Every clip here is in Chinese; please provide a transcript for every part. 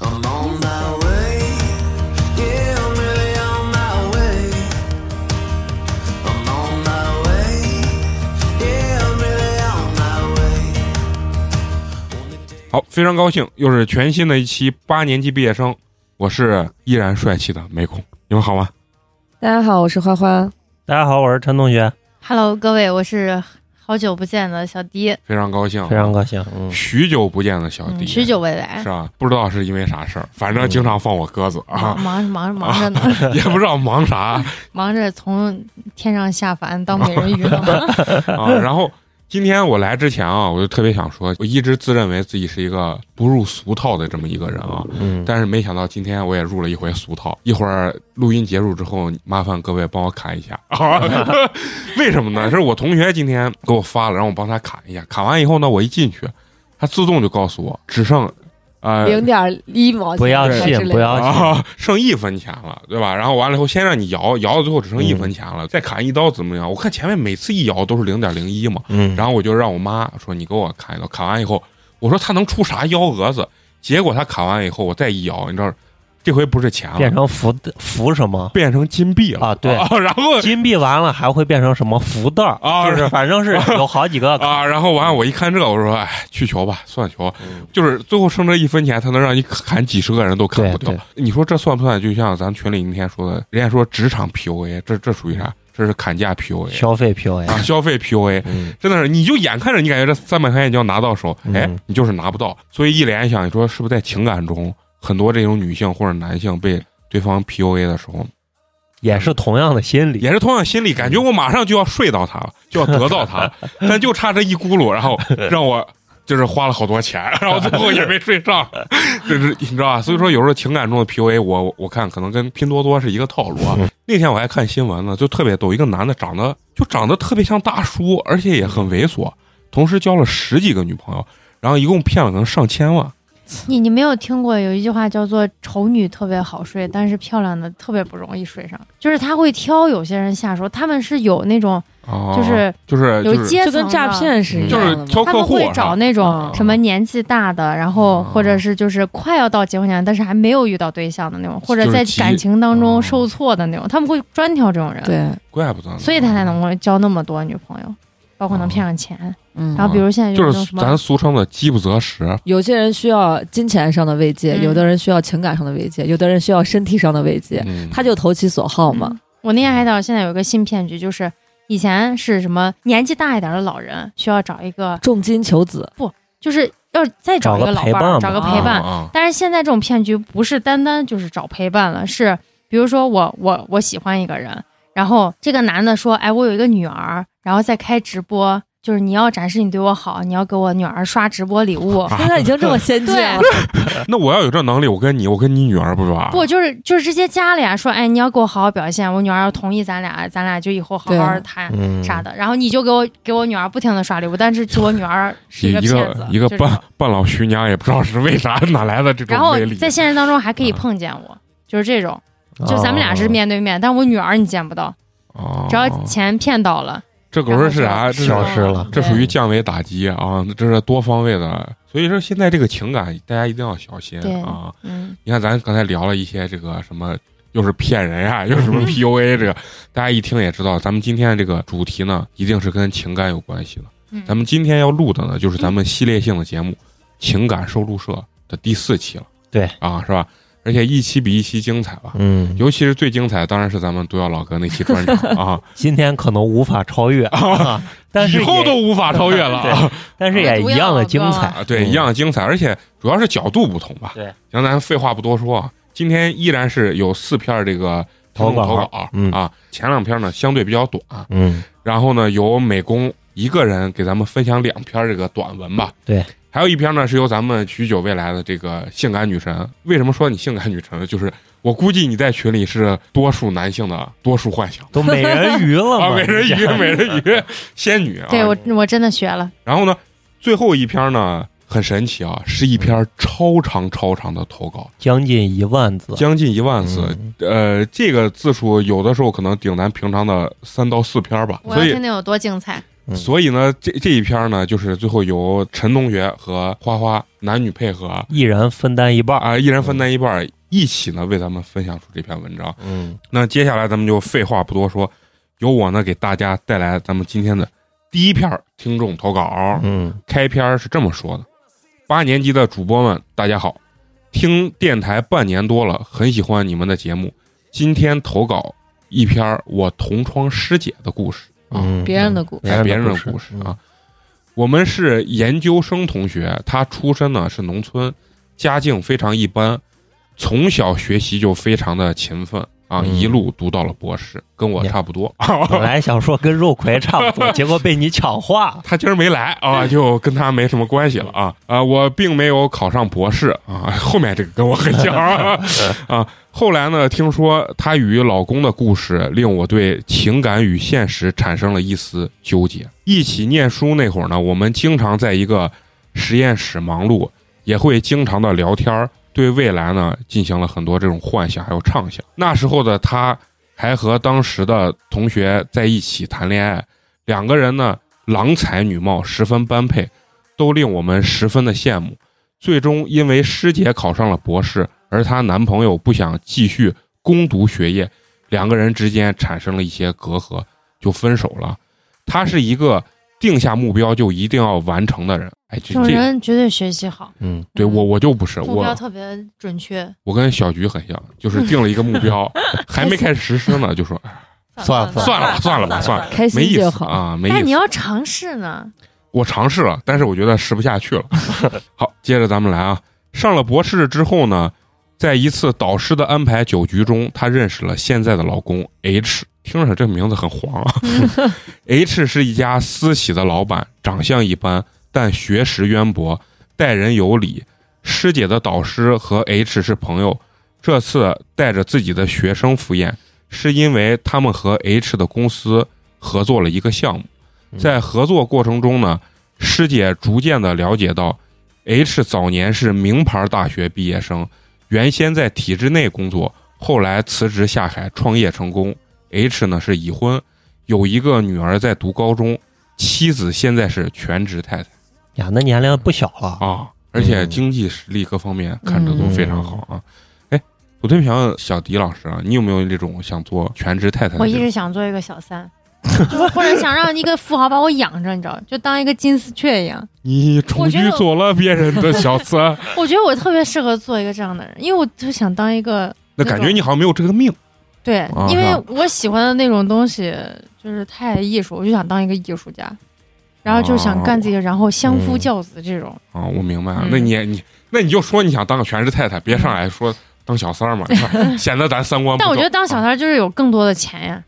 I'm on my way. Yeah, I'm really on my way. I'm on my way. Yeah, I'm really on my way. 好，非常高兴，又是全新的一期八年级毕业生。我是依然帅气的美孔，你们好吗？大家好，我是花花。大家好，我是陈同学， Hello，各位，我是好久不见的小迪，非常高兴，非常高兴。嗯，许久不见的小弟，嗯，许久未来是，吧？不知道是因为啥事儿，反嗯正经常放我鸽子啊，忙着忙着忙着呢，啊 也不知道忙 啥 忙着从天上下凡当美人鱼 了吗？啊。然后今天我来之前啊，我就特别想说，我一直自认为自己是一个不入俗套的这么一个人啊，嗯，但是没想到今天我也入了一回俗套。一会儿录音结束之后，麻烦各位帮我砍一下。 为什么呢？是我同学今天给我发了，让我帮他砍一下。砍完以后呢，我一进去，他自动就告诉我只剩呃零点一毛钱，不要之类信，的不要信。啊， 剩一分钱了，对吧？然后完了以后，先让你摇，摇到最后只剩一分钱了，再砍一刀怎么样？我看前面每次一摇都是零点零一嘛，嗯，然后我就让我妈说你给我砍一刀，砍完以后，我说他能出啥幺蛾子？结果他砍完以后，我再一摇，你知道，这回不是钱了，变成福的福什么？变成金币了啊对然后金币完了还会变成什么福袋儿啊就是反正是有好几 个啊，然后完了我一看这，我说哎，去球吧，算球，就是最后剩这一分钱，他能让你砍几十个人都砍不掉对对。你说这算不算？就像咱群里那天说的，人家说职场 PUA，这这属于啥？这是砍价 PUA 消费 PUA，啊，消费 PUA。嗯，真的是，你就眼看着你感觉这三百块钱你就要拿到手，嗯哎，你就是拿不到。所以一联想，你说是不是在情感中，很多这种女性或者男性被对方 PUA 的时候，也是同样的心理。也是同样心理，感觉我马上就要睡到他了，就要得到 他了，但就差这一咕噜，然 后让我就是花了好多钱，然后最后也没睡上， 就是你知道吧？所以说有时候情感中的 PUA，我我看可能跟拼多多是一个套路啊。那天我还看新闻呢，就特别逗，一个男的长得就长得特别像大叔，而且也很猥琐，同时交了十几个女朋友，然后一共骗了可能上千万。你你没有听过有一句话叫做“丑女特别好睡，但是漂亮的特别不容易睡上”，就是他会挑有些人下手，他们是有那种哦就是就是有就是阶就层跟的诈。骗是一就样是的嘛。挑他客们户啊会是吧找那种嗯什么年纪大的，然后嗯或者是就是快要到结婚年龄，但是还没有遇到对象的那种，或者就是在急感情当中嗯受挫的那种，他们会专挑这种人。对，怪不得呢，所以他才能够交那么多女朋友，包括能骗上钱。嗯然后比如现在哦就有那种是什咱么，俗称的饥不择食。有些人需要金钱上的慰藉，嗯有的人需要情感上的慰藉，有的人需要身体上的慰藉，嗯他就投其所好嘛。嗯我那天还到现在有一个新骗局，就是以前是什么年纪大一点的老人需要找一个，重金求子，就是要再找一找个老陪伴伴嘛儿，找个陪伴。啊但是现在这种骗局不是单单就是找陪伴了，是比如说我我我喜欢一个人，然后这个男的说，哎，我有一个女儿，然后再开直播，就是你要展示你对我好，你要给我女儿刷直播礼物，啊现在已经这么先 进了，啊那我要有这能力，我跟你，我跟你女儿不是吧？不，就是就是这些家里啊，说，哎，你要给我好好表现，我女儿要同意咱俩，咱俩就以后好好对地谈嗯，啥的。然后你就给我给我女儿不停的刷礼物，但是就我 女儿是一个骗子个，一个就这半种半老徐娘，也不知道是为啥哪来的这然种后魅力。在现实当中还可以啊碰见我，就是这种，就咱们俩哦是面对面，但我女儿你见不到，哦只要钱骗到了，这狗是啥？这是是消失了这属于降维打击啊！这是多方位的，所以说现在这个情感大家一定要小心对啊！嗯，你看咱刚才聊了一些这个什么。又是骗人啊，又是什嗯么 PUA 这个，大家一听也知道，咱们今天这个主题呢，一定是跟情感有关系的。嗯咱们今天要录的呢，就是嗯咱们系列性的节目《情感收录社》的第四期了。对啊，是吧？而且一期比一期精彩吧。嗯，尤其是最精彩，当然是咱们毒药老哥那期专 场啊，今天可能无法超越，啊但是哦以后也都无法超越了 啊！但是也一样的精彩啊，对，一样的精彩，而且主要是角度不同吧。对，行，咱废话不多说啊，今天依然是有四篇这个听众投稿投稿嗯啊，前两篇呢相对比较短，啊嗯，然后呢，由美工一个人给咱们分享两篇这个短文吧。对，还有一篇呢，是由咱们许久未来的这个性感女神。为什么说你性感女神呢？就是我估计你在群里是多数男性的多数幻想都美人鱼了 啊，嘛？美人鱼， 美人鱼，仙女啊。对我我真的学了，然后呢，最后一篇呢很神奇啊，是一篇超长超长的投稿，将近一万字，将近一万字。嗯呃，这个字数有的时候可能顶咱平常的三到四篇吧，我要所以听听有多精彩。嗯所以呢，这这一篇呢，就是最后由陈同学和花花男女配合啊、啊一人分担一半儿。一人分担一半儿，一起呢为咱们分享出这篇文章。嗯，那接下来咱们就废话不多说，由我呢给大家带来咱们今天的第一篇儿听众投稿。嗯，开篇儿是这么说的：八年级的主播们，大家好，听电台半年多了，很喜欢你们的节目。今天投稿一篇儿我同窗师姐的故事啊，嗯，别人的故哎别人的故嗯故事啊。我们是研究生同学，他出身呢是农村，家境非常一般，从小学习就非常的勤奋啊，嗯一路读到了博士，跟我呀差不多。本来想说跟肉葵差不 多，结果被你抢话。他今儿没来啊，就跟他没什么关系了啊啊！我并没有考上博士啊，后面这个跟我很像啊啊。后来呢，听说她与老公的故事，令我对情感与现实产生了一丝纠结。一起念书那会儿呢，我们经常在一个实验室忙碌，也会经常的聊天儿，对未来呢进行了很多这种幻想还有畅想。那时候的她还和当时的同学在一起谈恋爱，两个人呢郎才女貌，十分般配，都令我们十分的羡慕。最终，因为师姐考上了博士，而她男朋友不想继续攻读学业，两个人之间产生了一些隔阂，就分手了。她是一个定下目标就一定要完成的人，哎，这这种这人绝对学习好，嗯，对我我就不是目标我，特别准确。我跟小菊很像，就是定了一个目标，还没开始实施呢，就说哎算了算了吧，算了吧，算了，开没心意就思好。啊，没意但思是。你要尝试呢，我尝试了，但是我觉得试不下去了。好，接着咱们来啊。上了博士之后呢，在一次导师的安排酒局中，她认识了现在的老公 H。听着这名字很黄啊。H 是一家私企的老板，长相一般，但学识渊博，待人有礼。师姐的导师和 H 是朋友，这次带着自己的学生赴宴，是因为他们和 H 的公司合作了一个项目。在合作过程中呢，师姐逐渐的了解到，H 早年是名牌大学毕业生，原先在体制内工作，后来辞职下海创业成功。H 呢是已婚，有一个女儿在读高中，妻子现在是全职太太呀，那年龄不小了。啊，而且嗯经济实力各方面看着都非常好啊。哎，我特别想问小迪老师啊，你有没有那种想做全职太太的我这一种？直想做一个小三，就是或者想让一个富豪把我养着，你知道，就当一个金丝雀一样。你终我觉于得做了别人的小三， 我觉得我特别适合做一个这样的人，因为我就想当一个那感觉你好像没有这个命。对，啊因为是吧我喜欢的那种东西就是太艺术，我就想当一个艺术家，然后就是想干自己，然后相夫教子这种。啊，我明白了。嗯那你也你那你就说你想当个全职太太，别上来说当小三儿嘛，是 吧显得咱三观不正。但我觉得当小啊三儿就是有更多的钱呀，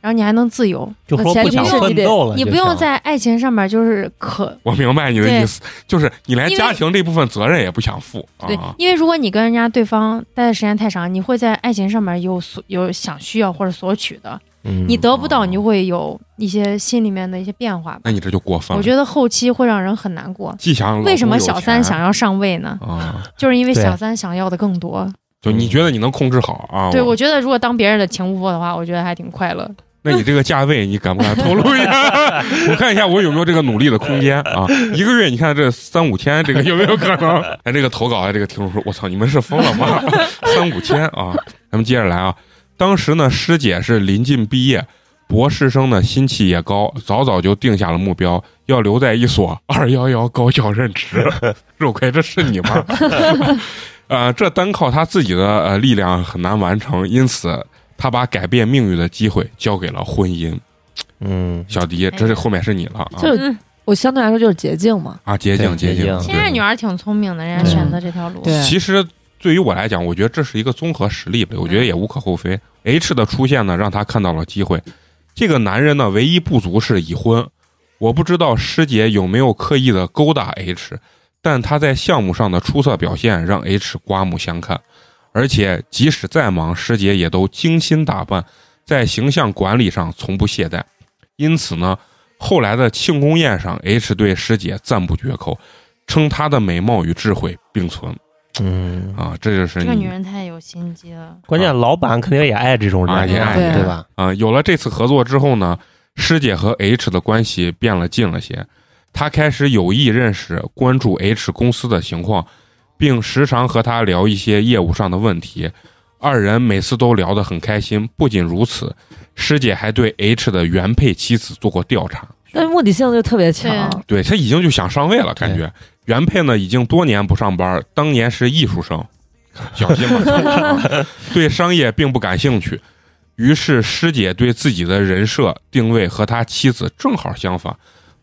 然后你还能自由，就说不想奋斗了，你就不用行在爱情上面就是可我明白你的对意思，就是你连因为家庭这部分责任也不想负对啊，。因为如果你跟人家对方待的时间太长，你会在爱情上面有所有想需要或者索取的，嗯你得不哦到，你就会有一些心里面的一些变化吧。那你这就过分了。我觉得后期会让人很难过。既想为什么老公有小三钱想要上位呢？啊？就是因为对小三想要的更多。就你觉得你能控制好啊？对，我我觉得如果当别人的情妇的话，我觉得还挺快乐。那你这个价位，你敢不敢透露一下？我看一下我有没有这个努力的空间啊！一个月，你看这三五千，这个有没有可能？ 哎，这个投稿啊，这个听众说，我操，你们是疯了吗？三五千啊！咱们接着来啊。当时呢，师姐是临近毕业，博士生呢心气也高，早早就定下了目标，要留在一所二幺幺高校任职。肉葵，这是你吗？ 呃，这单靠他自己的呃力量很难完成，因此他把改变命运的机会交给了婚姻。嗯，小迪，这是后面是你了啊就嗯我相对来说就是捷径嘛，啊！捷径，对捷捷径径。现在女儿挺聪明的，人家对选择这条路。对其实对于我来讲，我觉得这是一个综合实力吧，我觉得也无可厚非。H 的出现呢，让他看到了机会。这个男人呢，唯一不足是已婚。我不知道师姐有没有刻意的勾搭 H，但他在项目上的出色表现让 H 刮目相看，而且即使再忙，师姐也都精心打扮，在形象管理上从不懈怠。因此呢，后来的庆功宴上，H 对师姐赞不绝口，称她的美貌与智慧并存嗯，啊，这就是这个你女人太有心机了，关键老板肯定也爱这种人，啊也爱对吧？啊、有了这次合作之后呢，师姐和 H 的关系变了近了些。她开始有意认识、关注 H 公司的情况，并时常和他聊一些业务上的问题。二人每次都聊得很开心。不仅如此，师姐还对 H 的原配妻子做过调查。但是目的性就特别强，对啊对他已经就想上位了，感觉原配呢已经多年不上班，当年是艺术生，小心吧，对商业并不感兴趣。于是师姐对自己的人设定位和他妻子正好相反，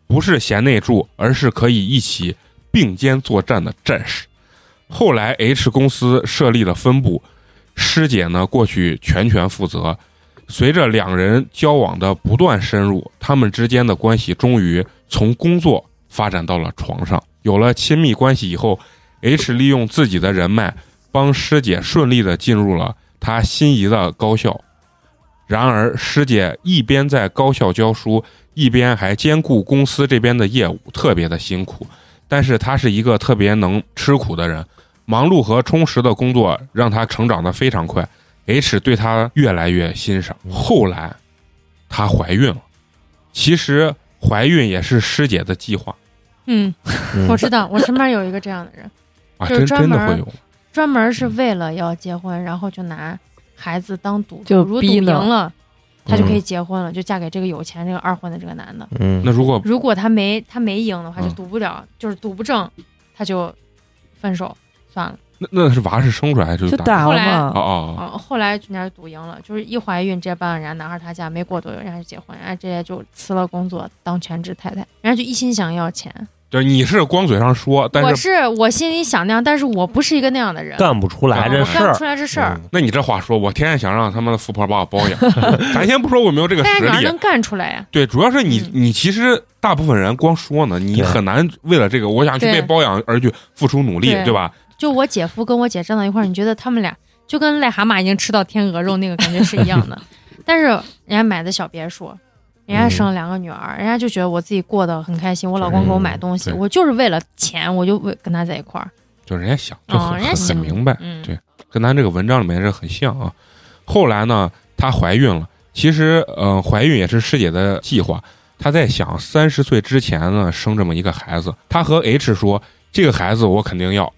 不是贤内助，而是可以一起并肩作战的战士。后来 H 公司设立了分部，师姐呢过去全权负责。随着两人交往的不断深入，他们之间的关系终于从工作发展到了床上。有了亲密关系以后，H 利用自己的人脉，帮师姐顺利的进入了她心仪的高校。然而，师姐一边在高校教书，一边还兼顾公司这边的业务，特别的辛苦。但是，她是一个特别能吃苦的人，忙碌和充实的工作让她成长的非常快。H 对她越来越欣赏。后来，她怀孕了。其实，怀孕也是师姐的计划。嗯，嗯我知道，我身边有一个这样的人，啊，就真是专真的门会有专门是为了要结婚，然后就拿孩子当赌，就如果赌逼赢呢了，嗯她就可以结婚了，就嫁给这个有钱这个二婚的这个男的。嗯，那如果如果他没他没赢的话，就嗯赌不了，就是赌不正，他就分手算了。那那是娃是生出来就就打打后了来哦嘛。哦，啊，后来人家就赌赢了，就是一怀孕直接搬到人家男孩他家，没过多久人家就结婚，人家直接就辞了工作当全职太太，人家就一心想要钱。就是你是光嘴上说，但我是是我心里想那样，但是我不是一个那样的人，干不出来啊这我事干不儿，出来这事儿。嗯那你这话说，我天天想让他们的富婆把我包 养，咱先不说我有没有这个但是实女孩力啊能，干出来呀、对，主要是你嗯你其实大部分人光说呢，你对很难为了这个我想去对被包养而去付出努力，对对吧？就我姐夫跟我姐站到一块儿，你觉得他们俩就跟癞蛤蟆已经吃到天鹅肉那个感觉是一 样的。但是人家买的小别墅，人家生了两个女儿，人家就觉得我自己过得很开心，我老公给我买东西，嗯对我就是为了钱，我就为跟他在一块儿。就人家想就很哦人家很很想明白，嗯，对跟咱这个文章里面是很像啊。后来呢，她怀孕了。其实，呃，怀孕也是师姐的计划。她在想，三十岁之前呢，生这么一个孩子。她和 H 说，这个孩子我肯定要，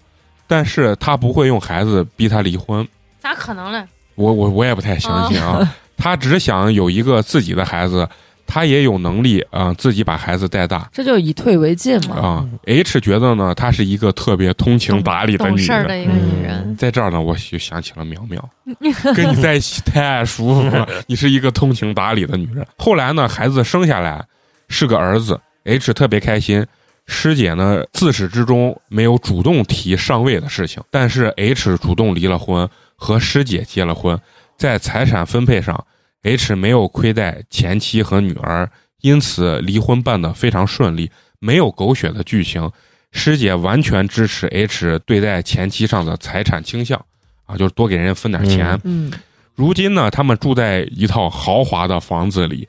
但是她不会用孩子逼她离婚。咋可能嘞？我我我也不太相信哦啊。她只想有一个自己的孩子，她也有能力啊、呃自己把孩子带大。这就以退为进哦嘛，啊、h 觉得呢，她是一个特别通情达理的懂女事儿人，的一个女 人，在这儿呢，我就想起了苗苗，跟你在一起太舒服了。你是一个通情达理的女人。后来呢，孩子生下来是个儿子，H 特别开心。师姐呢，自始至终没有主动提上位的事情，但是 H 主动离了婚，和师姐结了婚，在财产分配上，H 没有亏待前妻和女儿，因此离婚办得非常顺利，没有狗血的剧情。师姐完全支持 H 对待前妻上的财产倾向啊，就是多给人家分点钱。嗯嗯，如今呢，他们住在一套豪华的房子里，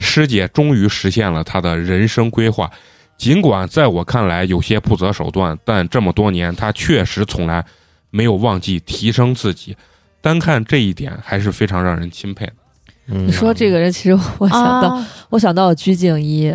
师姐终于实现了她的人生规划。尽管在我看来有些不择手段，但这么多年，她确实从来没有忘记提升自己。单看这一点，还是非常让人钦佩的。你嗯你说这个人，其实我想到，啊我想到了鞠婧祎，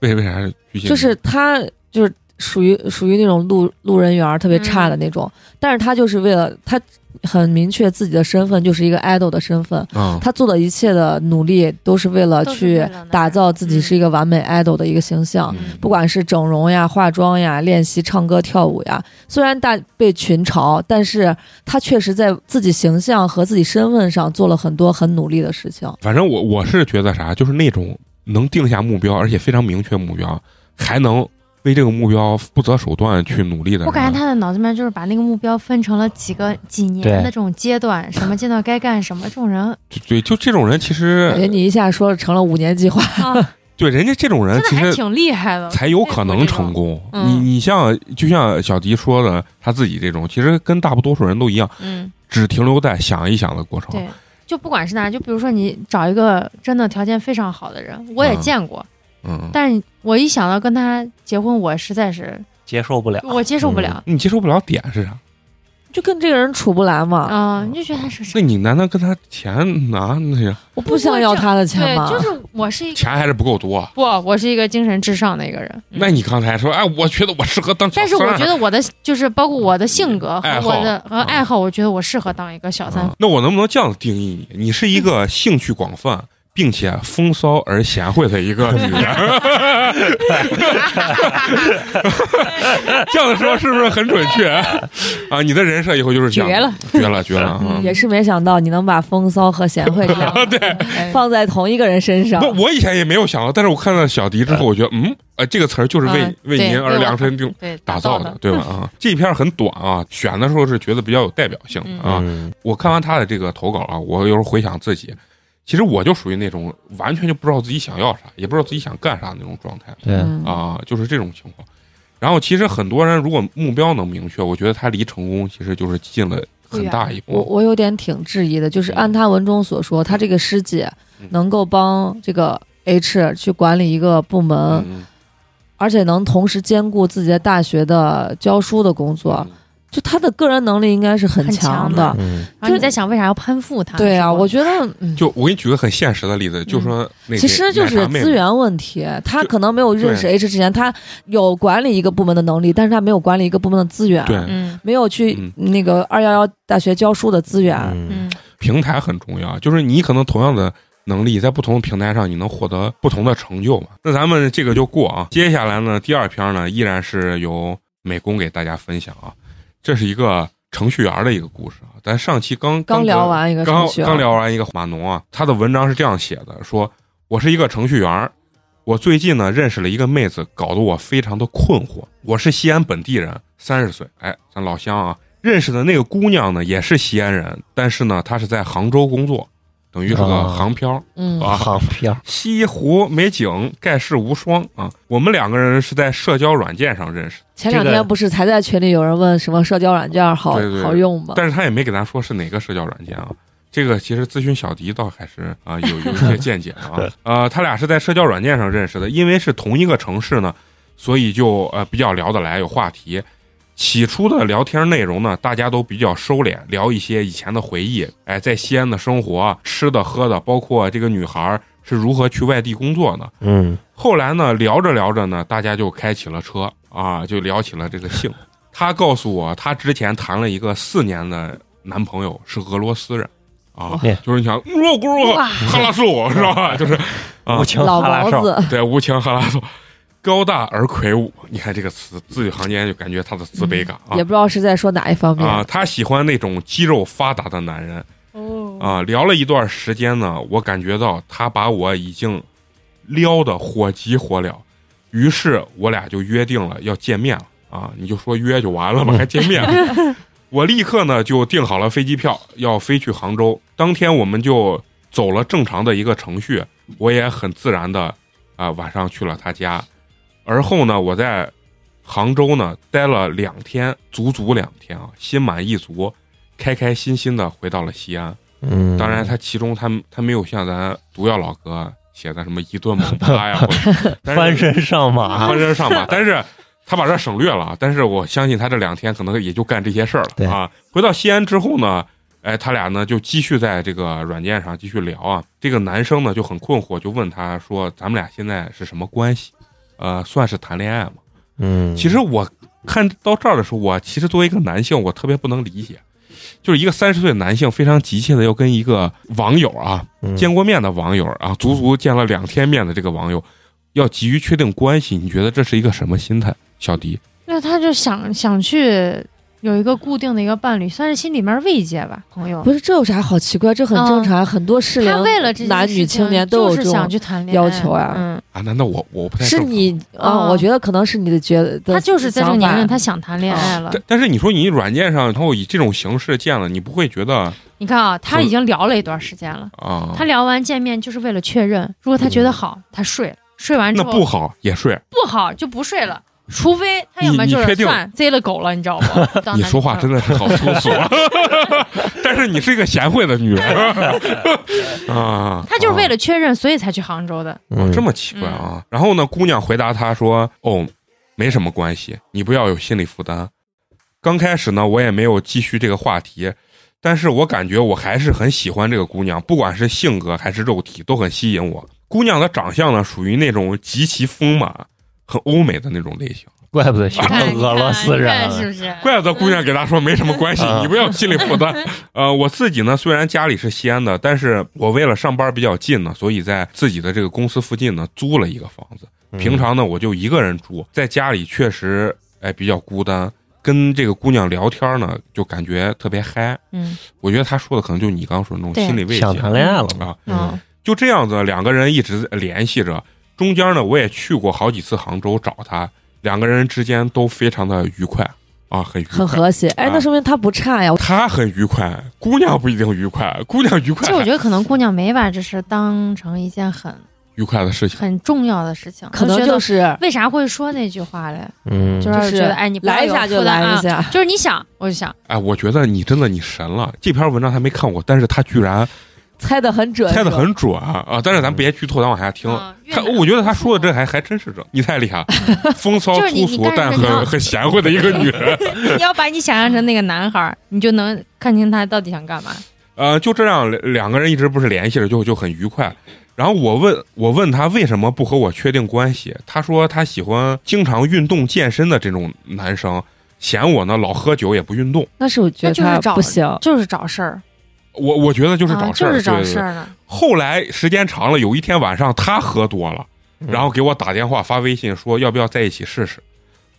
为为啥是巨星？就是他就是属于属于那种路路人缘儿特别差的那种，但是他就是为了他很明确自己的身份就是一个 idol 的身份，嗯，他做的一切的努力都是为了都是为去了那打样造自己是一个完美 idol 的一个形象。嗯不管是整容呀、化妆呀、练习唱歌跳舞呀，虽然大被群嘲，但是他确实在自己形象和自己身份上做了很多很努力的事情。反正我我是觉得啥，就是那种能定下目标，而且非常明确目标，还能为这个目标不择手段去努力的人。我感觉他的脑子里面就是把那个目标分成了几个几年对的这种阶段，什么阶段该干什么，这种人对，就这种人其感觉实你一下说成了五年计划，啊，对，人家这种人哎真的其还实挺厉害的，才有可能成功。嗯你你像就像小迪说的，他自己这种，其实跟大多数人都一样，嗯，只停留在想一想的过程对。就不管是哪，就比如说你找一个真的条件非常好的人，我也嗯见过，嗯，但是我一想到跟他结婚，我实在是接受不了。我接受不了你接受不了点是啥？就跟这个人处不来嗯嘛，啊，你就觉得他是那你难道跟他钱拿那些我不想要他的钱对嘛，，就是我是一个钱还是不够多？啊不，我是一个精神至上的一个人，那你刚才说，哎，我觉得我适合当小嗯但是三我儿觉得我的就是包括我的性格和爱好我的和嗯爱好，我觉得我适合当一个小三嗯嗯。那我能不能这样定义你？你是一个兴趣广泛。并且风骚而贤惠的一 个女人，这样说是不是很准确啊？你的人设以后就是这样，绝了，嗯绝了，绝了啊！也是没想到你能把风骚和贤惠 这两个哎放在同一个人身上不，，嗯我以前也没有想到，但是我看到小迪之后，我觉得，嗯，呃，这个词儿就是为、嗯为对您而为我量身定对，打造造的，，对吧？ 啊，这片儿很短啊，选的时候是觉得比较有代表性嗯啊。嗯我看完他的这个投稿啊，我有时候回想自己，其实我就属于那种完全就不知道自己想要啥，也不知道自己想干啥那种状态对，嗯，啊，就是这种情况。然后其实很多人如果目标能明确，我觉得他离成功其实就是近了很大一我步。我有点挺质疑的，就是按他文中所说，他这个师姐嗯能够帮这个 H 去管理一个部门，嗯，而且能同时兼顾自己在大学的教书的工嗯作，就他的个人能力应该是很很强强的。嗯然后你在想为啥要攀附他？对啊，是吧我觉得，嗯，就我给你举个很现实的例子，就说那个其实就奶茶是妹妹资源问题。他可能没有认识 H 之前，他有管理一个部门的能力，但是他没有管理一个部门的资源，对、嗯没有去那个二幺幺大学教书的资源。嗯嗯平台很重要，就是你可能同样的能力，在不同的平台上，你能获得不同的成就嘛。那咱们这个就过啊，接下来呢，第二篇呢，依然是由美工给大家分享啊，这是一个程序员的一个故事啊。咱上期刚刚聊跟完一个刚程序员刚聊完一个码农啊，他的文章是这样写的：说我是一个程序员儿，我最近呢认识了一个妹子，搞得我非常的困惑。我是西安本地人，三十岁，哎，咱老乡啊。认识的那个姑娘呢，也是西安人，但是呢，她是在杭州工作，等于是个啊杭漂儿、嗯，啊。航漂，西湖美景盖世无双啊！我们两个人是在社交软件上认识的，前两这个天不是才在群里有人问什么社交软件好对对对好用吗？但是他也没给咱说是哪个社交软件啊。这个其实咨询小迪倒还是啊、有有一些见解啊。呃，他俩是在社交软件上认识的，因为是同一个城市呢，所以就呃比较聊得来，有话题。起初的聊天内容呢，大家都比较收敛，聊一些以前的回忆，哎，在西安的生活、啊吃的、喝的，包括这个女孩儿是如何去外地工作的。嗯后来呢，聊着聊着呢，大家就开起了车啊，就聊起了这个性。她告诉我，她之前谈了一个四年的男朋友是俄罗斯人啊哇，就是你想，我咕哇哈拉素是吧？就是啊无情老哈拉毛少，子，对无情哈拉素，高大而魁梧。你看这个词字里行间就感觉她的自卑感啊嗯也不知道是在说哪一方面。啊，她喜欢那种肌肉发达的男人。哦，啊，聊了一段时间呢，我感觉到他把我已经撩得火急火燎，于是我俩就约定了要见面了啊，你就说约就完了吧，还见面？我立刻呢就订好了飞机票，要飞去杭州。当天我们就走了正常的一个程序，我也很自然的啊、晚上去了他家，而后呢我在杭州呢待了两天，足足两天啊，心满意足，开开心心的回到了西安。嗯，当然，他其中他他没有像咱毒药老哥写的什么一顿猛趴呀，或者但是啊翻身上马，翻身上马， 但是他把这省略了啊。但是我相信他这两天可能也就干这些事儿对了啊。回到西安之后呢，哎，他俩呢就继续在这个软件上继续聊啊。这个男生呢就很困惑，就问他说：“咱们俩现在是什么关系？呃，算是谈恋爱吗？”嗯，其实我看到这儿的时候，我其实作为一个男性，我特别不能理解，就是一个三十岁的男性非常急切的要跟一个网友啊，嗯见过面的网友啊，足足见了两天面的这个网友，要急于确定关系，你觉得这是一个什么心态？小迪，那他就想想去有一个固定的一个伴侣，算是心里面慰藉吧，朋友。不是这有啥好奇怪？这很正常，很多适嗯他龄为了这件男事女情青年都有就这是想种。去谈恋爱要求啊嗯，啊，难道我我不太是正常你啊、嗯我觉得可能是你的觉得，他就是在这个年龄，想法啊他想谈啊恋爱了。但但是你说你软件上，然后以这种形式见了，你不会觉得你看啊，他已经聊了一段时间了，啊？嗯他聊完见面就是为了确认，如果他觉得好，他睡了。睡完之那后不好也睡。不好就不睡了，除非他你要么就你确是定算贼了狗了，你知道不？当你男说朋话友真的是好粗 俗， 但是你是一个贤惠的女人 啊。他就是为了确认，所以才去杭州的。啊嗯这么奇怪啊。然后呢，姑娘回答他说：“哦，没什么关系，你不要有心理负担。”刚开始呢，我也没有继续这个话题，但是我感觉我还是很喜欢这个姑娘，不管是性格还是肉体都很吸引我。姑娘的长相呢，属于那种极其丰满、很欧美的那种类型。怪不得学你看个你看俄罗斯你人啊看是不是？怪不得姑娘给他说没什么关系，嗯你不要心理负 担。呃，我自己呢，虽然家里是西安的，但是我为了上班比较近呢，所以在自己的这个公司附近呢租了一个房子。嗯平常呢，我就一个人住，在家里确实哎比较孤单，跟这个姑娘聊天呢，就感觉特别嗨。嗯我觉得她说的可能就是你刚刚说的那种对心理慰藉想谈恋爱了嘛，啊。嗯就这样子，两个人一直联系着。中间呢，我也去过好几次杭州找她，两个人之间都非常的愉快啊，很愉快很和谐。哎，啊那说明他不差呀。他很愉快，姑娘不一定愉快，姑娘愉其快实我觉得可能姑娘没把这事当成一件很愉快的事情。很重要的事情，可能觉就得是为啥会说那句话嘞？嗯，就就是是觉得哎，你不要来一有下就负担来啊一，下，就是你想，我 就想，哎，我觉得你真的你神了。这篇文章他没看过，但是他居然猜的很准，猜的是吧。很准啊！但是咱别剧透，咱往下听。嗯越他南嗯我觉得他说的这还还真是这，你太厉害了，风骚 就是你粗你俗但但是你要很很贤惠的一个女 人。你要把你想象成那个男孩儿，你就能看清他到底想干嘛。呃，就这样，两两个人一直不是联系着，就就很愉快。然后我问我问他为什么不和我确定关系，他说他喜欢经常运动健身的这种男生，嫌我呢老喝酒也不运动。那是我觉得那就是他找不行，就是找事儿，我我觉得就是啊找事儿、就是找对对事对儿呢。后来时间长了，有一天晚上他喝多了，嗯然后给我打电话发微信说要不要在一起试试。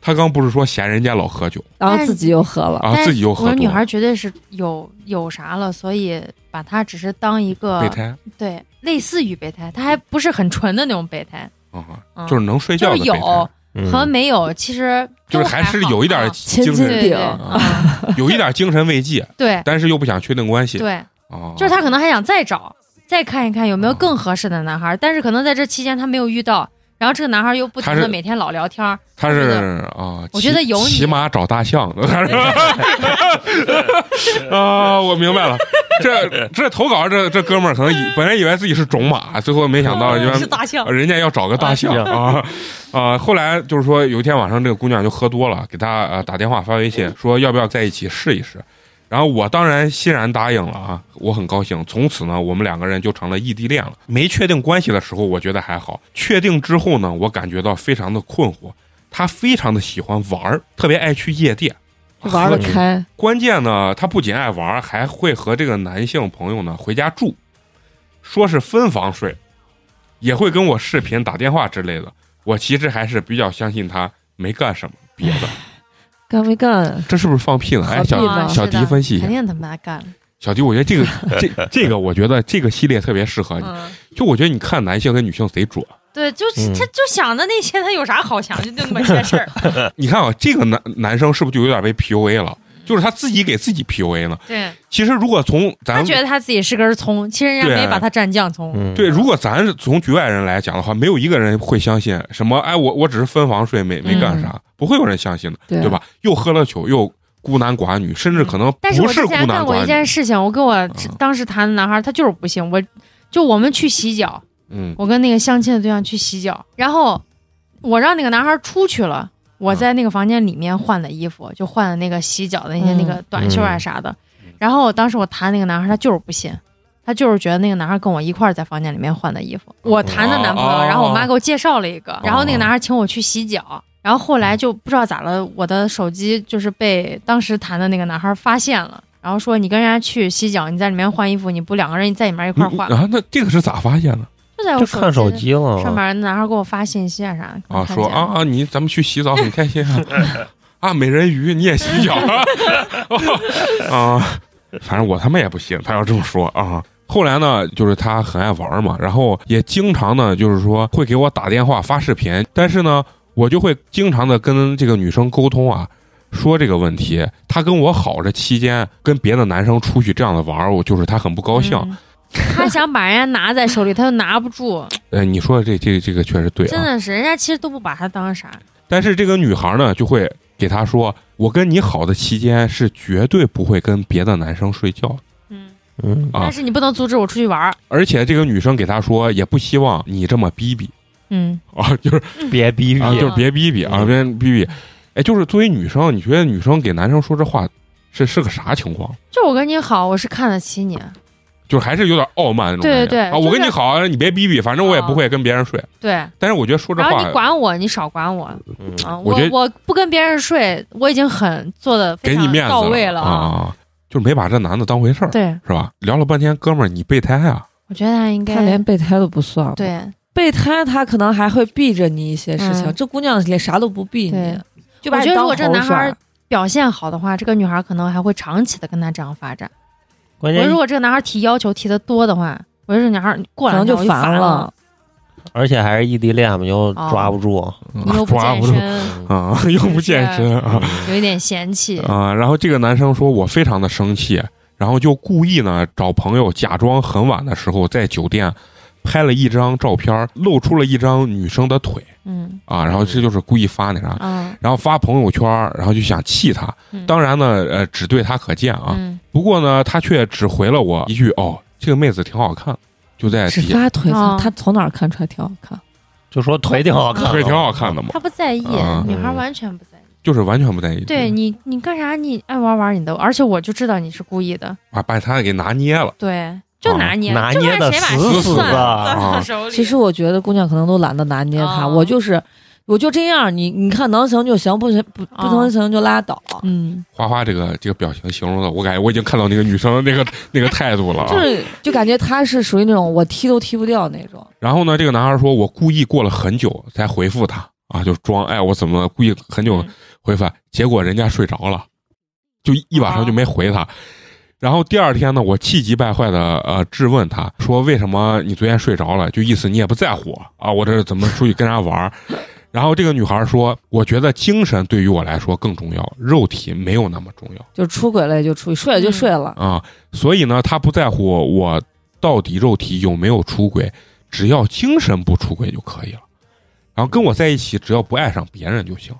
他刚不是说嫌人家老喝酒然后自己又喝了。啊，但是自己又我喝说多女了，孩绝对是有有啥了，所以把她只是当一个备胎对，类似于备胎，她还不是很纯的那种备胎，啊，嗯就是能睡觉就的是备胎，有嗯和没有，其实就都是还还是好有一点啊啊精亲近神，对对，顶嗯有一点精神慰藉， 对但是又不想确定关系对，啊，就是她可能还想再找，再看一看有没有更合适的男孩儿，但是可能在这期间她没有遇到，然后这个男孩儿又不停他的是每天老聊天儿，他我觉得是啊，我骑觉得有你骑马找大象 的，他是 啊，我明白了。这这投稿这这哥们儿可能以本来以为自己是种马，最后没想到原来哦是大象，人家要找个大象啊啊！后来就是说，有一天晚上，这个姑娘就喝多了，给她呃打电话发微信说要不要在一起试一试。然后我当然欣然答应了啊，我很高兴。从此呢，我们两个人就成了异地恋了。没确定关系的时候，我觉得还好；确定之后呢，我感觉到非常的困惑。她非常的喜欢玩儿，特别爱去夜店。玩得开，关键呢，她不仅爱玩儿，还会和这个男性朋友呢回家住，说是分房睡，也会跟我视频、打电话之类的。我其实还是比较相信她没干什么别的，干没干？ 这是不是放屁呢？哎，何小必呢小迪分析一下嗯肯，定他妈干了，小迪，我觉得这 个这这个，我觉得这个系列特别适啊合你。嗯。就我觉得你看男性跟女性贼准，对，就是嗯他就想的那些，他有啥好想？就那么些事 儿。你看啊，这个男男生是不是就有点被 PUA 了？就是他自己给自己 PUA 呢。对其实如果从咱他觉得他自己是根葱，其实人家对没把他蘸酱葱。嗯对，如果咱是从局外人来讲的话，没有一个人会相信什么。哎，我我只是分房睡，没没嗯干啥，不会有人相信的，对对吧？又喝了酒，又孤男寡女，甚至可能但是不我之孤前男干过一寡件女。事情，我跟我之嗯当时谈的男孩，他就是不信。我就我们去洗脚，嗯，我跟那个相亲的对象去洗脚，然后我让那个男孩出去啊了，我在那个房间里面换的衣服，就换了那个洗脚的那些嗯那个短袖啊啥的。嗯然后我当时我谈那个男孩，他就是不信，他就是觉得那个男孩跟我一块儿在房间里面换的衣服。我谈的男朋哦友，然后我妈给我介绍了一个，然后那哦个男孩请我去洗脚。然后后来就不知道咋了，我的手机就是被当时谈的那个男孩发现了，然后说你跟人家去洗脚，你在里面换衣服，你不两个人在里面一块儿嗯换，啊，那这个是咋发现的就在就我看手机了啊上面男孩给我发信息啊啥的嗯啊？看说见啊啊，你咱们去洗澡很开心啊啊，美人鱼你也洗脚啊 啊？反正我他妈也不信，他要这么说啊。后来呢，就是他很爱玩嘛，然后也经常呢，就是说会给我打电话发视频，但是呢，我就会经常的跟这个女生沟通啊，说这个问题。她跟我好这期间跟别的男生出去这样的玩儿，我就是她很不高兴。嗯他想把人家拿在手里，他又拿不住，哎，你说的这这这个确实 对真啊。的是，人家其实都不把他当啥。但是这个女孩呢，就会给他说：“我跟你好的期间是绝对不会跟别的男生睡觉的。嗯，嗯啊但是你不能阻止我出去玩儿。而且这个女生给他说，也不希望你这么逼 逼嗯，啊，就是别逼逼啊，就是别逼逼啊，嗯别逼逼。哎，就是作为女生，你觉得女生给男生说这话是是个啥情况？就我跟你好，我是看得起你。就是还是有点傲慢那种感觉对对啊！就是我跟你好啊，你别逼逼，反正我也不会跟别人睡。对，但是我觉得说这然后话呃你管我，你少管我嗯啊！我我觉得我不跟别人睡，我已经很做的非给你常面子到位了啊啊，啊就是没把这男的当回事儿，对，是吧？聊了半天，哥们儿，你备胎啊？我觉得他应他该连备胎都不算了，，对备胎他可能还会避着你一些事情，嗯这姑娘连啥都不避你对，就把我你觉得当如果这猴男孩耍儿表现好的话，这个女孩儿可能还会长期的跟他这样发展。关我键如果这个男孩儿提要求提的多的话，我觉得这女孩儿过可两能天就我就烦烦了。。而且还是异地恋嘛，又哦抓不住，你又不抓健不住身，啊， 又不健身啊有一点嫌弃。啊！然后这个男生说我非常的生气，然后就故意呢找朋友假装很晚的时候在酒店拍了一张照片，露出了一张女生的腿嗯啊，然后这就是故意发那啥，啊，然后发朋友圈，然后就想气他。嗯当然呢，呃，只对他可见啊，嗯，不过呢，他却只回了我一句：“哦，这个妹子挺好看。”就在只底下发腿哦上，他从哪儿看出来挺好看？就说腿挺好看，腿挺好看的嘛，他不在意啊，嗯女孩儿完全不在意。就是完全不在意。对你，你干啥？你爱玩玩你的，而且我就知道你是故意的。把把他给拿捏了。对，就拿捏，拿就捏看的谁把死谁死算的攥到啊手里。其实我觉得姑娘可能都懒得拿捏他，啊哦我就是我就这样，你你看能行就行，不行不啊不哦能行就拉倒。嗯，花花这个这个表情形容的，我感觉我已经看到那个女生的那个那个态度了啊。就是就感觉他是属于那种我踢都踢不掉那种，然后呢，这个男孩说：“我故意过了很久才回复他啊，就装哎我怎么故意很嗯久回复他，结果人家睡着了，就一晚哦上就没回他。然后第二天呢，我气急败坏的呃质问他说：“为什么你昨天睡着了？就意思你也不在乎我啊？我这怎么出去跟人家玩儿？” 然后这个女孩说：“我觉得精神对于我来说更重要，肉体没有那么重要。”就出轨了也就出轨，睡了就睡了。啊，所以呢，他不在乎我到底肉体有没有出轨，只要精神不出轨就可以了。然后跟我在一起，只要不爱上别人就行。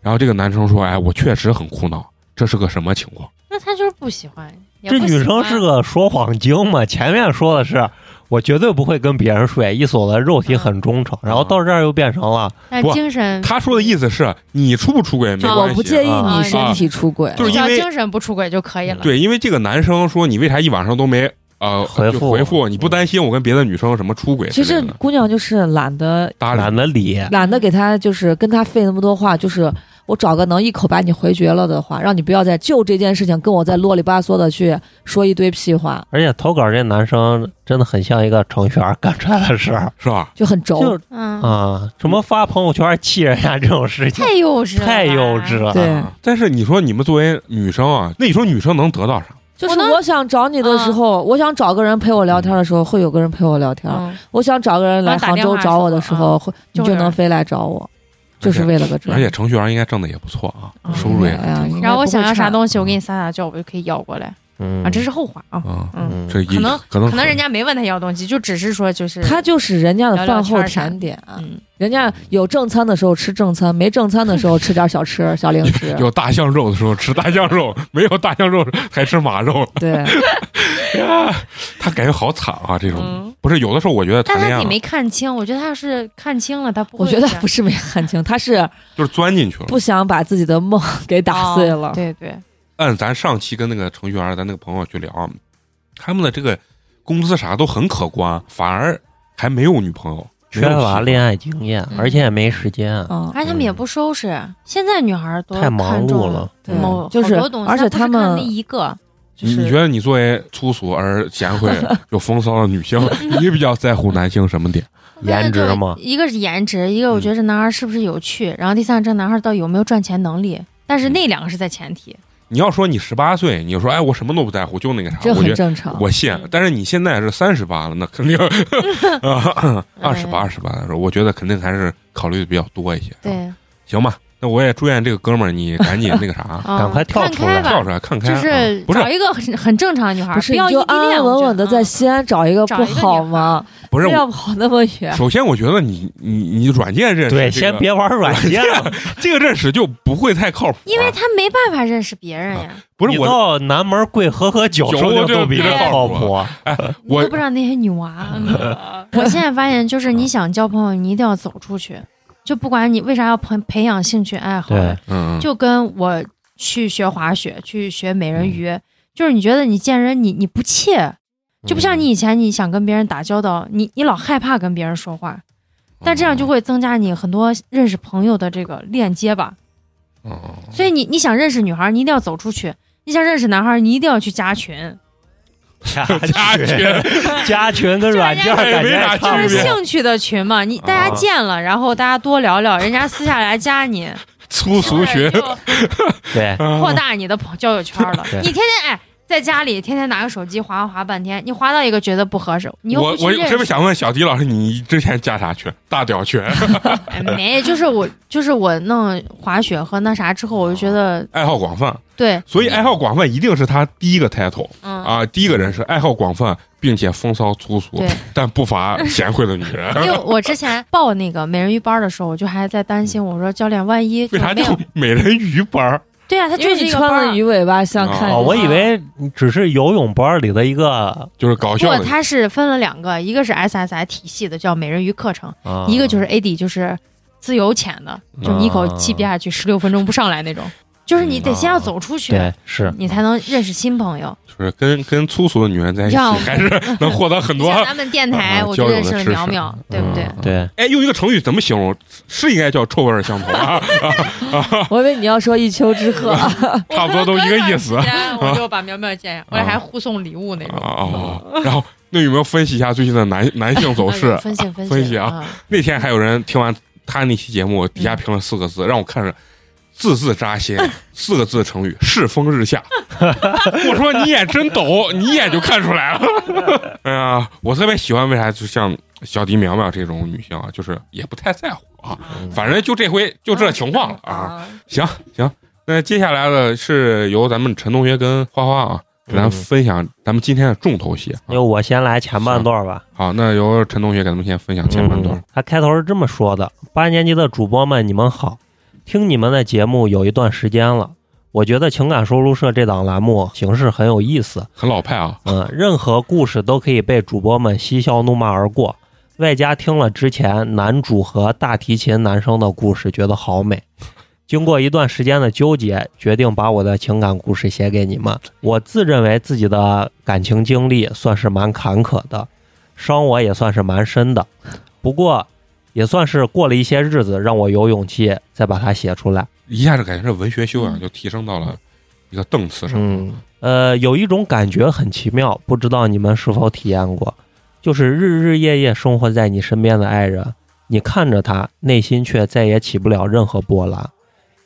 然后这个男生说：“哎，我确实很苦恼，这是个什么情况那他就是不喜欢。也这不女喜生欢是个说谎精嘛？前面说的是我绝对不会跟别人睡，一所的肉体很忠诚，啊然后到这儿又变成了但不精？”神，他说的意思是你出不出轨没啊关哦我系，不介意啊你身体出轨，就是只因要为精神不出轨就可以了。对，因为这个男生说你为啥一晚上都没呃回复就回复，你不担心我跟别的女生什么出轨之其实类的？姑娘就是懒得搭理懒得理，懒得给他就是跟他费那么多话，就是我找个能一口把你回绝了的话，让你不要再就这件事情跟我再啰里吧嗦的去说一堆屁话，而且投稿这男生真的很像一个程序员干出来的事儿是吧？就很轴。就嗯，啊，什么发朋友圈气人家这种事情太幼稚了，太幼稚。了。对，啊但是你说你们作为女生啊，那你说女生能得到啥？就我是能我想找你的时候，我想找个人陪我聊天的时候，会有个人陪我聊天；嗯，我想找个人来啊打杭州电话找我的时是候，会你就就是能飞来找我，就是为了个这。而且程序员应该挣的也不错啊，嗯收入也哎呀应该然后我不会想要啥差嗯东西，我给你撒撒娇，我就可以要过来嗯啊。这是后话啊，啊，嗯，嗯这一可能可能可能人家没问他要东西，就只是说就是他就是人家的聊聊饭后天儿啥啊甜点，嗯，人家有正餐的时候吃正餐，没正餐的时候吃点 小吃、小零食。有大象肉的时候吃大象肉，没有大象肉还吃马肉， 对，他感觉好惨啊！这种嗯，不是有的时候，我觉得但谈他恋自爱己没啊看清，我觉得他要是看清了，他不会我这觉样。得不是没看清，他是就是钻进去了。不想把自己的梦给打碎了。哦对对，按咱上期跟那个程序员咱那个朋友去聊啊，他们的这个工资啥都很可观，反而还没有女朋友，缺乏恋爱。爱经验，嗯而且也没时间，嗯啊，而且他们也不收拾。啊现在女孩儿多太忙看碌重了，对某好嗯就是多东西，而且她他不是看们那一个，你你觉得你作为粗俗而贤 惠、有风骚的女性，你比较在乎男性什么点？颜值嘛，一个是颜值，一个我觉得这男孩儿是不是有趣，然后第三个这男孩儿到底有没有赚钱能力。但是那两个是在前提，你要说你十八岁，你就说哎，我什么都不在乎，就那个啥，这我觉很得正常。我信，但是你现在是三十八了，那肯定 二十八嗯二十八的时候，我觉得肯定还是考虑的比较多一些。，对，，行吧，那我也祝愿这个哥们儿你赶紧那个啥 啊赶快跳看出开来吧跳出来看看，就啊是不是找一个很很正常的女孩，不是，要你异就地安恋，安稳我觉得稳的在嗯西安找一个找不一个好女吗？不是非我要跑那么远，首先，我觉得你你你软件认识对，这个先别玩软件了， 这个认识就不会太靠谱啊，啊因为他没办法认识别人呀，不你是我，到南门跪喝喝酒，酒说不定就都比比这这靠靠谱谱 啊。你我都不知道那些女 娃。啊我现在发现，就是你想交朋友，你一定要走出去，就不管你为啥要培培养兴趣爱好， 对，嗯，嗯就跟我去学滑雪，去学美嗯人鱼，就是你觉得你见人你你不怯，就嗯不像你以前你想跟别人打交道，你你老害怕跟别人说话，但这样哦就会增加你很多认识朋友的这个链接吧。嗯嗯嗯所以你你想认识女孩，你一定要走出去；你想认识男孩，你一定要去加群，加 加群 群， 加群跟软件哎感没觉啥也差区不就是别多。兴趣的群嘛。啊你大家见了，然后大家多聊聊，人家私下来加你，哎粗俗啊群，就对， 扩大你的朋交友圈 了。对你天天哎。在家里天天拿个手机滑滑滑半天，你滑到一个觉得不合适，你又我不去我认特别识，想问小迪老师，你之前加啥群？大屌群？ 哎没，就是我就是我弄滑雪和那啥之后，我就觉得爱好广泛，对，所以爱好广泛一定是他第一个 title 嗯，啊，第一个人是爱好广泛，并且风骚粗俗对，但不乏贤惠的女因人。为我之前报那个美人鱼班的时候，我就还在担心，我说教练万一嗯为就啥没叫有，美人鱼班儿？对啊，他因就为是你一个穿班了儿。鱼尾巴想哦哎看哦，你。我以为只是游泳班里的一个，就是搞不笑过的，它是分了两个，一个是 SSI 体系的叫美人鱼课程，啊一个就是 AD 就是自由潜的，就是你一啊口气憋下去十六分钟不上来那种，就是你得嗯先要走出去，对，是你才能认识新朋友。就是跟跟粗俗的女人在一起，让还 是能获得很多。像咱们电台，啊我交就友的认识了知识苗苗，对不对？嗯对，哎，用一个成语怎么形容？是应该叫臭味儿相投 啊，我以为你要说一丘之貉， 差不多都一个意思。我就把苗苗见，我还互送礼物那啊。哦，然后那有没有分析一下最近的男男性走 势嗯？分析分析分析啊！那天还有人听完他那期节目，底嗯下评了四个字，让我看着字字扎 心，四个字成语“世风日下” 。我说你眼真抖，你一眼就看出来了。 哎呀，我特别喜欢，为啥就像小迪苗苗这种女性啊，就是也不太在乎啊，嗯反正就这回就这情况了啊。行行，那接下来的是由咱们陈同学跟花花啊，给咱嗯分享咱们今天的重头戏啊。要我先来前半段吧。好，那由陈同学给咱们先分享前半段嗯。他开头是这么说的：“八年级的主播们，你们好，听你们的节目有一段时间了，我觉得情感收录社这档栏目形式很有意思，很老派啊，嗯，任何故事都可以被主播们嬉笑怒骂而过。外加听了之前男主和大提琴男生的故事，觉得好美。经过一段时间的纠结，决定把我的情感故事写给你们。我自认为自己的感情经历算是蛮坎坷的，伤我也算是蛮深的。不过，也算是过了一些日子，让我有勇气再把它写出来。一下子感觉这文学修养就提升到了一个档次上。嗯，呃，有一种感觉很奇妙，不知道你们是否体验过，就是日日夜夜生活在你身边的爱人，你看着他，内心却再也起不了任何波澜。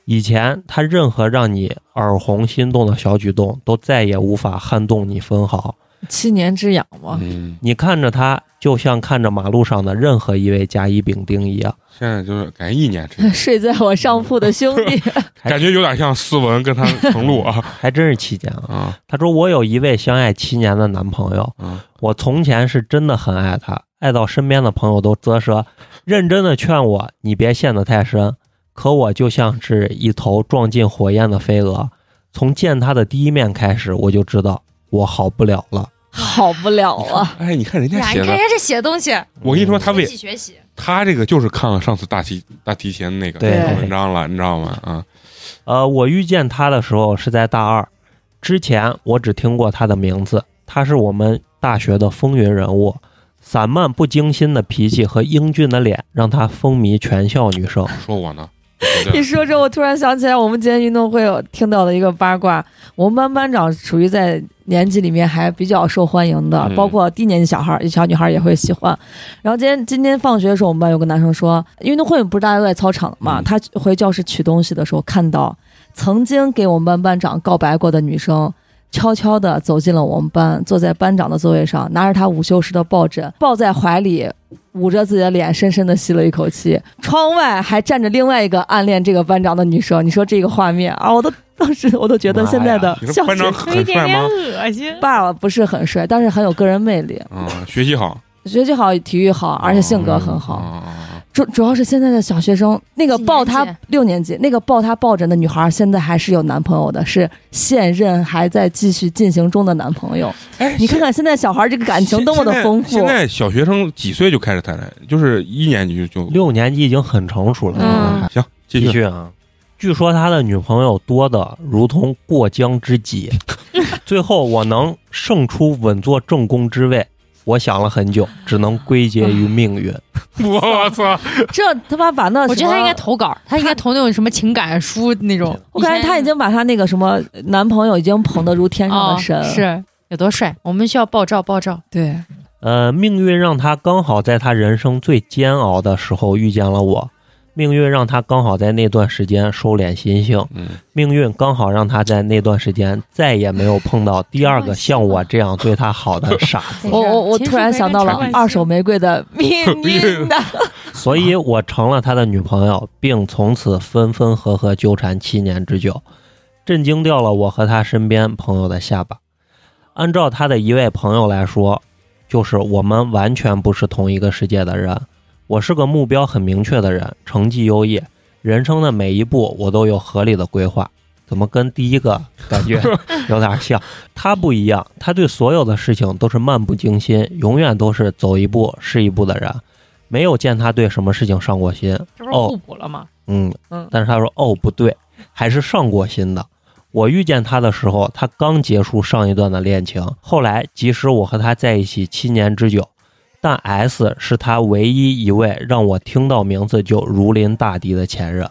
以前他任何让你耳红心动的小举动，都再也无法撼动你分毫。七年之痒嘛。嗯，你看着他，就像看着马路上的任何一位甲乙丙丁一样，现在就是感觉一年之内睡在我上铺的兄弟， 还感觉有点像斯文跟他程璐啊还真是期间啊。啊他说：“我有一位相爱七年的男朋友，啊！我从前是真的很爱他，爱到身边的朋友都啧舌，认真的劝我你别陷得太深。可我就像是一头撞进火焰的飞蛾，从见他的第一面开始，我就知道我好不了了。好不了啊！哎，你看人家呀，你写看人嗯的，家这写的东西，我跟你说，他学为习学习，他这个就是看了上次大提大提琴那个对文章了，你知道吗？啊，呃，我遇见他的时候是在大二，之前我只听过他的名字，他是我们大学的风云人物。散漫不经心的脾气和英俊的脸，让他风靡全校女生。说我呢，对不对一说这，我突然想起来我们今天运动会有听到的一个八卦，我们班班长属于在年级里面还比较受欢迎的，嗯包括低年级小孩儿、小女孩儿也会喜欢。然后今天今天放学的时候，我们班有个男生说，运动会不是大家都在操场嘛，嗯他回教室取东西的时候看到曾经给我们班班长告白过的女生。悄悄地走进了我们班，坐在班长的座位上，拿着他午休时的抱枕抱在怀里，捂着自己的脸，深深地吸了一口气。窗外还站着另外一个暗恋这个班长的女生，你说这个画面啊，我都当时我都觉得妈呀现在的你说校班长长有一很点帅点吗？恶心。爸爸不是很帅，但是很有个人魅力，啊、学习好，学习好，体育好，而且性格很好。啊主主要是现在的小学生，那个几年抱他级六年级那个抱他抱枕的女孩，现在还是有男朋友的，是现任还在继续进行中的男朋友。哎，你看看现在小孩这个感情多么的丰富现在。现在小学生几岁就开始谈恋爱？就是一年级就就。六年级已经很成熟了。嗯行，继继续。续啊，据说他的女朋友多的如同过江之鲫。最后我能胜出，稳坐正宫之位，我想了很久，只能归结于命运。 我操！这他妈把那我觉什得他么应该，投稿，他应该投那种什么情感书那种。我感觉他已经把他那个什么男朋友已经捧得如天上哦的神。是有多帅，我们需要爆照爆照。对，呃，命运让他刚好在他人生最煎熬的时候遇见了我，命运让他刚好在那段时间收敛心性，嗯，命运刚好让他在那段时间再也没有碰到第二个像我这样对他好的傻子，我我我突然想到了二手玫瑰 的命运 的，所以我成了他的女朋友，并从此分分合合纠缠七年之久，震惊掉了我和他身边朋友的下巴。按照他的一位朋友来说，就是我们完全不是同一个世界的人。我是个目标很明确的人，成绩优异，人生的每一步我都有合理的规划。怎么跟第一个感觉有点像？他不一样，他对所有的事情都是漫不经心，永远都是走一步是一步的人。没有见他对什么事情上过心，这不是互补了吗？哦嗯嗯，但是他说哦不对，还是上过心的。我遇见他的时候，他刚结束上一段的恋情。后来，即使我和他在一起七年之久，但 S 是他唯一一位让我听到名字就如临大敌的前任。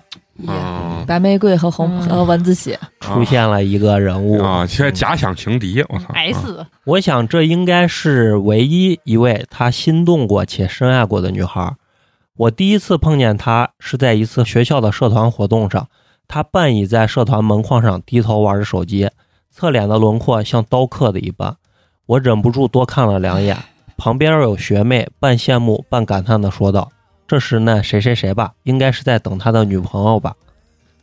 嗯白玫瑰和红嗯和蚊子血，出现了一个人物啊，现在嗯假想情敌，我操！啊嗯 S 我想这应该是唯一一位他心动过且深爱过的女孩。我第一次碰见她是在一次学校的社团活动上，她半倚在社团门框上低头玩着手机，侧脸的轮廓像刀刻的一般。我忍不住多看了两眼，旁边有学妹半羡慕半感叹的说道：“这时呢，谁谁谁吧，应该是在等他的女朋友吧。”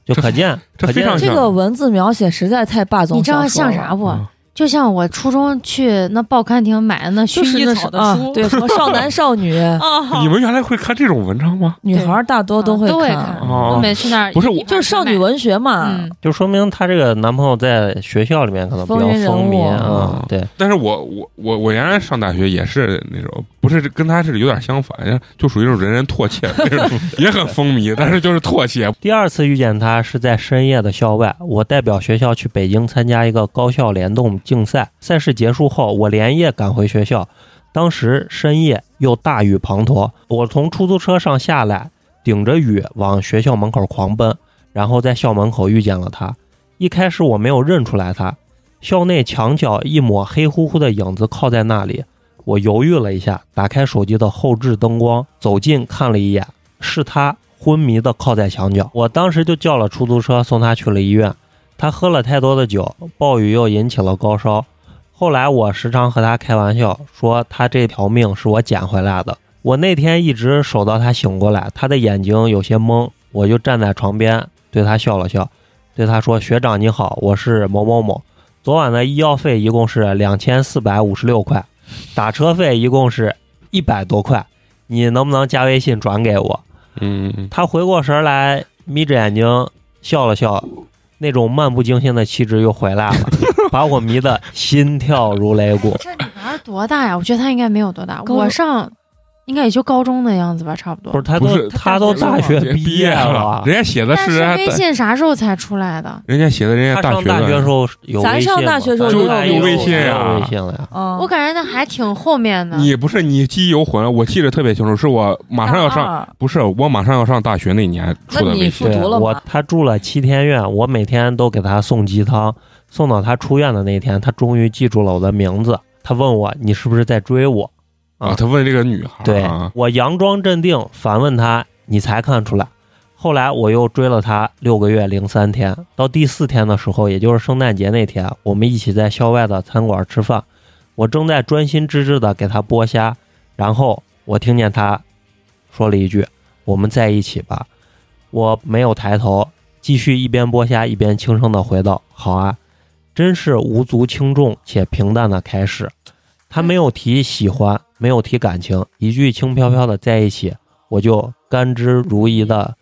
就这可见，这可非见常这个文字描写实在太霸总你知小说了。道像啥不嗯？就像我初中去那报刊亭买的那薰就是衣那草是的啊书，对什么少男少 女，啊，你们原来会看这种文章吗？女孩儿大多都会嗯都会看，我啊，每次去那儿不是我就是少女，文啊学嘛嗯。，就说明她这个男朋友在学校里面可能比较风云人风物靡啊嗯。对，但是我我我我原来上大学也是那种，不是跟他是有点相反，就属于那种人人唾弃，那种 也很风靡，但是就是唾弃。第二次遇见他是在深夜的校外，我代表学校去北京参加一个高校联动竞赛。赛事结束后，我连夜赶回学校。当时深夜又大雨滂沱，我从出租车上下来，顶着雨往学校门口狂奔，然后在校门口遇见了他。一开始我没有认出来他，校内墙角一抹黑乎乎的影子靠在那里。我犹豫了一下，打开手机的后置灯光，走近看了一眼，是他昏迷的靠在墙角。我当时就叫了出租车送他去了医院。他喝了太多的酒，暴雨又引起了高烧。后来我时常和他开玩笑说，他这条命是我捡回来的。我那天一直守到他醒过来，他的眼睛有些懵，我就站在床边对他笑了笑，对他说：“学长你好，我是某某某。昨晚的医药费一共是两千四百五十六块，打车费一共是一百多块，你能不能加微信转给我？”嗯，他回过神来，眯着眼睛笑了笑，那种漫不经心的气质又回来了，把我迷得心跳如擂鼓。这女孩多大呀？我觉得她应该没有多大，高我上应该也就高中的样子吧，差不不多是，。他不都是他都大学毕业了，人家写的但是是人微家信啥时候才出来的？人家写的人他家大上学大学的时候有咱微信上大吗学时候咱就大学有微时候信有啊微信了呀。嗯，我感觉那还挺后面的。你不是你记忆犹魂，我记得特别清楚，是我马上要上，大二，不是我马上要上大学那年出的那微你信。复对，读了我吗？他住了七天院，我每天都给他送鸡汤，送到他出院的那天，他终于记住了我的名字。他问我你是不是在追我？啊，他问这个女孩儿对啊，我佯装镇定，反问他：“你才看出来？”后来我又追了他六个月零三天，到第四天的时候，也就是圣诞节那天，我们一起在校外的餐馆吃饭，我正在专心致志的给他剥虾，然后我听见他说了一句：“我们在一起吧。”我没有抬头，继续一边剥虾一边轻声的回道：“好啊。”真是无足轻重且平淡的开始，他没有提喜欢，没有提感情，一句轻飘飘的在一起，我就甘之如饴的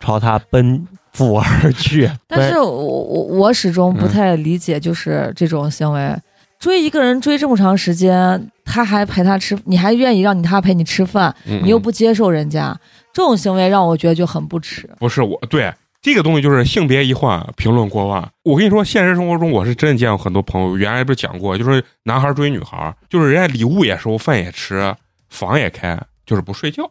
朝他奔赴而去。但是我我我始终嗯不太理解，就是这种行为，追一个人追这么长时间，他还陪他吃，你还愿意让你他陪你吃饭，嗯你又不接受人家，这种行为让我觉得就很不耻。不是我对这个东西就是性别一换，评论过万。我跟你说，现实生活中我是真的见过很多朋友，原来不是讲过，就是男孩追女孩，就是人家礼物也收，饭也吃，房也开，就是不睡觉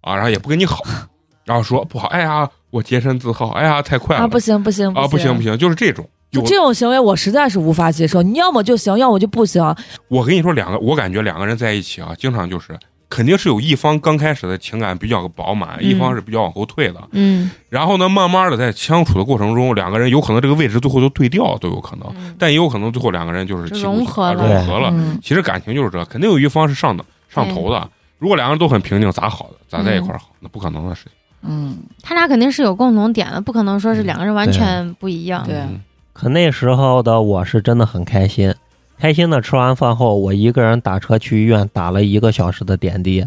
啊，然后也不跟你好， 然后说不好，哎呀，我洁身自好，哎呀，太快了啊，不行不行啊不行不行，就是这种。就有这种啊行为，我实在是无法接受。你要么就行，要么就不行。我跟你说，两个我感觉两个人在一起啊，经常就是肯定是有一方刚开始的情感比较饱嗯满，一方是比较往后退的。嗯，然后呢，慢慢的在相处的过程中，两个人有可能这个位置最后都对调都有可能，嗯但也有可能最后两个人就是就旗鼓融相合啊了融合了。嗯，其实感情就是这，肯定有一方是上的上头的。如果两个人都很平静，咋好的？咋在一块儿好？那不可能的事情。嗯，他俩肯定是有共同点的，不可能说是两个人完全不一样。对嗯可那时候的我是真的很开心，开心的吃完饭后，我一个人打车去医院打了一个小时的点滴，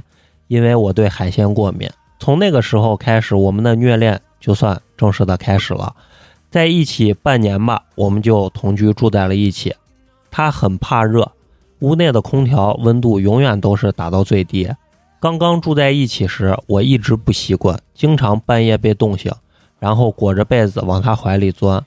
因为我对海鲜过敏。从那个时候开始，我们的虐恋就算正式的开始了。在一起半年吧，我们就同居住在了一起。他很怕热，屋内的空调温度永远都是打到最低。刚刚住在一起时，我一直不习惯，经常半夜被冻醒，然后裹着被子往他怀里钻。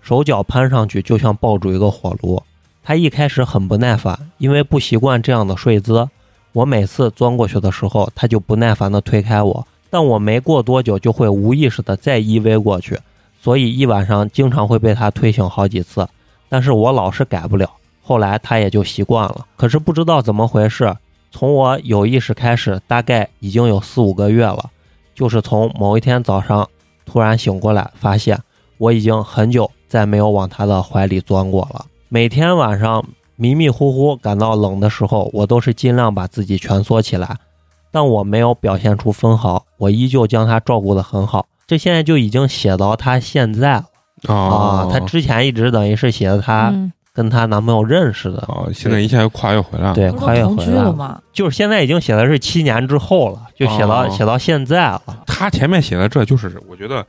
手脚攀上去，就像抱住一个火炉。他一开始很不耐烦，因为不习惯这样的睡姿。我每次钻过去的时候，他就不耐烦地推开我，但我没过多久就会无意识地再依偎过去，所以一晚上经常会被他推醒好几次。但是我老是改不了，后来他也就习惯了。可是不知道怎么回事，从我有意识开始，大概已经有四五个月了，就是从某一天早上突然醒过来，发现我已经很久再没有往他的怀里钻过了。每天晚上迷迷糊糊感到冷的时候，我都是尽量把自己蜷缩起来，但我没有表现出分毫，我依旧将他照顾得很好。这现在就已经写到他现在了哦啊！他之前一直等于是写的他嗯，跟她男朋友认识的，啊，现在一下又跨越回来了。对，不是跨越都回同居来了了，吗？就是现在已经写的是七年之后了，就写到哦写到现在了。他前面写的这就是我觉得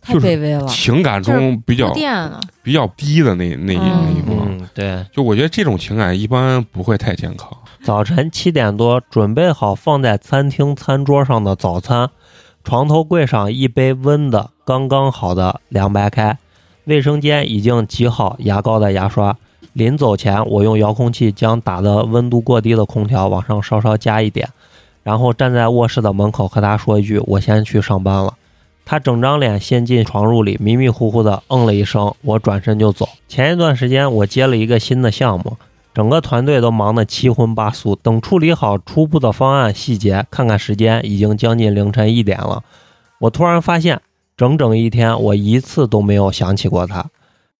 太就是卑微了。情感中比较铺垫了，比较低的那那一那一波。嗯，对。就我觉得这种情感一般不会太健康。早晨七点多，准备好放在餐厅餐桌上的早餐，床头柜上一杯温的刚刚好的凉白开，卫生间已经挤好牙膏的牙刷。临走前，我用遥控器将打的温度过低的空调往上稍稍加一点，然后站在卧室的门口和他说一句：“我先去上班了。”他整张脸陷进床褥里，迷迷糊糊的嗯了一声，我转身就走。前一段时间，我接了一个新的项目，整个团队都忙得七荤八素。等处理好初步的方案细节，看看时间，已经将近凌晨一点了。我突然发现，整整一天我一次都没有想起过他，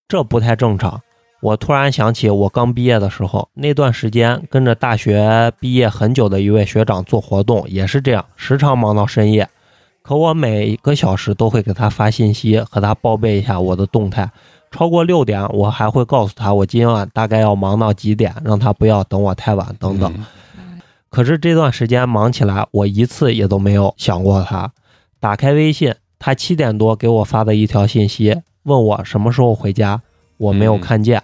这不太正常。我突然想起我刚毕业的时候，那段时间跟着大学毕业很久的一位学长做活动，也是这样，时常忙到深夜。可我每个小时都会给他发信息，和他报备一下我的动态。超过六点，我还会告诉他我今晚大概要忙到几点，让他不要等我太晚等等。嗯可是这段时间忙起来，我一次也都没有想过他。打开微信，他七点多给我发的一条信息，问我什么时候回家，我没有看见。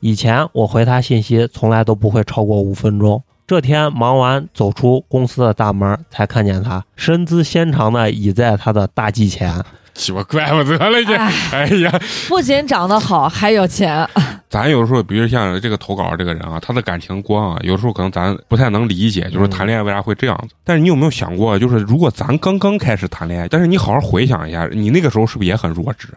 以前我回他信息从来都不会超过五分钟。这天忙完走出公司的大门，才看见他身姿纤长的倚在他的大蓟前。鸡巴怪不得了 这，哎呀，不仅长得好，还有钱。咱有时候，比如像这个投稿这个人啊，他的感情观啊，有时候可能咱不太能理解，就是谈恋爱为啥会这样子。但是你有没有想过，就是如果咱刚刚开始谈恋爱，但是你好好回想一下，你那个时候是不是也很弱智？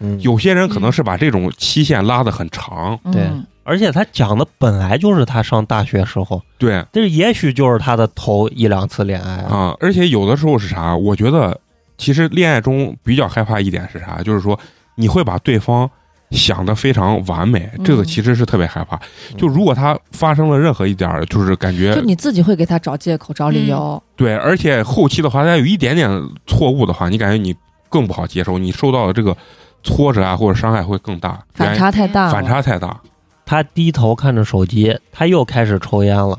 嗯，有些人可能是把这种期限拉得很长，嗯对而且他讲的本来就是他上大学时候，对这也许就是他的头一两次恋爱啊。啊。而且有的时候是啥？我觉得其实恋爱中比较害怕一点是啥？就是说你会把对方想的非常完美，这个嗯其实是特别害怕。就如果他发生了任何一点儿，就是感觉就你自己会给他找借口、找嗯理由。对，而且后期的话，他有一点点错误的话，你感觉你更不好接受，你受到的这个挫折啊或者伤害会更大，反原差太大了，嗯反差太大。他低头看着手机，他又开始抽烟了。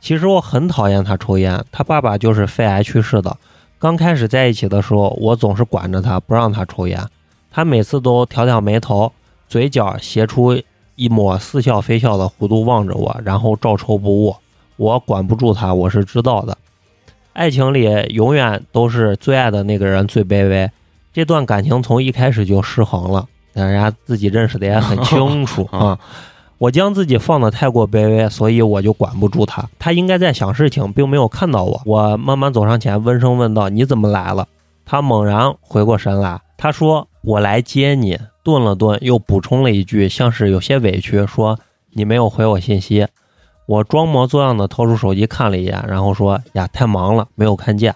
其实我很讨厌他抽烟，他爸爸就是肺癌去世的。刚开始在一起的时候，我总是管着他，不让他抽烟。他每次都挑挑眉头，嘴角斜出一抹似笑非笑的弧度望着我，然后照抽不误。我管不住他，我是知道的。爱情里永远都是最爱的那个人最卑微，这段感情从一开始就失衡了。但人家自己认识的也很清楚啊。我将自己放得太过卑微，所以我就管不住他。他应该在想事情，并没有看到我。我慢慢走上前，温声问道：“你怎么来了？”他猛然回过神来，他说：“我来接你。”顿了顿，又补充了一句，像是有些委屈，说：“你没有回我信息。”我装模作样的掏出手机看了一眼，然后说：“呀，太忙了，没有看见。”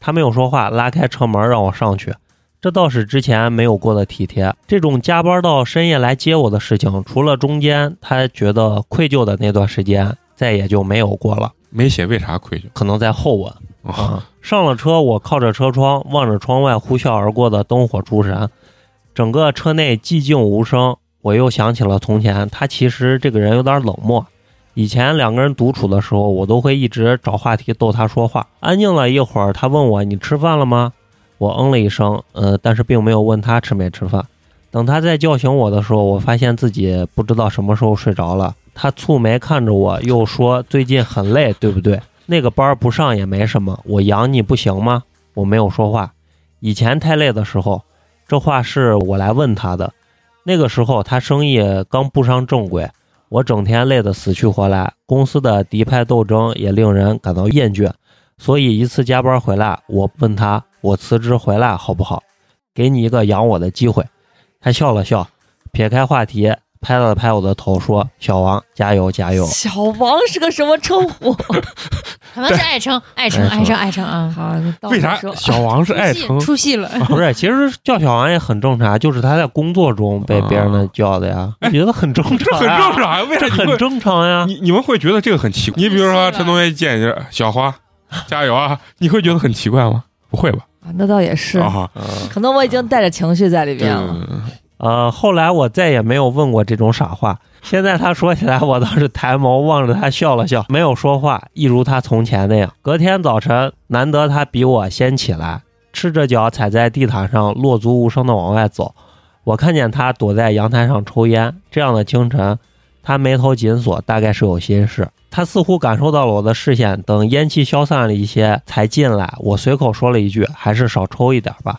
他没有说话，拉开车门让我上去。这倒是之前没有过的体贴。这种加班到深夜来接我的事情，除了中间他觉得愧疚的那段时间，再也就没有过了。没写为啥愧疚可能在后文啊？啊。上了车，我靠着车窗，望着窗外呼啸而过的灯火诸神，整个车内寂静无声。我又想起了从前，他其实这个人有点冷漠。以前两个人独处的时候，我都会一直找话题逗他说话。安静了一会儿，他问我：“你吃饭了吗？”我嗯了一声，呃，但是并没有问他吃没吃饭。等他再叫醒我的时候，我发现自己不知道什么时候睡着了。他蹙眉看着我，又说：“最近很累，对不对？那个班儿不上也没什么，我养你不行吗？”我没有说话。以前太累的时候，这话是我来问他的。那个时候他生意刚步上正轨，我整天累得死去活来，公司的敌派斗争也令人感到厌倦。所以一次加班回来，我问他：“我辞职回来好不好？给你一个养我的机会。”他笑了笑，撇开话题，拍了拍我的头，说：“小王，加油，加油！”小王是个什么称呼？可能是爱称，爱称，爱称爱称，爱称 啊。好， 到为啥时候小王是爱出称戏？出戏了， 不是，其实叫小王也很正常，啊就是他在工作中被别人的叫的呀，啊哎觉得很正这常很呀，正常啊，为啥 这你很会正常呀。你你们会觉得这个很奇怪？你比如说陈同学见一下小花，加油啊，你会觉得很奇怪吗？不会吧？啊那倒也是，啊啊，嗯嗯可能我已经带着情绪在里对边了。呃，后来我再也没有问过这种傻话。现在他说起来，我倒是抬眸望着他笑了笑，没有说话，一如他从前那样。隔天早晨，难得他比我先起来，赤着脚踩在地毯上，落足无声的往外走。我看见他躲在阳台上抽烟。这样的清晨，他眉头紧锁，大概是有心事。他似乎感受到了我的视线，等烟气消散了一些才进来。我随口说了一句：“还是少抽一点吧。”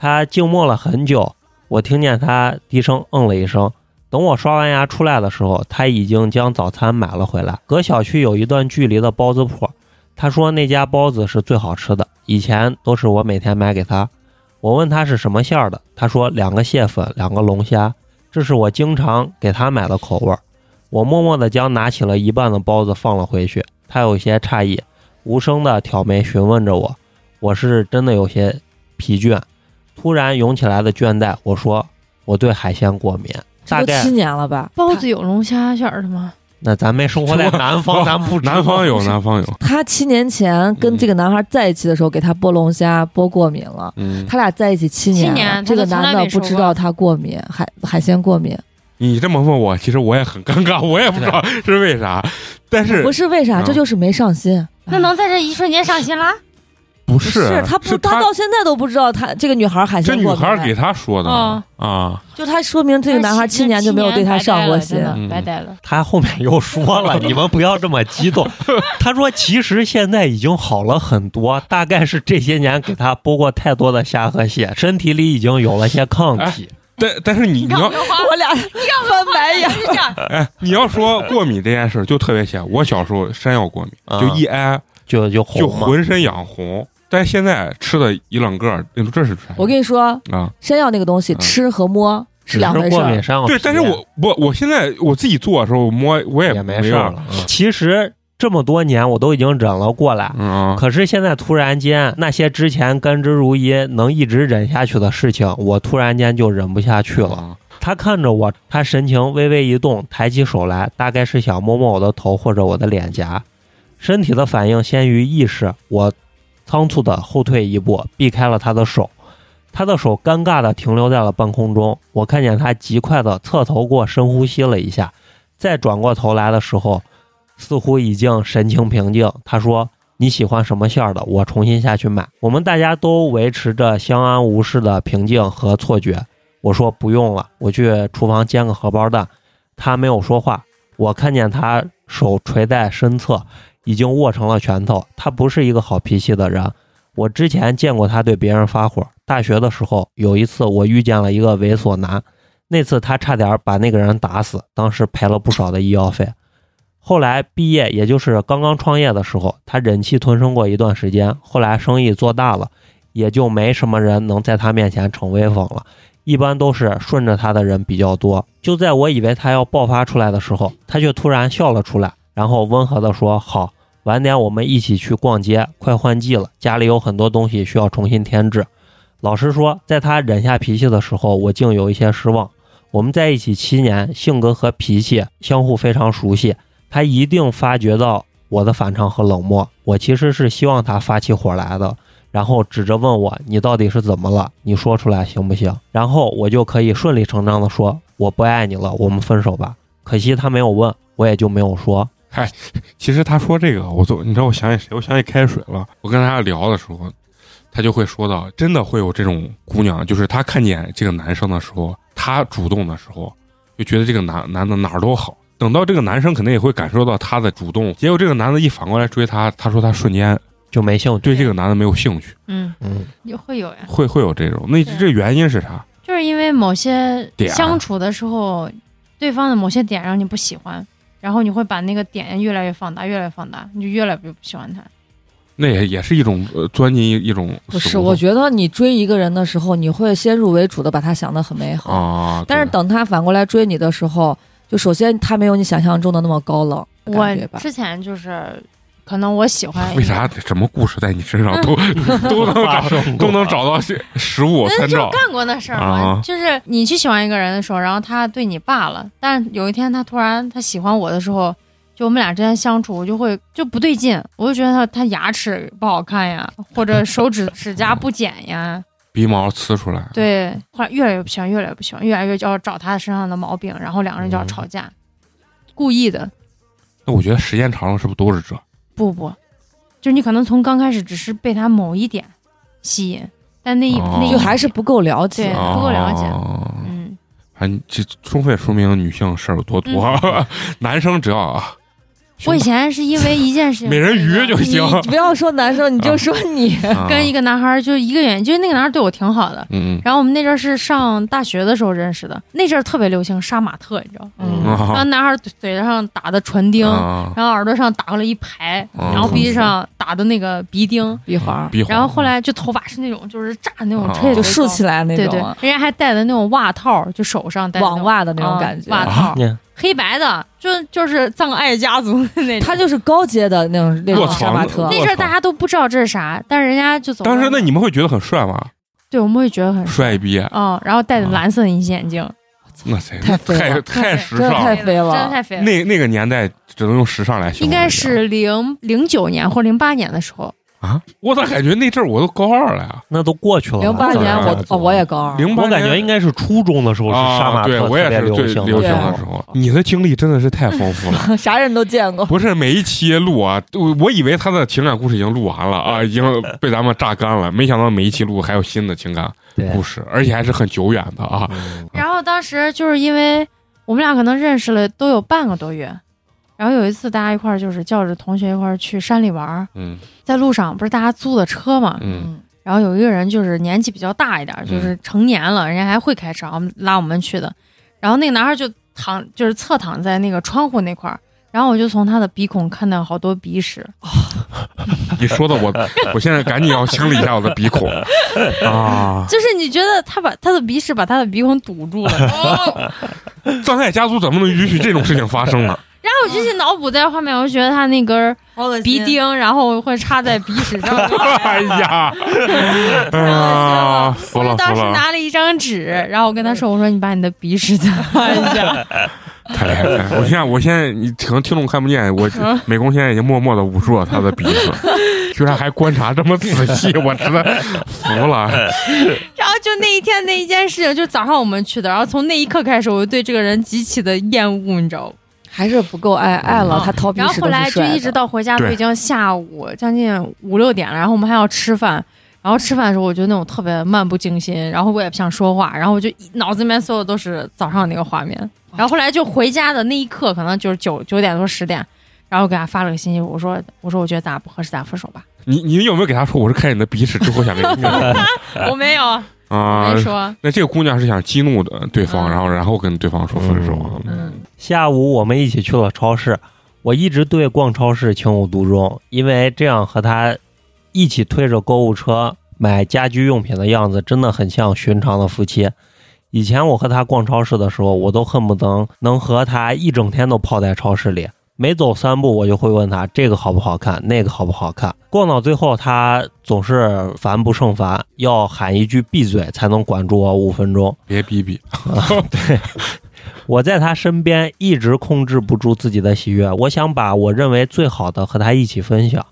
他静默了很久，我听见他低声嗯了一声。等我刷完牙出来的时候，他已经将早餐买了回来。隔小区有一段距离的包子铺，他说那家包子是最好吃的，以前都是我每天买给他。我问他是什么馅儿的，他说两个蟹粉，两个龙虾，这是我经常给他买的口味儿。我默默地将拿起了一半的包子放了回去，他有些诧异，无声地挑眉询问着我。我是真的有些疲倦，突然涌起来的倦怠。我说我对海鲜过敏，大这都概七年了吧？包子有龙虾馅儿的吗？那咱没生活在南 方，咱不知道南方有，南方有，他七年前跟这个男孩在一起的时候，给他剥龙虾剥过敏了。嗯，他俩在一起七年了，七年这个他都从男的来没不说知过道他过敏，海海鲜过敏，你这么问我，其实我也很尴尬，我也不知道是啊为啥，但是不是为啥？嗯这就是没上心。啊那能在这一瞬间上心嗯啦？不不是啊他不，是他到现在都不知道他这个女孩海这鲜女过敏。孩儿给他说的哦啊，就他说明这个男孩七年就没有对他上过心 白。呆了真嗯的白呆了。他后面又 说了，你们不要这么激动。 他说其实现在已经好了很多，大概是这些年给他剥过太多的虾和蟹，身体里已经有了些抗体。但但是你你 要刘华我俩翻白眼，是这样，哎，你要说过敏这件事儿，就特别显。我小时候山药过敏，啊哎就一挨就就就红嘛，浑身痒红，但是现在吃的一冷个儿，那这是啥？我跟你说，啊，山药那个东西嗯吃和摸是两回只事过儿敏。上对，但是我我我现在我自己做的时候我摸我也也没没事有儿了。嗯其实这么多年我都已经忍了过来，嗯，可是现在突然间，那些之前甘之如饴能一直忍下去的事情，我突然间就忍不下去了。了，他看着我，他神情微微一动，抬起手来，大概是想摸摸我的头或者我的脸颊。身体的反应先于意识，我仓促的后退一步，避开了他的手。他的手尴尬的停留在了半空中，我看见他极快的侧头过，深呼吸了一下，再转过头来的时候，似乎已经神情平静。他说：“你喜欢什么馅儿的？我重新下去买。”我们大家都维持着相安无事的平静和错觉。我说不用了，我去厨房煎个荷包蛋。他没有说话，我看见他手垂在身侧，已经握成了拳头。他不是一个好脾气的人。我之前见过他对别人发火。大学的时候，有一次我遇见了一个猥琐男，那次他差点把那个人打死，当时赔了不少的医药费。后来毕业，也就是刚刚创业的时候，他忍气吞声过一段时间。后来生意做大了，也就没什么人能在他面前逞威风了。一般都是顺着他的人比较多。就在我以为他要爆发出来的时候，他却突然笑了出来，然后温和地说：“好，晚点我们一起去逛街，快换季了，家里有很多东西需要重新添置。”老实说，在他忍下脾气的时候，我竟有一些失望。我们在一起七年，性格和脾气相互非常熟悉，他一定发觉到我的反常和冷漠。我其实是希望他发起火来的，然后指着问我：“你到底是怎么了？你说出来行不行？”然后我就可以顺理成章的说：“我不爱你了，我们分手吧。”可惜他没有问，我也就没有说。其实他说这个，我就你知道我想起谁？我想起开水了。我跟他聊的时候，他就会说到，真的会有这种姑娘，就是她看见这个男生的时候，她主动的时候，就觉得这个男男的哪儿都好。等到这个男生肯定也会感受到她的主动，结果这个男的一反过来追她，她说她瞬间就没兴趣。对这个男的没有兴趣，嗯，嗯，也会有呀，会会有这种。那对这原因是啥？就是因为某些点儿啊相处的时候，对方的某些点让你不喜欢，然后你会把那个点越来越放大，越来越放大，你就越来越不喜欢他。那也也是一种、呃、钻进一一种不死是，胡同我觉得你追一个人的时候，你会先入为主的把他想得很美好，啊，但是对等他反过来追你的时候，就首先他没有你想象中的那么高冷，我感觉吧。之前就是，可能我喜欢为啥什么故事在你身 上都都能找发生过都能找到是实物参嗯，就照？干过那事儿嘛，啊就是你去喜欢一个人的时候，然后他对你罢了，但是有一天他突然他喜欢我的时候，就我们俩之间相处，我就会就不对劲，我就觉得他他牙齿不好看呀，或 者手指指甲不剪呀，鼻毛呲出来，对，后来越来越不喜欢，越来越不喜欢，越来越就要找他身上的毛病，然后两个人就要嗯吵架，故意的，那我觉得时间长了是不是都是这？不不，就是你可能从刚开始只是被他某一点吸引，但那一、哦那一就还是不够了对解，不够了解哦嗯，反正这充分说明女性事儿有多多， 男生只要啊，我以前是因为一件事情，美人鱼就你行。不要说男生，你就说你，跟一个个男孩儿就一个原因，就是那个男孩儿对我挺好的。啊嗯然后我们那阵儿是上大学的时候认识的，那阵儿特别流行杀马特，你知道吗？ 嗯嗯，然后啊男孩儿嘴子上打的唇钉，啊，然后耳朵上打了一排，嗯然后鼻子上打的那个鼻钉，一会哦儿鼻孔然后后来就头发是那种就是炸的那种嗯，彻底就竖起来那对对种，啊人家还戴的那种袜套，就手上戴的那网种袜的那种啊感觉。袜套嗯，黑白的，就就是葬爱家族的那种。他就是高阶的那种那卧种槽杀马特那，那阵儿大家都不知道这是啥，但是人家就走过 来当了。时那你们会觉得很帅吗？对我们会觉得很帅逼，啊哦，然后戴的蓝色隐形眼镜，那谁太肥太了太时真的尚太了。肥了真的太肥了。那那个年代只能用时尚来形应容。该是零零九年或零八年的时候，啊，我咋感觉那阵儿我都高二了呀？那都过去了。零八怎么年样我哦我也高二，零八我感觉应该是初中的时候是杀马啊，特对特我也别是最行流行的的时候。你的经历真的是太丰富了。 啥人都见 过。不是每一期录啊，我我以为他的情感故事已经录完了啊，已经被咱们榨干了，没想到每一期录还有新的情感对故事，而且还是很久远的啊。嗯然后当时就是因为我们俩可能认识了都有半个多月，然后有一次大家一块儿就是叫着同学一块儿去山里玩儿，嗯在路上不是大家租的车嘛，嗯然后有一个人就是年纪比较大一点儿，就是成年了，人家还会开车，然后拉我们去的。然后那个男孩就躺，就是侧躺在那个窗户那块儿，然后我就从他的鼻孔看到好多鼻屎，你说的 我，我现在赶紧要清理一下我的鼻孔啊！ 就是你觉得他把他的鼻屎把他的鼻孔堵住了，哎葬爱家族怎么能允许这种事情发生呢？ 然我就是脑补在画面，我就觉得他那根儿好恶心鼻钉，然后会插在鼻屎上。 哎呀，啊，服了我当服时了，拿了一张纸，然后我跟他说：“我说你把你的鼻屎擦一下。 太厉害！太厉 害我现在我现在你可能听众看不见，我嗯美工现在已经默默的捂住了他的鼻子， 居然还观察这么仔细，我真的服 了。”然后就那一天那一件事情，就早上我们去的，然后从那一刻开始，我就对这个人极其的厌恶，你知道吗？还是不够爱爱了，嗯他掏鼻然后屎后哦都来是就帅一直的。到回家都对已经下午将近五六点了，然后我们还要吃饭。然后吃饭的时候，我就那种特别漫不经心，然后我也不想说话，然后我就一脑子里面所有都是早上那个画面。然后后来就回家的那一刻，可能就是九九点多十点，然后给他发了个信息，我说我说我觉得咱俩不合适，咱俩分手吧。你你有没有给他说我是看你的鼻屎之后想跟你分 手我没有，啊没？说，那这个姑娘是想激怒的对方，嗯然后然后跟对方说分手啊。嗯，下午我们一起去了超市，我一直对逛超市情有独钟，因为这样和他一起推着购物车买家居用品的样子，真的很像寻常的夫妻。以前我和他逛超市的时候，我都恨不得能和他一整天都泡在超市里，每走三步我就会问他这个好不好看，那个好不好 看。逛到最后，他总是烦不胜烦，要喊一句闭嘴才能管住我五分钟。别逼逼，我在他身边一直控制不住自己的喜悦，我想把我认为最好的和他一起分享，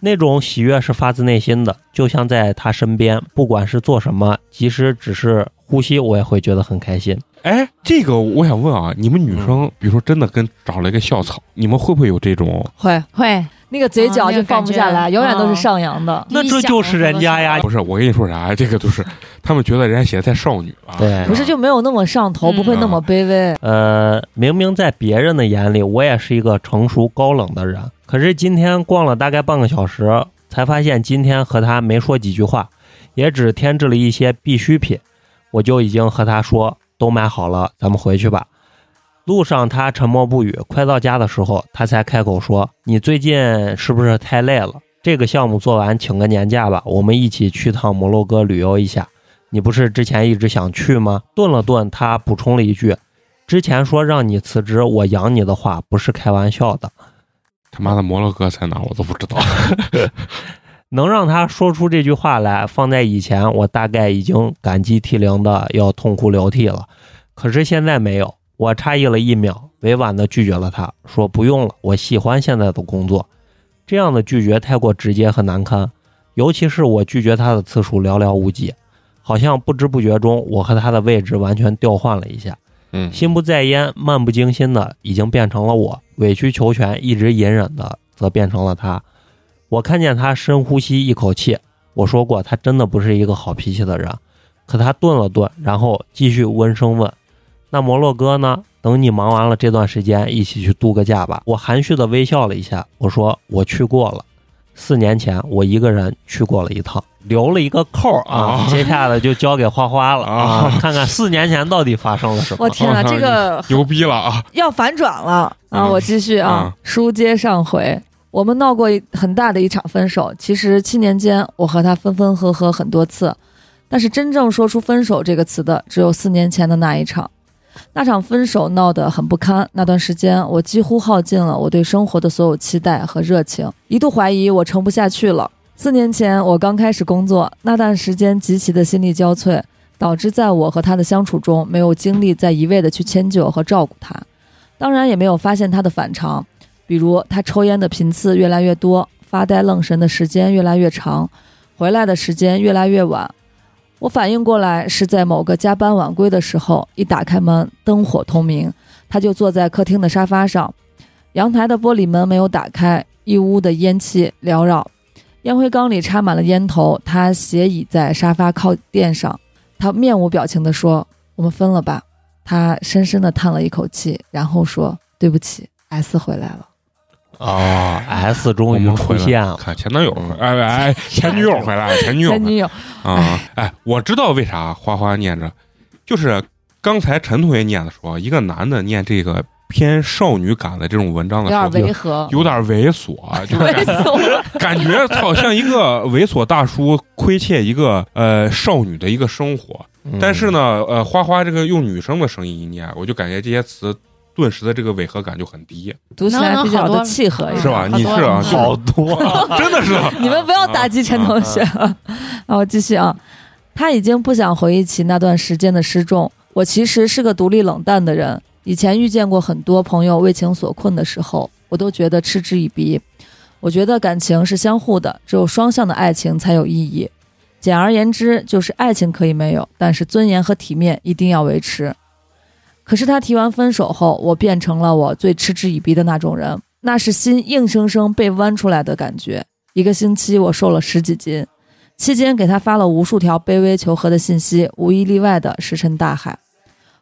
那种喜悦是发自内心的，就像在他身边，不管是做什么，即使只是呼吸，我也会觉得很开心。哎，这个我想问啊，你们女生，比如说真的跟找了一个校草，你们会不会有这种？会，会那个嘴角就放不下啊嗯来，那个感觉永远都是上扬的。那这就是人家哎呀不是，我跟你说啥，这 个就是他们觉得人家写的太少女啊了，对不是就没有那么上头，嗯不会那么卑微。呃，明明在别人的眼里，我也是一个成熟高冷的人，可是今天逛了大概半个小时，才发现今天和他没说几句话，也只添置了一些必需品，我就已经和他说都买好了，咱们回去吧。路上他沉默不语，快到家的时候，他才开口说：“你最近是不是太累了？这个项目做完，请个年假吧，我们一起去趟摩洛哥旅游一下。你不是之前一直想去吗？”顿了顿，他补充了一句：“之前说让你辞职，我养你的话不是开玩笑的。他妈的摩洛哥在哪我都不知道。能让他说出这句话来，放在以前，我大概已经感激涕零的要痛哭流涕了。可是现在没有，我诧异了一秒，委婉的拒绝了他，说不用了，我喜欢现在的工作。这样的拒绝太过直接和难堪，尤其是我拒绝他的次数寥寥无几，好像不知不觉中，我和他的位置完全调换了一下。嗯，心不在焉、漫不经心的，已经变成了我；委曲求全、一直隐忍的，则变成了他。我看见他深呼吸一口气，我说过他真的不是一个好脾气的人。可他顿了顿，然后继续温声问：“那摩洛哥呢？等你忙完了这段时间，一起去度个假吧。”我含蓄的微笑了一下，我说：“我去过了，四年前我一个人去过了一趟。”留了一个扣儿啊，啊接下来就交给花花了啊，看看四年前到底发生了什么。我天哦哪，我操这个牛逼了啊！要反转了啊！嗯我继续啊啊，书接上回。我们闹过一很大的一场分手，其实七年间我和他分分合合很多次，但是真正说出分手这个词的，只有四年前的那一场。那场分手闹得很不堪，那段时间我几乎耗尽了我对生活的所有期待和热情，一度怀疑我撑不下去了。四年前我刚开始工作，那段时间极其的心力交瘁，导致在我和他的相处中没有精力再一味的去迁就和照顾他，当然也没有发现他的反常，比如他抽烟的频次越来越多，发呆愣神的时间越来越长，回来的时间越来越晚。我反应过来是在某个加班晚归的时候，一打开门，灯火通明，他就坐在客厅的沙发上，阳台的玻璃门没有打开，一屋的烟气缭绕，烟灰缸里插满了烟头。他斜倚在沙发靠垫上，他面无表情地说：“我们分了吧。”他深深地叹了一口气，然后说：“对不起，S 回来 了。哦，S 我终于们出回现来了。哎看前男友，哎哎， 前女友回来了，前女友回前来了女友，啊！哎，我知道为啥花花念着，就是刚才陈同学念的说，一个男的念这个偏少女感的这种文章有的时候，点违和，有点猥琐， 就是感 琐。感觉好像一个猥琐大叔窥窃一个呃少女的一个嗯啊生活。但是呢，呃，花花这个用女生的声音一念，我就感觉这些词顿时的这个违和感就很低，读起来比较的契合一点，是 吧？好多你是啊，好多， 真的是啊，你们不要打击陈同学。啊，我继续啊，他已经不想回忆起那段时间的失重。我其实是个独立冷淡的人，以前遇见过很多朋友为情所困的时候，我都觉得嗤之以鼻。我觉得感情是相互的，只有双向的爱情才有意义。简而言之，就是爱情可以没有，但是尊严和体面一定要维持。可是他提完分手后，我变成了我最嗤之以鼻的那种人，那是心硬生生被剜出来的感觉。一个星期我瘦了十几斤，期间给他发了无数条卑微求和的信息，无一例外的石沉大海。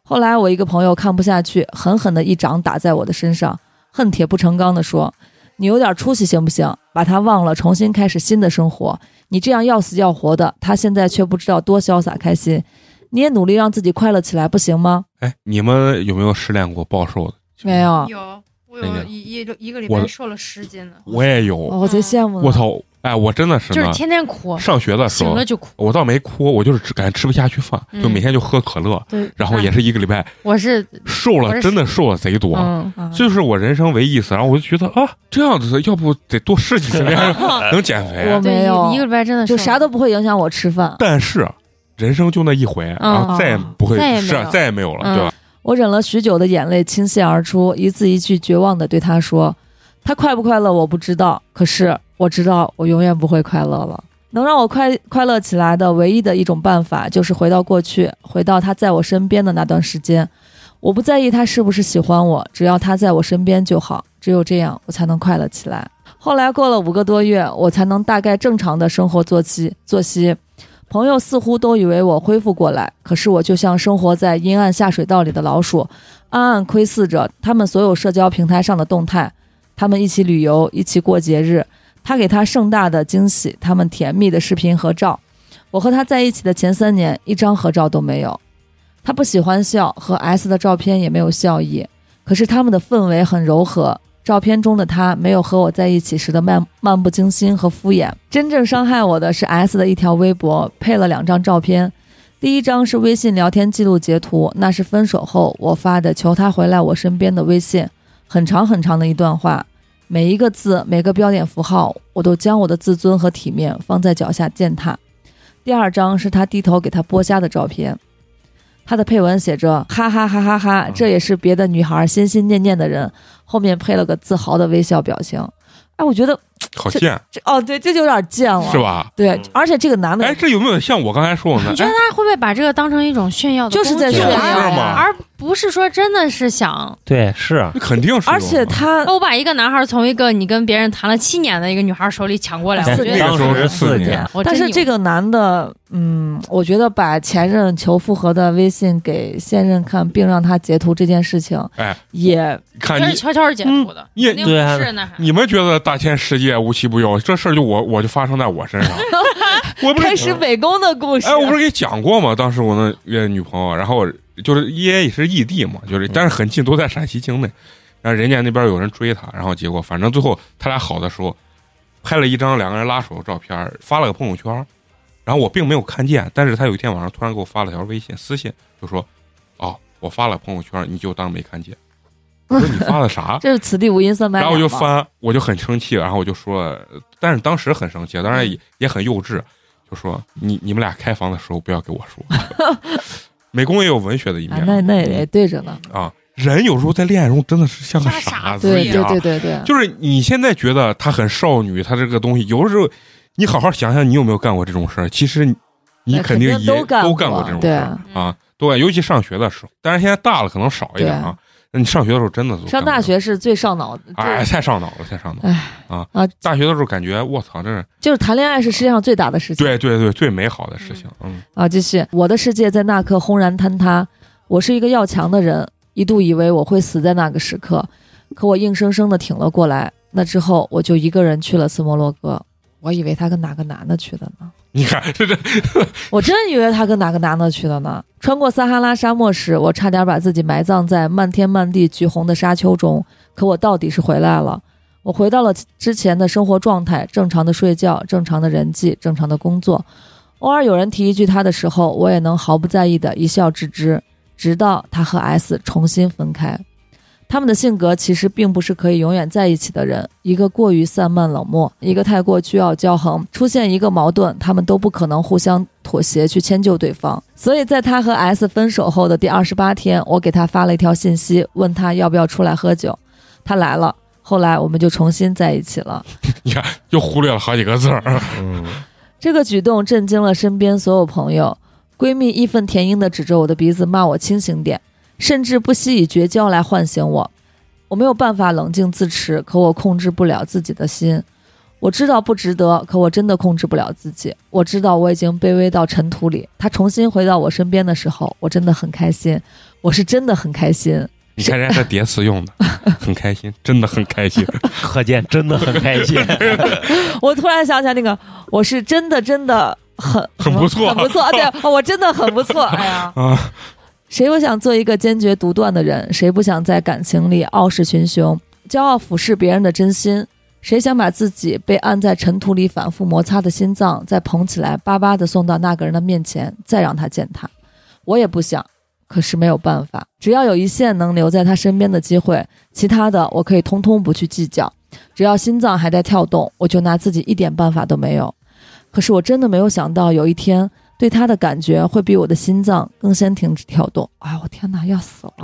后来我一个朋友看不下去，狠狠的一掌打在我的身上，恨铁不成钢的说：“你有点出息行不行？把他忘了，重新开始新的生活。你这样要死要活的，他现在却不知道多潇洒开心。你也努力让自己快乐起来，不行吗哎，你们有没有失恋过暴瘦的？？”没有，哦有，我那有个一一一个礼我拜瘦了十斤呢，我也有，哦我贼羡慕呢。我操！哎，我真的是嗯就是呢。天天哭，上学的时醒候了，就哭。我倒没哭，我就是只感觉吃不下去饭，嗯就每天就喝可乐，对，然后也啊是一个礼拜我是瘦我了，是真的瘦了贼多。嗯，啊这就是我人生唯一一次，然后我就觉得啊，这样子要不得多试 几次，这样能减肥我。对，没有一一个礼拜真的就瘦啥都不会影响我吃饭。但是人生就那一回，然后再也不会嗯再也没是啊有嗯再也没有了，对吧？我忍了许久的眼泪倾泻而出，一字一句绝望地对他说：“他快不快乐我不知道，可是我知道我永远不会快乐了。能让我快快乐起来的唯一的一种办法，就是回到过去，回到他在我身边的那段时间。我不在意他是不是喜欢我，只要他在我身边就好。只有这样，我才能快乐起来。”后来过了五个多月，我才能大概正常的生活作息作息。朋友似乎都以为我恢复过来，可是我就像生活在阴暗下水道里的老鼠，暗暗窥视着他们所有社交平台上的动态。他们一起旅游，一起过节日，他给他盛大的惊喜，他们甜蜜的视频合照。我和他在一起的前三年，一张合照都没有。他不喜欢笑，和 S 的照片也没有笑意。可是他们的氛围很柔和，照片中的他没有和我在一起时的漫漫不经心和敷衍。真正伤害我的是 S 的一条微博，配了两张照片。第一张是微信聊天记录截图，那是分手后我发的求他回来我身边的微信，很长很长的一段话，每一个字每个标点符号，我都将我的自尊和体面放在脚下践踏。第二张是他低头给他剥虾的照片，他的配文写着“哈哈哈哈哈”，这也是别的女孩心心念念的人，后面配了个自豪的微笑表情。哎，我觉得好贱这哦，对，这就有点贱了，是？吧？对，而且这个男的哎，这有没有像我刚才说的你呢？觉哎得，他会不会把这个当成一种炫耀的就工具？啊是在炫耀是吗呀，而不是说真的是想，嗯对，是那肯定是有。而且他那我把一个男孩从一个你跟别人谈了七年的一个女孩手里抢过来，我四觉年得哎那个时候是四四年年，我但是这个个男的，嗯，我觉得把前任求复合的微信给现任看，并让他截图这件事情，哎，也看这你嗯是悄悄截图的，你肯定对啊不是那啥。 你们觉得大千世界无奇不有，这事儿就我我就发生在我身 上，我不是开始美工的故事。哎，我不是给你讲过吗？当时我那个女朋友，然后就是因为也是异地嘛，嗯就是但是很近，都在陕西境内。然后人家那边有人追她，然后结果反正最后他俩好的时候，拍了一张两个人拉手的照片，发了个朋友圈。然后我并没有看见，但是他有一天晚上突然给我发了条微信私信，就说：“哦，我发了朋友圈，你就当没看见。”我说：“你发的啥这是此地无银三百然两后我嘛。就翻，我就很生气，然后我就说，但是当时很生气，当嗯然也也很幼稚，就说你你们俩开房的时候不要给我说。 美工也有文学的一啊面，那那也对着呢。啊，人有时候在恋爱中真的是像个像个傻子对一对样，对对对，就是你现在觉得他很少女，他这个东西，有的时候你好好想想，你有没有干过这种事儿？其实你你肯那哎肯定定也都干都过干过这种事对儿嗯啊，对，尤其上学的时候，但是现在大了可能少一点啊。那你上学的时候真的都上干大过学是最上脑，哎，最太上脑了，太上脑了哎啊啊大学的时候感觉我操，这是就是谈恋爱是世界上最大的事情。对对对最美好的事情，嗯，啊，继续。我的世界在那刻轰然坍塌，我是一个要强的人，一度以为我会死在那个时刻，可我硬生生的挺了过来。那之后，我就一个人去了次摩洛哥。我以为他跟哪个男的去的呢，你看这这我真以为他跟哪个男的去的呢。穿过撒哈拉沙漠时，我差点把自己埋葬在漫天漫地橘红的沙丘中，可我到底是回来了。我回到了之前的生活状态，正常的睡觉，正常的人际，正常的工作。偶尔有人提一句他的时候，我也能毫不在意的一笑置之，直到他和 S 重新分开。他们的性格其实并不是可以永远在一起的人，一个过于散漫冷漠，一个太过倨傲骄横。出现一个矛盾，他们都不可能互相妥协去迁就对方。所以在他和 S 分手后的第二十八天，我给他发了一条信息，问他要不要出来喝酒，他来了。后来我们就重新在一起了。又忽略了好几个字儿。嗯，这个举动震惊了身边所有朋友。闺蜜义愤填膺地指着我的鼻子骂我清醒点，甚至不惜以绝交来唤醒我。我没有办法冷静自持，可我控制不了自己的心。我知道不值得，可我真的控制不了自己。我知道我已经卑微到尘土里。他重新回到我身边的时候，我真的很开心，我是真的很开心。你看人家这叠词用 的，很开心，真的很开心。可见真的很开 心。我突然想起来那个，我是真的真的很很不错很不错， 对我真的很不错。哎呀，啊 谁不想做一个坚决独断的人？谁不想在感情里傲视群雄，骄傲俯视别人的真心？谁想把自己被按在尘土里反复摩擦的心脏再捧起来，巴巴的送到那个人的面前，再让他践踏？我也不想，可是没有办法。只要有一线能留在他身边的机会，其他的我可以通通不去计较。只要心脏还在跳动，我就拿自己一点办法都没有。可是我真的没有想到，有一天对他的感觉会比我的心脏更先停止跳动。哎，我天哪，要死了！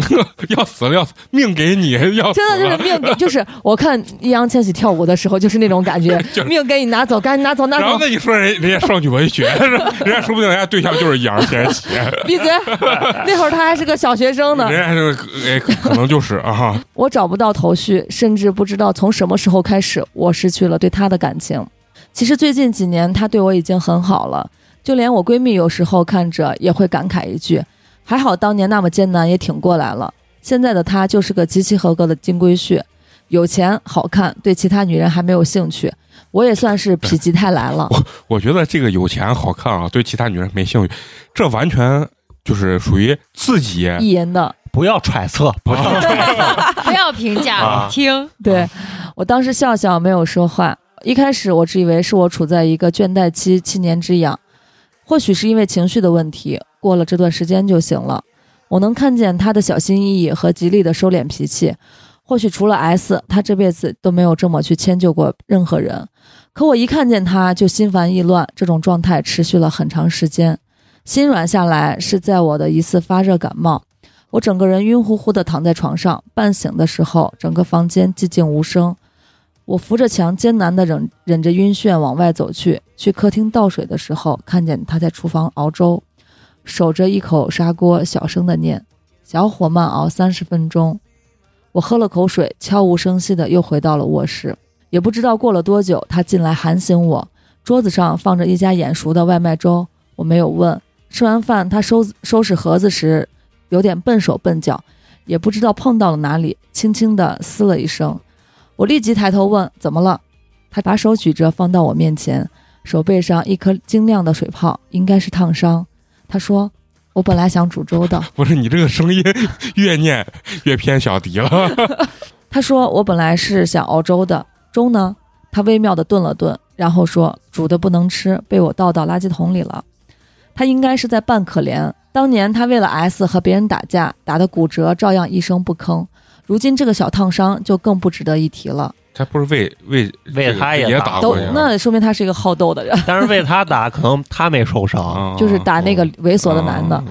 要死了，要死，命给你，要死真的就了是命给， 就是我看易烊千玺跳舞的时候，就是那种感觉 就，是命给你拿走，赶紧拿走，拿然后走，那你说人人家少女文学，人家说不定人家对象就是易烊千玺，闭嘴！ 那会儿他还是个小学生呢 人。家是哎可可能就是啊，我找不到头绪，甚至不知道从什么时候开始，我失去了对他的感情。其实最近几年，他对我已经很好了，就连我闺蜜有时候看着也会感慨一句：“还好当年那么艰难也挺过来了。”现在的他就是个极其合格的金龟婿，有钱好看，对其他女人还没有兴趣。我也算是否极泰来了。我觉得这个有钱好看啊，对其他女人没兴趣，这完全就是属于自己意淫的。不要揣测，不要不要评价，啊听。 对我当时笑笑没有说话。一开始我只以为是我处在一个倦怠期，七年之痒，或许是因为情绪的问题，过了这段时间就行了。我能看见他的小心翼翼和极力的收敛脾气，或许除了 S，他这辈子都没有这么去迁就过任何人。可我一看见他就心烦意乱，这种状态持续了很长时间。心软下来是在我的一次发热感冒，我整个人晕乎乎的躺在床上，半醒的时候，整个房间寂静无声。我扶着墙，艰难的忍忍着晕眩往外走去。去客厅倒水的时候，看见他在厨房熬粥，守着一口砂锅，小声的念：“小火慢熬三十分钟。”我喝了口水，悄无声息的又回到了卧室。也不知道过了多久，他进来喊醒我。桌子上放着一家眼熟的外卖粥，我没有问。吃完饭，他收收拾盒子时有点笨手笨脚，也不知道碰到了哪里，轻轻地嘶了一声。我立即抬头问：“怎么了？”他把手举着放到我面前，手背上一颗晶亮的水泡，应该是烫伤。他说：“我本来想煮粥的。 不是你这个声音越念越偏小迪了，”他说：“我本来是想熬粥的，粥呢？”他微妙地顿了顿，然后说：“煮的不能吃，被我倒到垃圾桶里了。”他应该是在扮可怜。当年他为了 S 和别人打架，打的骨折，照样一声不吭。如今这个小烫伤就更不值得一提了， 他不是为为为他也打打都过呀那说明他是一个好斗的人。但是为他打，可能他没受伤。啊就是打那个猥琐的男的。啊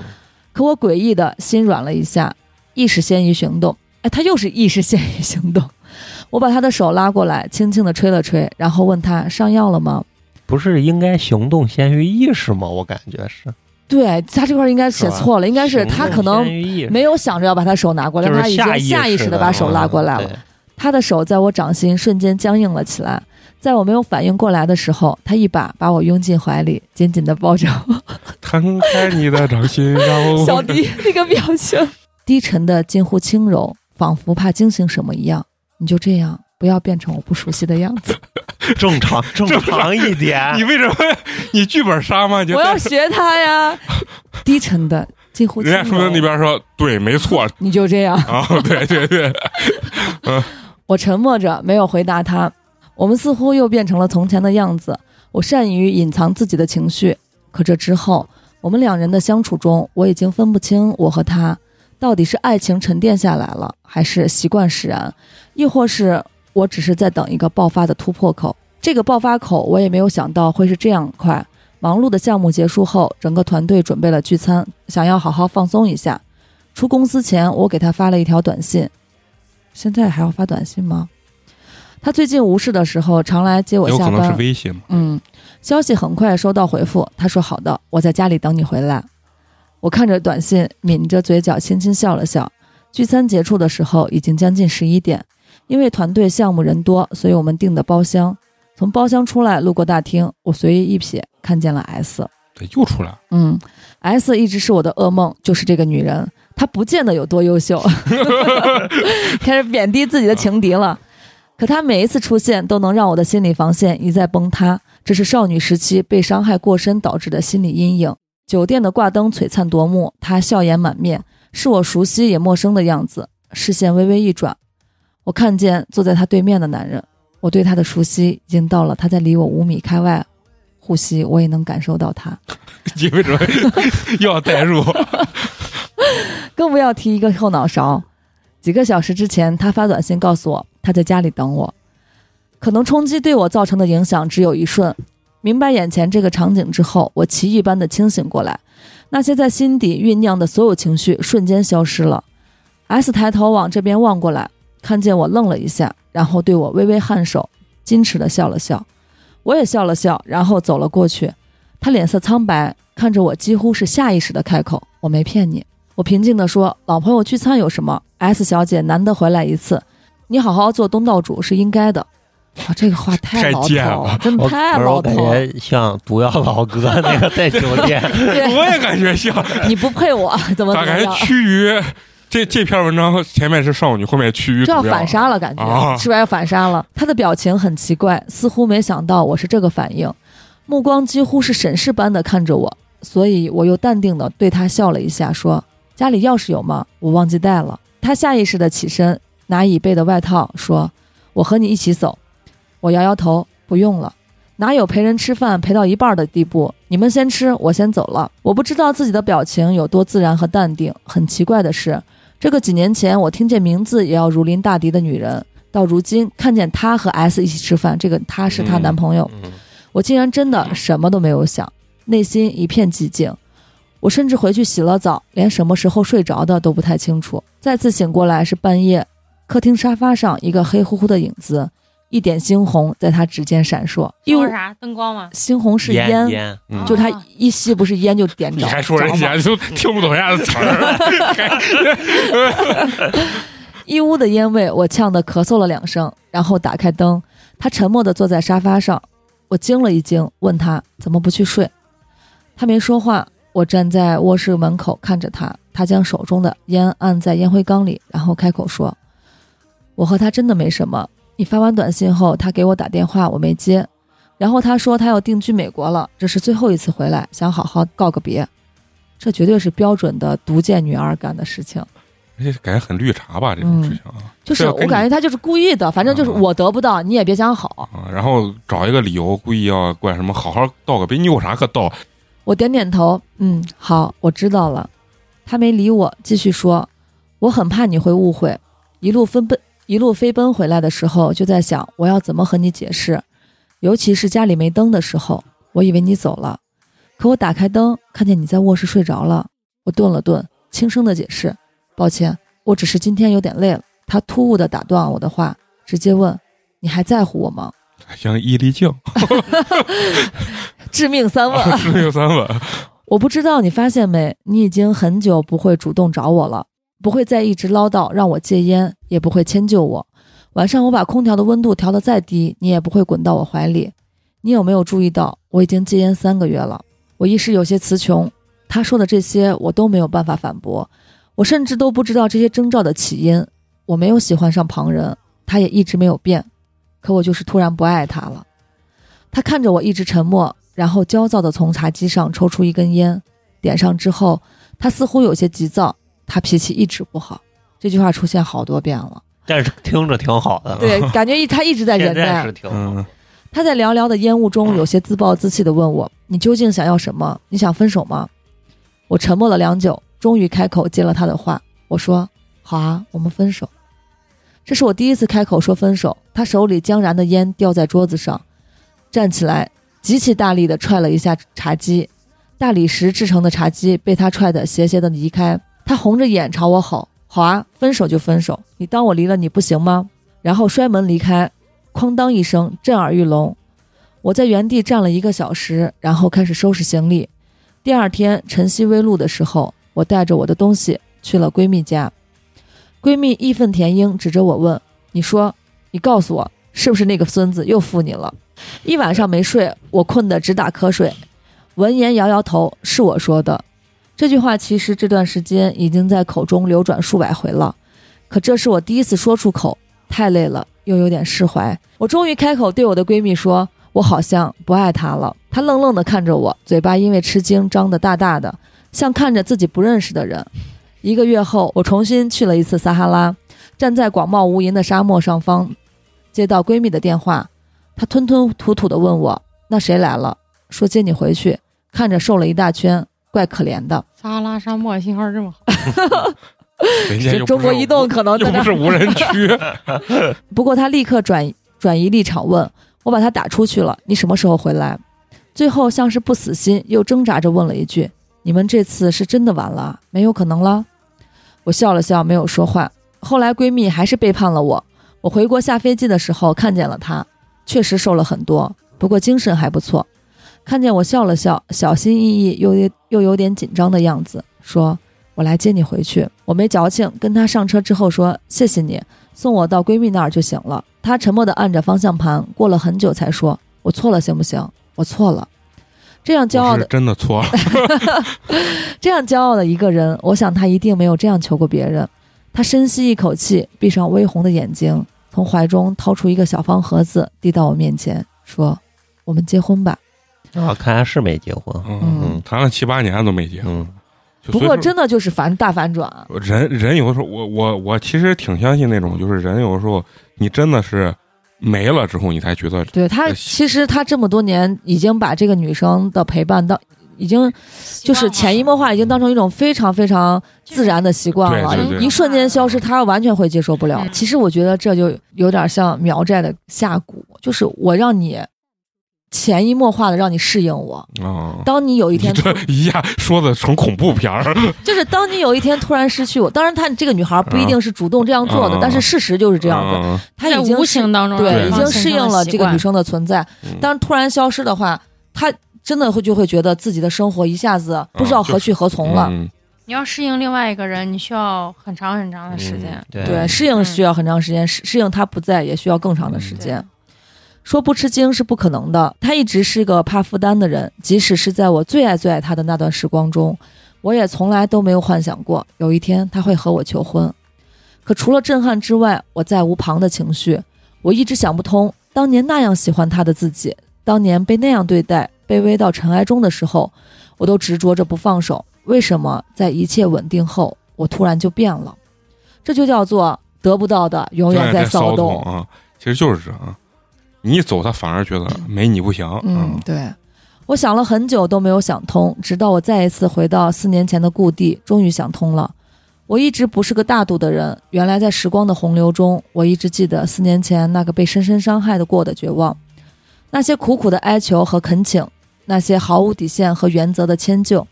可我诡异的心软了一下，意识先于行动。哎，他又是意识先于行动。 我把他的手拉过来，轻轻的吹了吹，然后问他上药了吗？不是应该行动先于意识吗？我感觉是，对他这块儿应该写错了，应该是他可行动能先于意识没有想着要把他手拿过来，就但他是已经下意意识的的把手拉过来了。嗯。他的手在我掌心瞬间僵硬了起来。在我没有反应过来的时候，他一把把我拥进怀里，紧紧的抱着我。摊开你的掌心，让我 小迪那个表情，低沉的近乎轻柔，仿佛怕惊醒什么一样。你就这样，不要变成我不熟悉的样子。对正常 正常一 点你。为什么你剧本杀吗？ 你啊我要学 他呀，低沉的近乎轻人柔。家说明那边说对，没 错你就这样。啊，对对对，我沉默着，没有回答他。我们似乎又变成了从前的样子。我善于隐藏自己的情绪，可这之后，我们两人的相处中，我已经分不清我和他。到底是爱情沉淀下来了，还是习惯使然，亦或是我只是在等一个爆发的突破口？这个爆发口我也没有想到会是这样快。忙碌的项目结束后，整个团队准备了聚餐，想要好好放松一下。出公司前，我给他发了一条短信，现在还要发短信吗？他最近无事的时候，常来接我有下可班。能是微 信嘛？嗯，消息很快收到回复，他说好的，我在家里等你回来。我看着短信，抿着嘴角，轻轻笑了笑。聚餐结束的时候已经将近十一点，因为团队项目人多，所以我们订的包厢。从包厢出来，路过大厅，我随意一瞥，看见了 S。对，又出来了。嗯，S 一直是我的噩梦，就是这个女人，她不见得有多优秀，开始贬低自己的情敌了。可她每一次出现，都能让我的心理防线一再崩塌，这是少女时期被伤害过深导致的心理阴影。酒店的挂灯璀璨夺目，她笑颜满面，是我熟悉也陌生的样子。视线微微一转，我看见坐在她对面的男人，我对他的熟悉已经到了他在离我五米开外呼吸，我也能感受到他。你为什么又要代 入？更不要提一个后脑勺。几个小时之前，他发短信告诉我他在家里等我。可能冲击对我造成的影响只有一瞬。明白眼前这个场景之后，我奇异般的清醒过来，那些在心底酝酿的所有情绪瞬间消失了。S 抬头往这边望过来，看见我愣了一下，然后对我微微颔首，矜持的笑了笑。我也笑了笑，然后走了过去。他脸色苍白，看着我几乎是下意识的开口：“我没骗你。”我平静地说：“老朋友聚餐有什么？S 小姐难得回来一次，你好好做东道主是应该的。”啊，这个话太太老贱套了了，真的我嗯太不是老我套感了。 觉像毒药老哥那个在酒店，我也感觉像，你不配我， 怎么咋怎么感觉样？趋于这这篇文章前面是少女，后面趋于这要毒药反杀了，感觉、啊是不是要反杀了？他的表情很奇怪，似乎没想到我是这个反应，目光几乎是审视般的看着我，所以我又淡定的对他笑了一下，说：“家里钥匙有吗？我忘记带了。”他下意识的起身，拿椅背的外套，说：“我和你一起走。”我摇摇头，不用了。哪有陪人吃饭陪到一半的地步？你们先吃，我先走了。我不知道自己的表情有多自然和淡定。很奇怪的是，这个几年前我听见名字也要如临大敌的女人，到如今看见她和 S 一起吃饭，这个她是她嗯男朋友，嗯我竟然真的什么都没有想，内心一片寂静。我甚至回去洗了澡，连什么时候睡着的都不太清楚。再次醒过来是半夜，客厅沙发上一个黑乎乎的影子，一点猩红在他指尖闪烁。一说屋啥灯光吗？猩红 是烟， 烟，嗯就是他啊一吸不是烟就点着。你还说人着家嘛就听不懂人家的词儿，一屋的烟味，我呛得咳嗽了两声，然后打开灯。他沉默地坐在沙发上，我惊了一惊，问他怎么不去睡。他没说话，我站在卧室门口看着他。他将手中的烟按在烟灰缸里，然后开口说：“我和他真的没什么。你发完短信后，他给我打电话，我没接。然后他说他要定居美国了，这是最后一次回来，想好好告个别。这绝对是标准的毒贱女儿干的事情。”人家感觉很绿茶吧这种嗯事情啊就是是要我跟感你觉他就是故意的，反正就是啊我得不到，你也别想好。啊，然后找一个理由故意要怪什么，好好道个别，你有啥可道？我点点头，嗯，好，我知道了。他没理我，继续说，我很怕你会误会。一路分奔，一路飞奔回来的时候，就在想我要怎么和你解释，尤其是家里没灯的时候，我以为你走了，可我打开灯，看见你在卧室睡着了。我顿了顿，轻声的解释：“抱歉，我只是今天有点累了。”他突兀的打断我的话，直接问：“你还在乎我吗？”哎像伊丽 静，致命三问。十六三吻，我不知道你发现没，你已经很久不会主动找我了，不会再一直唠叨让我戒烟，也不会迁就我。晚上我把空调的温度调得再低，你也不会滚到我怀里。你有没有注意到，我已经戒烟三个月了？我一时有些词穷，他说的这些我都没有办法反驳，我甚至都不知道这些征兆的起因。我没有喜欢上旁人，他也一直没有变，可我就是突然不爱他了。他看着我一直沉默，然后焦躁地从茶几上抽出一根烟，点上之后，他似乎有些急躁。他脾气一直不好，这句话出现好多遍了。但是听着挺好的，对，感觉一他一直 在忍现在耐是。挺好。嗯，他在寥寥的烟雾中，有些自暴自弃地问我：“你究竟想要什么？你想分手吗？”我沉默了良久，终于开口接了他的话：“我说：“好啊，我们分手。”这是我第一次开口说分手。他手里将燃的烟掉在桌子上，站起来，极其大力的踹了一下茶几，大理石制成的茶几被他踹得斜斜的离开。他红着眼朝我吼：“好啊，分手就分手，你当我离了你不行吗？”然后摔门离开，哐当一声，震耳欲聋。我在原地站了一个小时，然后开始收拾行李。第二天晨曦微露的时候，我带着我的东西去了闺蜜家。闺蜜义愤填膺，指着我问：“你说，你告诉我，是不是那个孙子又负你了？”一晚上没睡，我困得直打瞌睡。闻言摇摇头，是我说的。这句话其实这段时间已经在口中流转数百回了，可这是我第一次说出口，太累了，又有点释怀。我终于开口对我的闺蜜说：“我好像不爱他了。”她愣愣地看着我，嘴巴因为吃惊张得大大的，像看着自己不认识的人。一个月后，我重新去了一次撒哈拉，站在广袤无垠的沙漠上方，接到闺蜜的电话，她吞吞吐吐地问我：“那谁来了？”说接你回去，看着瘦了一大圈，怪可怜的。撒哈拉沙漠信号这么好，人家又不是中国移动可能又在不那是无 人区，不过他立刻转转移立场问，我把他打出去了，你什么时候回来？最后像是不死心，又挣扎着问了一句：“你们这次是真的完了啊，没有可能了？”我笑了笑，没有说话。后来闺蜜还是背叛了我。我回国下飞机的时候看见了她，确实瘦了很多，不过精神还不错。看见我笑了笑，小心翼翼又又有点紧张的样子，说：“我来接你回去。”我没矫情，跟她上车之后说：“谢谢你，送我到闺蜜那儿就行了。她沉默地按着方向盘，过了很久才说：“我错了，行不行？我错了。”这样骄傲我的是真的 错了。这样骄傲的一个人，我想他一定没有这样求过别人。他深吸一口气，闭上微红的眼睛，从怀中掏出一个小方盒子，递到我面前，说：“我们结婚吧。啊，看来是没结婚。嗯，嗯谈了七八年都没结。嗯，就不所过以说真的就是反大反转啊，人人有的时候，我我我其实挺相信那种，就是人有的时候，你真的是没了之后，你才觉得对他，呃其实他这么多年已经把这个女生的陪伴到，已经就是潜移默化，已经当成一种非常非常自然的习惯了。对对对一瞬间消失，他完全会接受不了。嗯其实我觉得这就有点像苗寨的下蛊，就是我让你潜移默化的让你适应我。啊，当你有一你天，这一下说的成恐怖片儿，就是当你有一天突然失去我，当然她这个女孩啊不一定是主动这样做的嗯，但是事实就是这样子，嗯她在已经无是形当中对，对已经适应了这个女生生的存在嗯。但是突然消失的话，她真的会就会觉得自己的生活一下子不知道何去何从了。啊嗯你要适应另外一个人，你需要很长很啊长的时间。嗯对对，适应需要很长时间，适适应她不在也需要更长的时间。说不吃惊是不可能的，她一直是个怕负担的人，即使是在我最爱最爱她的那段时光中，我也从来都没有幻想过有一天她会和我求婚。可除了震撼之外，我再无旁的情绪。我一直想不通，当年那样喜欢他的自己，当年被那样对待，卑微到尘埃中的时候，我都执着着不放手。为什么在一切稳定后，我突然就变了？这就叫做得不到的永远在骚骚动。啊，其实就是这啊，你一走，他反而觉得没你不行，啊嗯，对。我想了很久都没有想通，直到我再一次回到四年前的故地，终于想通了。我一直不是个大度的人，原来在时光的洪流中，我一直记得四年前那个被深深伤害的过的绝望，那些苦苦的哀求和恳请，那些毫无底线和原则的迁就，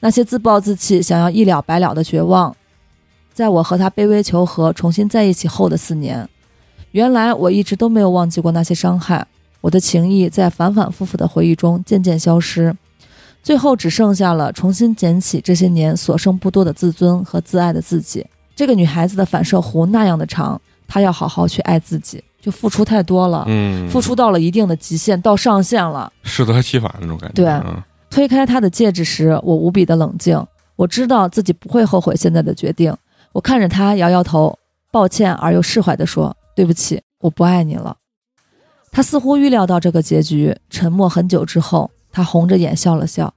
那些自暴自弃想要一了百了的绝望，在我和他卑微求和、重新在一起后的四年，原来我一直都没有忘记过那些伤害，我的情谊在反反复复的回忆中渐渐消失，最后只剩下了重新捡起这些年所剩不多的自尊和自爱的自己。这个女孩子的反射弧那样的长，她要好好去爱自己，就付出太多了，嗯，付出到了一定的极限，到上限了。适得其反那种感觉，对嗯推开他的戒指时，我无比的冷静，我知道自己不会后悔现在的决定。我看着他，摇摇头，抱歉而又释怀地说：“对不起，我不爱你了。”他似乎预料到这个结局，沉默很久之后，他红着眼笑了笑：“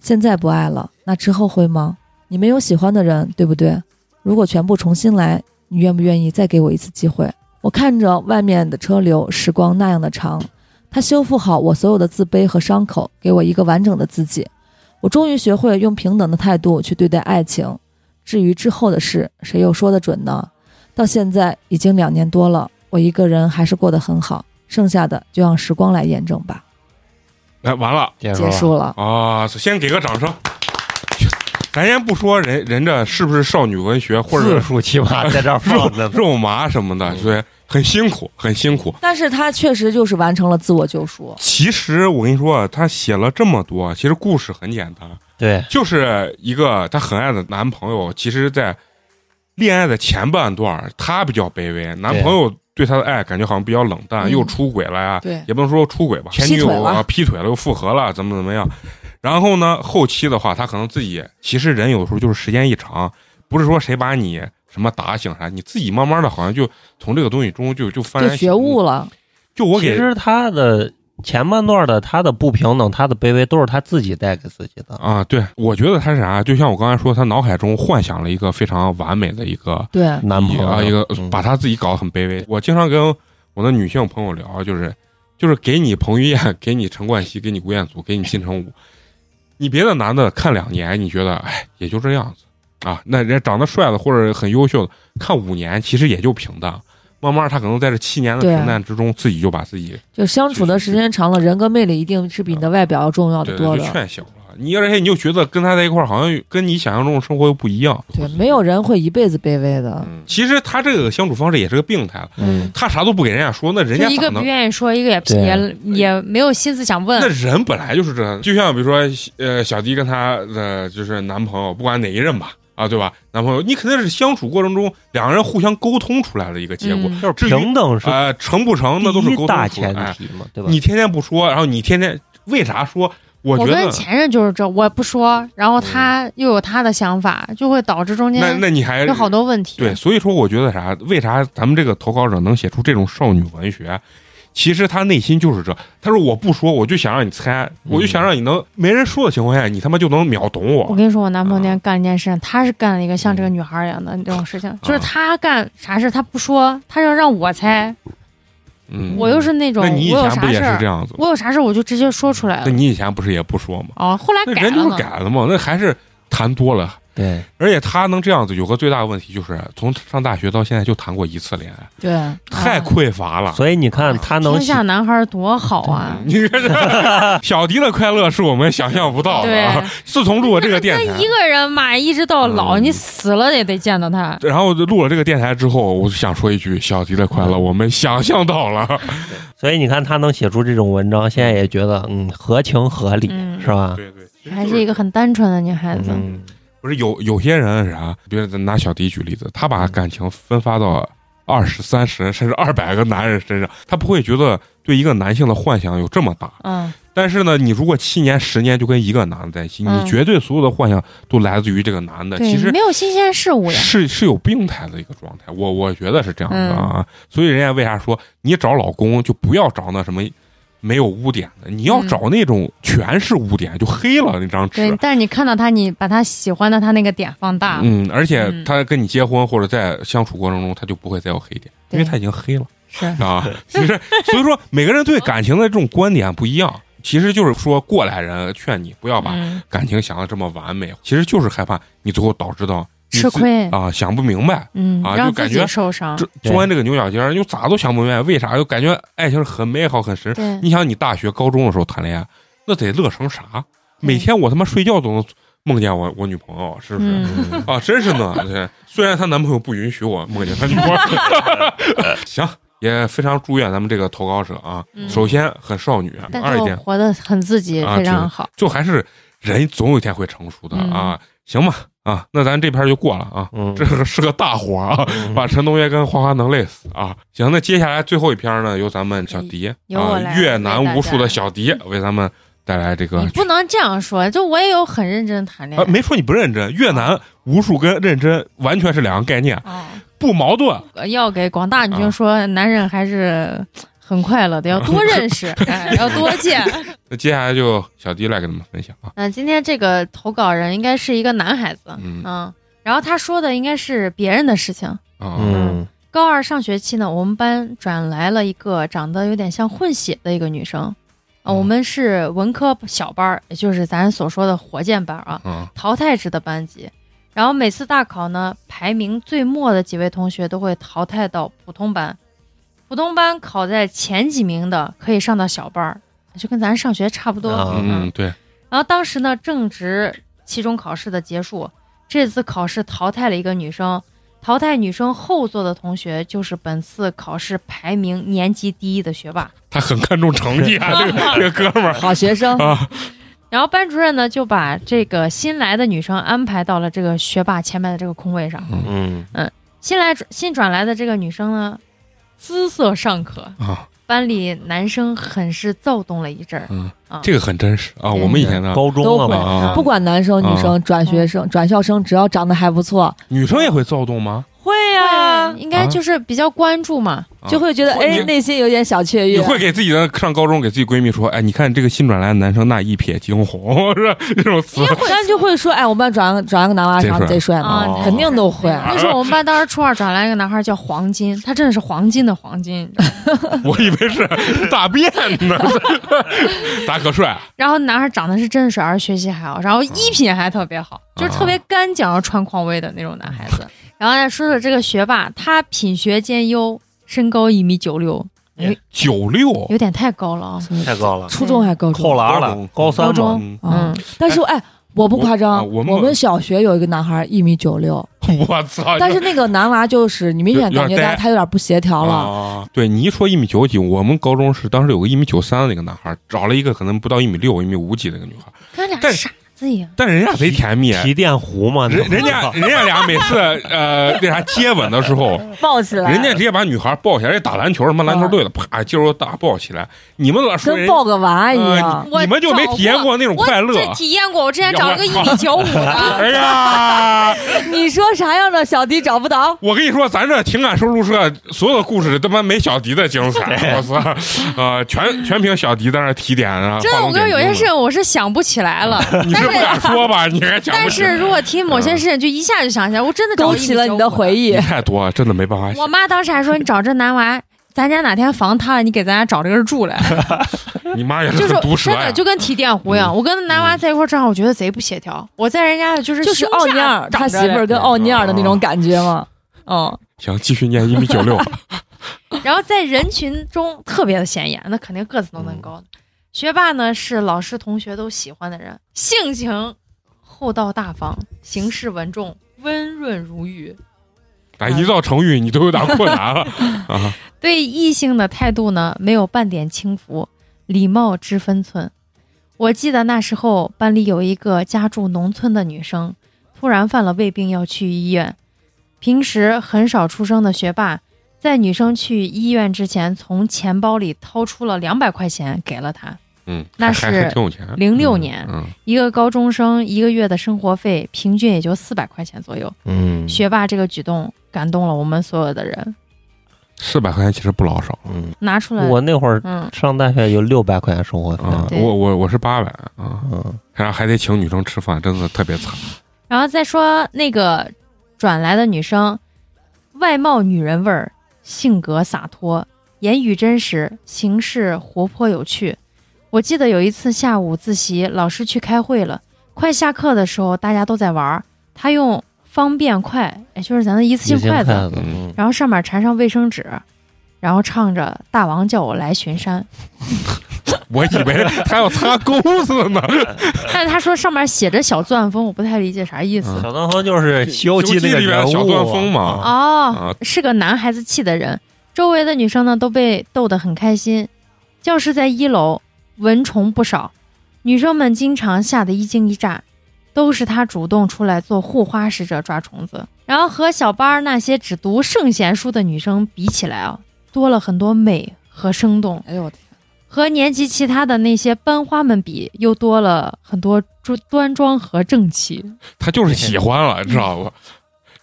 现在不爱了，那之后会吗？你没有喜欢的人，对不对？如果全部重新来，你愿不愿意再给我一次机会？”我看着外面的车流，时光那样的长，他修复好我所有的自卑和伤口，给我一个完整的自己。我终于学会用平等的态度去对待爱情，至于之后的事，谁又说得准呢？到现在已经两年多了，我一个人还是过得很好，剩下的就让时光来验证吧。来哎完了结结束束了，啊！先给个掌声。咱先不说人人这是不是少女文学或字者数起码在这儿放着呢。嗯肉麻什么的，所以很辛苦，很辛苦。但是他确实就是完成了自我救赎。其实我跟你说，啊他写了这么多，其实故事很简单，对，就是一个她很爱的男朋友，其实，在恋爱的前半段儿，她比较卑微，男朋友对她的爱感觉好像比较冷淡，嗯又出轨了呀，对，也不能说出轨吧，劈前女腿友了啊劈腿了，又复合了，怎么怎么样。然后呢，后期的话，她可能自己其实人有时候就是时间一长，不是说谁把你什么打醒啥，你自己慢慢的好像就从这个东西中就就幡就然觉悟了。了。就我其给实他的前半段的他的不平等，他的卑微都是他自己带给自己的。啊，对，我觉得他是啥，就像我刚才说，他脑海中幻想了一个非常完美的一个对，男朋啊，友一个嗯把他自己搞得很卑微。我经常跟我的女性朋友聊，就是就是给你彭于晏，给你陈冠希，给你吴彦祖，给你金城武，你别的男的看两年，你觉得哎也就这样子啊，那人家长得帅的或者很优秀的，看五年其实也就平淡。慢慢，他可能在这七年的对啊平淡之中，自己就把自己就相处的时间长了，人格魅力一定是比你的外表要重要对的对多就了。劝醒了。你而且你就觉得跟他在一块儿，好像跟你想象中的生活又不一样。对，没有人会一辈子卑微的。嗯，其实他这个相处方式也是个病态了。嗯，他啥都不给人家说，那人家就一咋个不能？愿意说，一个也对也也没有心思想那问。人本来就是这样，就像比如说，呃，小迪跟她的就是男朋友，不管哪一任吧，啊，对吧？男朋友，你肯定是相处过程中两个人互相沟通出来的一个结果。嗯就是至于平等是呃，成不成那都是沟第一通大出来前的。哎提嘛，对吧？你天天不说，然后你天天为啥说？我觉我得跟前任就是这，我不说，然后他又有他的想法，就会导致中那间那你还有好多问题。对，所以说我觉得啥？为啥咱们这个投稿者能写出这种少女文学？其实他内心就是这，他说我不说，我就想让你猜，我就想让你能没人说的情况下，你他妈就能秒懂我我。跟你说，我啊男朋友那天干了一件事，他是干了一个像这嗯个女孩儿一样的这种事啊情，就是他干啥事他不说，他要让我猜。嗯，我又是那种那你以我有前不啥也事是这儿，样子吗？我有啥事儿我就直接说出来那了。你以前不是也不说吗？哦，后来那改人就是了呢。改了嘛，那还是谈多了。对，而且他能这样子，有个最大的问题就是从上大学到现在就谈过一次恋爱，对，太啊匮乏了。所以你看他能天写下男孩儿多好啊！你看这 小迪的快乐是我们想象不到的啊。自从录了这个电台 那，一个人嘛，一直到老，嗯你死了也得见到他。然后录了这个电台之后，我就想说一句：小迪的快乐，我们想象到了。所以你看他能写出这种文章，现在也觉得嗯合情合理，嗯是吧？ 对对，还是一个很单纯的女孩子，嗯，不是有有些人是啥？比如咱拿小迪举例子，他把感情分发到二十三十甚至二百个男人身上，他不会觉得对一个男性的幻想有这么大。嗯，但是呢，你如果七年十年就跟一个男的在一起，嗯你绝对所有的幻想都来自于这个男的。其对，实没有新鲜事物呀。嗯是是有病态的一个状态，我我觉得是这样的啊。所以人家为啥说你找老公就不要找那什么没有污点的，你要嗯找那种全是污点，就黑了那张对纸，。但是你看到他，你把他喜欢的他那个点放大，嗯，而且嗯他跟你结婚或者在相处过程中，他就不会再有黑点，因为对他已经黑了是啊。其实，所以说每个人对感情的这种观点不一样，其实就是说过来人劝你不要把嗯，感情想的这么完美，其实就是害怕你最后导致到你吃自亏，啊、想不明白，嗯，啊让就感自己觉受伤。这钻这个牛角尖儿，就咋都想不明白为啥，就感觉爱情是很美好很神。对，你想，你大学、高中的时候谈恋爱，那得乐成啥？每对天我他妈睡觉都能梦见我我女朋友，是不是？嗯，啊，真是呢。对虽然她男朋友不允许我梦见她女朋友，行，也非常祝愿咱们这个投稿者啊，嗯首先很少女，但二他一又点活得很自己，啊非常好。就还是人总有一天会成熟的嗯啊。行吧，啊，那咱这篇就过了啊。嗯，这个是个大活儿啊，嗯把陈同学跟花花能累死啊！行，那接下来最后一篇呢，由咱们小迪哎由我啊，来越南无数的为大家哎小迪为咱们带来这个你不能这样说，就我也有很认真谈恋啊，爱。没说你不认真，越南无数跟认真完全是两个概念，哦，不矛盾。呃要给广大啊女性说，男人还是很快乐 的，要多认识，哎，要多见。那接下来就小迪来给他们分享啊，那今天这个投稿人应该是一个男孩子，嗯嗯，然后他说的应该是别人的事情。啊，嗯高二上学期呢，我们班转来了一个长得有点像混血的一个女生，啊，嗯我们是文科小班儿，也就是咱所说的火箭班儿啊，啊淘汰制的班级。然后每次大考呢，排名最末的几位同学都会淘汰到普通班，普通班考在前几名的可以上到小班儿，就跟咱上学差不多。啊嗯，对，然后当时呢，正值期中考试的结束，这次考试淘汰了一个女生，淘汰女生后座的同学就是本次考试排名年级第一的学霸。他很看重成绩啊， 这个这个哥嗯们儿，好学生啊，然后班主任呢就把这个新来的女生安排到了这个学霸前面的这个空位上。嗯，新来新转来的这个女生呢，姿色尚可啊，班里男生很是躁动了一阵儿。嗯啊，这个很真实啊。我们以前呢，高中了都嘛会，啊不管男生女生，转学生转校生，只要长得还不错，女生也会躁动吗？会对，啊应该就是比较关注嘛。啊就会觉得会哎你内心有点小 雀你跃。会给自己的上高中给自己闺蜜说，哎，你看这个新转来的男生那一瞥惊鸿， 是吧这种词应该会但就会说，哎，我们班转个转个男娃长得贼贼帅呢，哦啊，肯定都会。那时候我们班当时初二转来一个男孩叫黄金，他真的是黄金的黄 金。 我以为是大便呢，大可帅，啊然后男孩长得是真帅，而学习还好，然后衣品还特别好，就是特啊别干净，然后穿匡威的那种男孩子。然后再说说这个学霸，他品学兼优，身高一米九六，九六，有点太高了啊。太高了，初中还高扣中，篮高了啊中，高三高嘛中，嗯嗯嗯，但是哎，我不夸我啊张，我我们们小学有一个男孩一米九六，我操！但是那个男娃就是你明显感啊有有觉点呆到他有点不协调了。啊，对你一说一米九几，我们高中是当时有个一米九三的那个男孩，找了一个可能不到一米六、一米五几的那个女孩，跟俩但是傻子一样。但人家贼甜蜜，提电弧嘛，那人不人 家人家俩每次呃那啥接吻的时候，抱起 来人家直接把女孩抱起来，人家打篮球什么篮球队的，啪肌肉大抱起来，你们老说跟人。抱个娃一呃嗯样，你你们就没体验过那种快乐我这？体验过，我之前找了个一要不米九五的，哎呀，你说啥样的小弟找不到？我跟你说，咱这情感收录社所有的故事他妈没小迪的精彩，我操！呃，全全凭小迪在那提点啊。真的，我跟你说，有些事情情我是想不起来了，你但是不敢是说 吧？你还嗯讲但不嗯清是如果提某些事情，就一下就想起来，我真的找勾了一米起了你的95回忆你。太多了，真的没办法。我妈当时还说：“你找这男娃，咱家哪天房塌了，你给咱家找这个人住来。你妈也”就很毒啊是舌真呀的，就跟提电弧一样。我跟男娃在一块儿正好，我觉得贼不协调。我在人家的就是就是奥尼尔，他媳妇儿跟奥尼尔的那种感觉嘛。嗯，行，继续 念一米九六。然后在人群中特别的显眼，那肯定个子都能高的。学霸呢是老师同学都喜欢的人，性情厚道大方，行事稳重，温润如玉，啊，一造成语你都有点困难了 啊！对异性的态度呢，没有半点轻浮，礼貌知分寸。我记得那时候班里有一个家住农村的女生，突然犯了胃病要去医院。平时很少出声的学霸，在女生去医院之前，从钱包里掏出了两百块钱给了她。嗯，那还是还挺有钱。 06年嗯，一个高中生一个月的生活费，平均也就四百块钱左右。嗯，学霸这个举动感动了我们所有的人，四百块钱其实不老少嗯，拿出来，我那会儿嗯，上大学有六百块钱生活费，啊！对我我我是八百啊，嗯，然后还得请女生吃饭，真的特别惨。然后再说那个转来的女生，外貌女人味儿，性格洒脱，言语真实，行事活泼有趣。我记得有一次下午自习，老师去开会了，快下课的时候，大家都在玩儿，她用方便筷，也就是咱的一次性筷子，子嗯然后上面缠上卫生纸，然后唱着《大王叫我来巡 山》，我以为他要擦钩子呢，但是他说上面写着小钻风，我不太理解啥意思。嗯小钻风就是《西游记》西游记那个里边人的物小钻风嘛啊哦啊，是个男孩子气的人。周围的女生呢都被逗得很开心。教室在一楼，蚊虫不少，女生们经常吓得一惊一乍，都是他主动出来做护花使者抓虫子。然后和小班儿那些只读圣贤书的女生比起来啊，多了很多美和生动，哎呦我天，和年级其他的那些班花们比，又多了很多端端庄和正气。他就是喜欢了，你知道吧？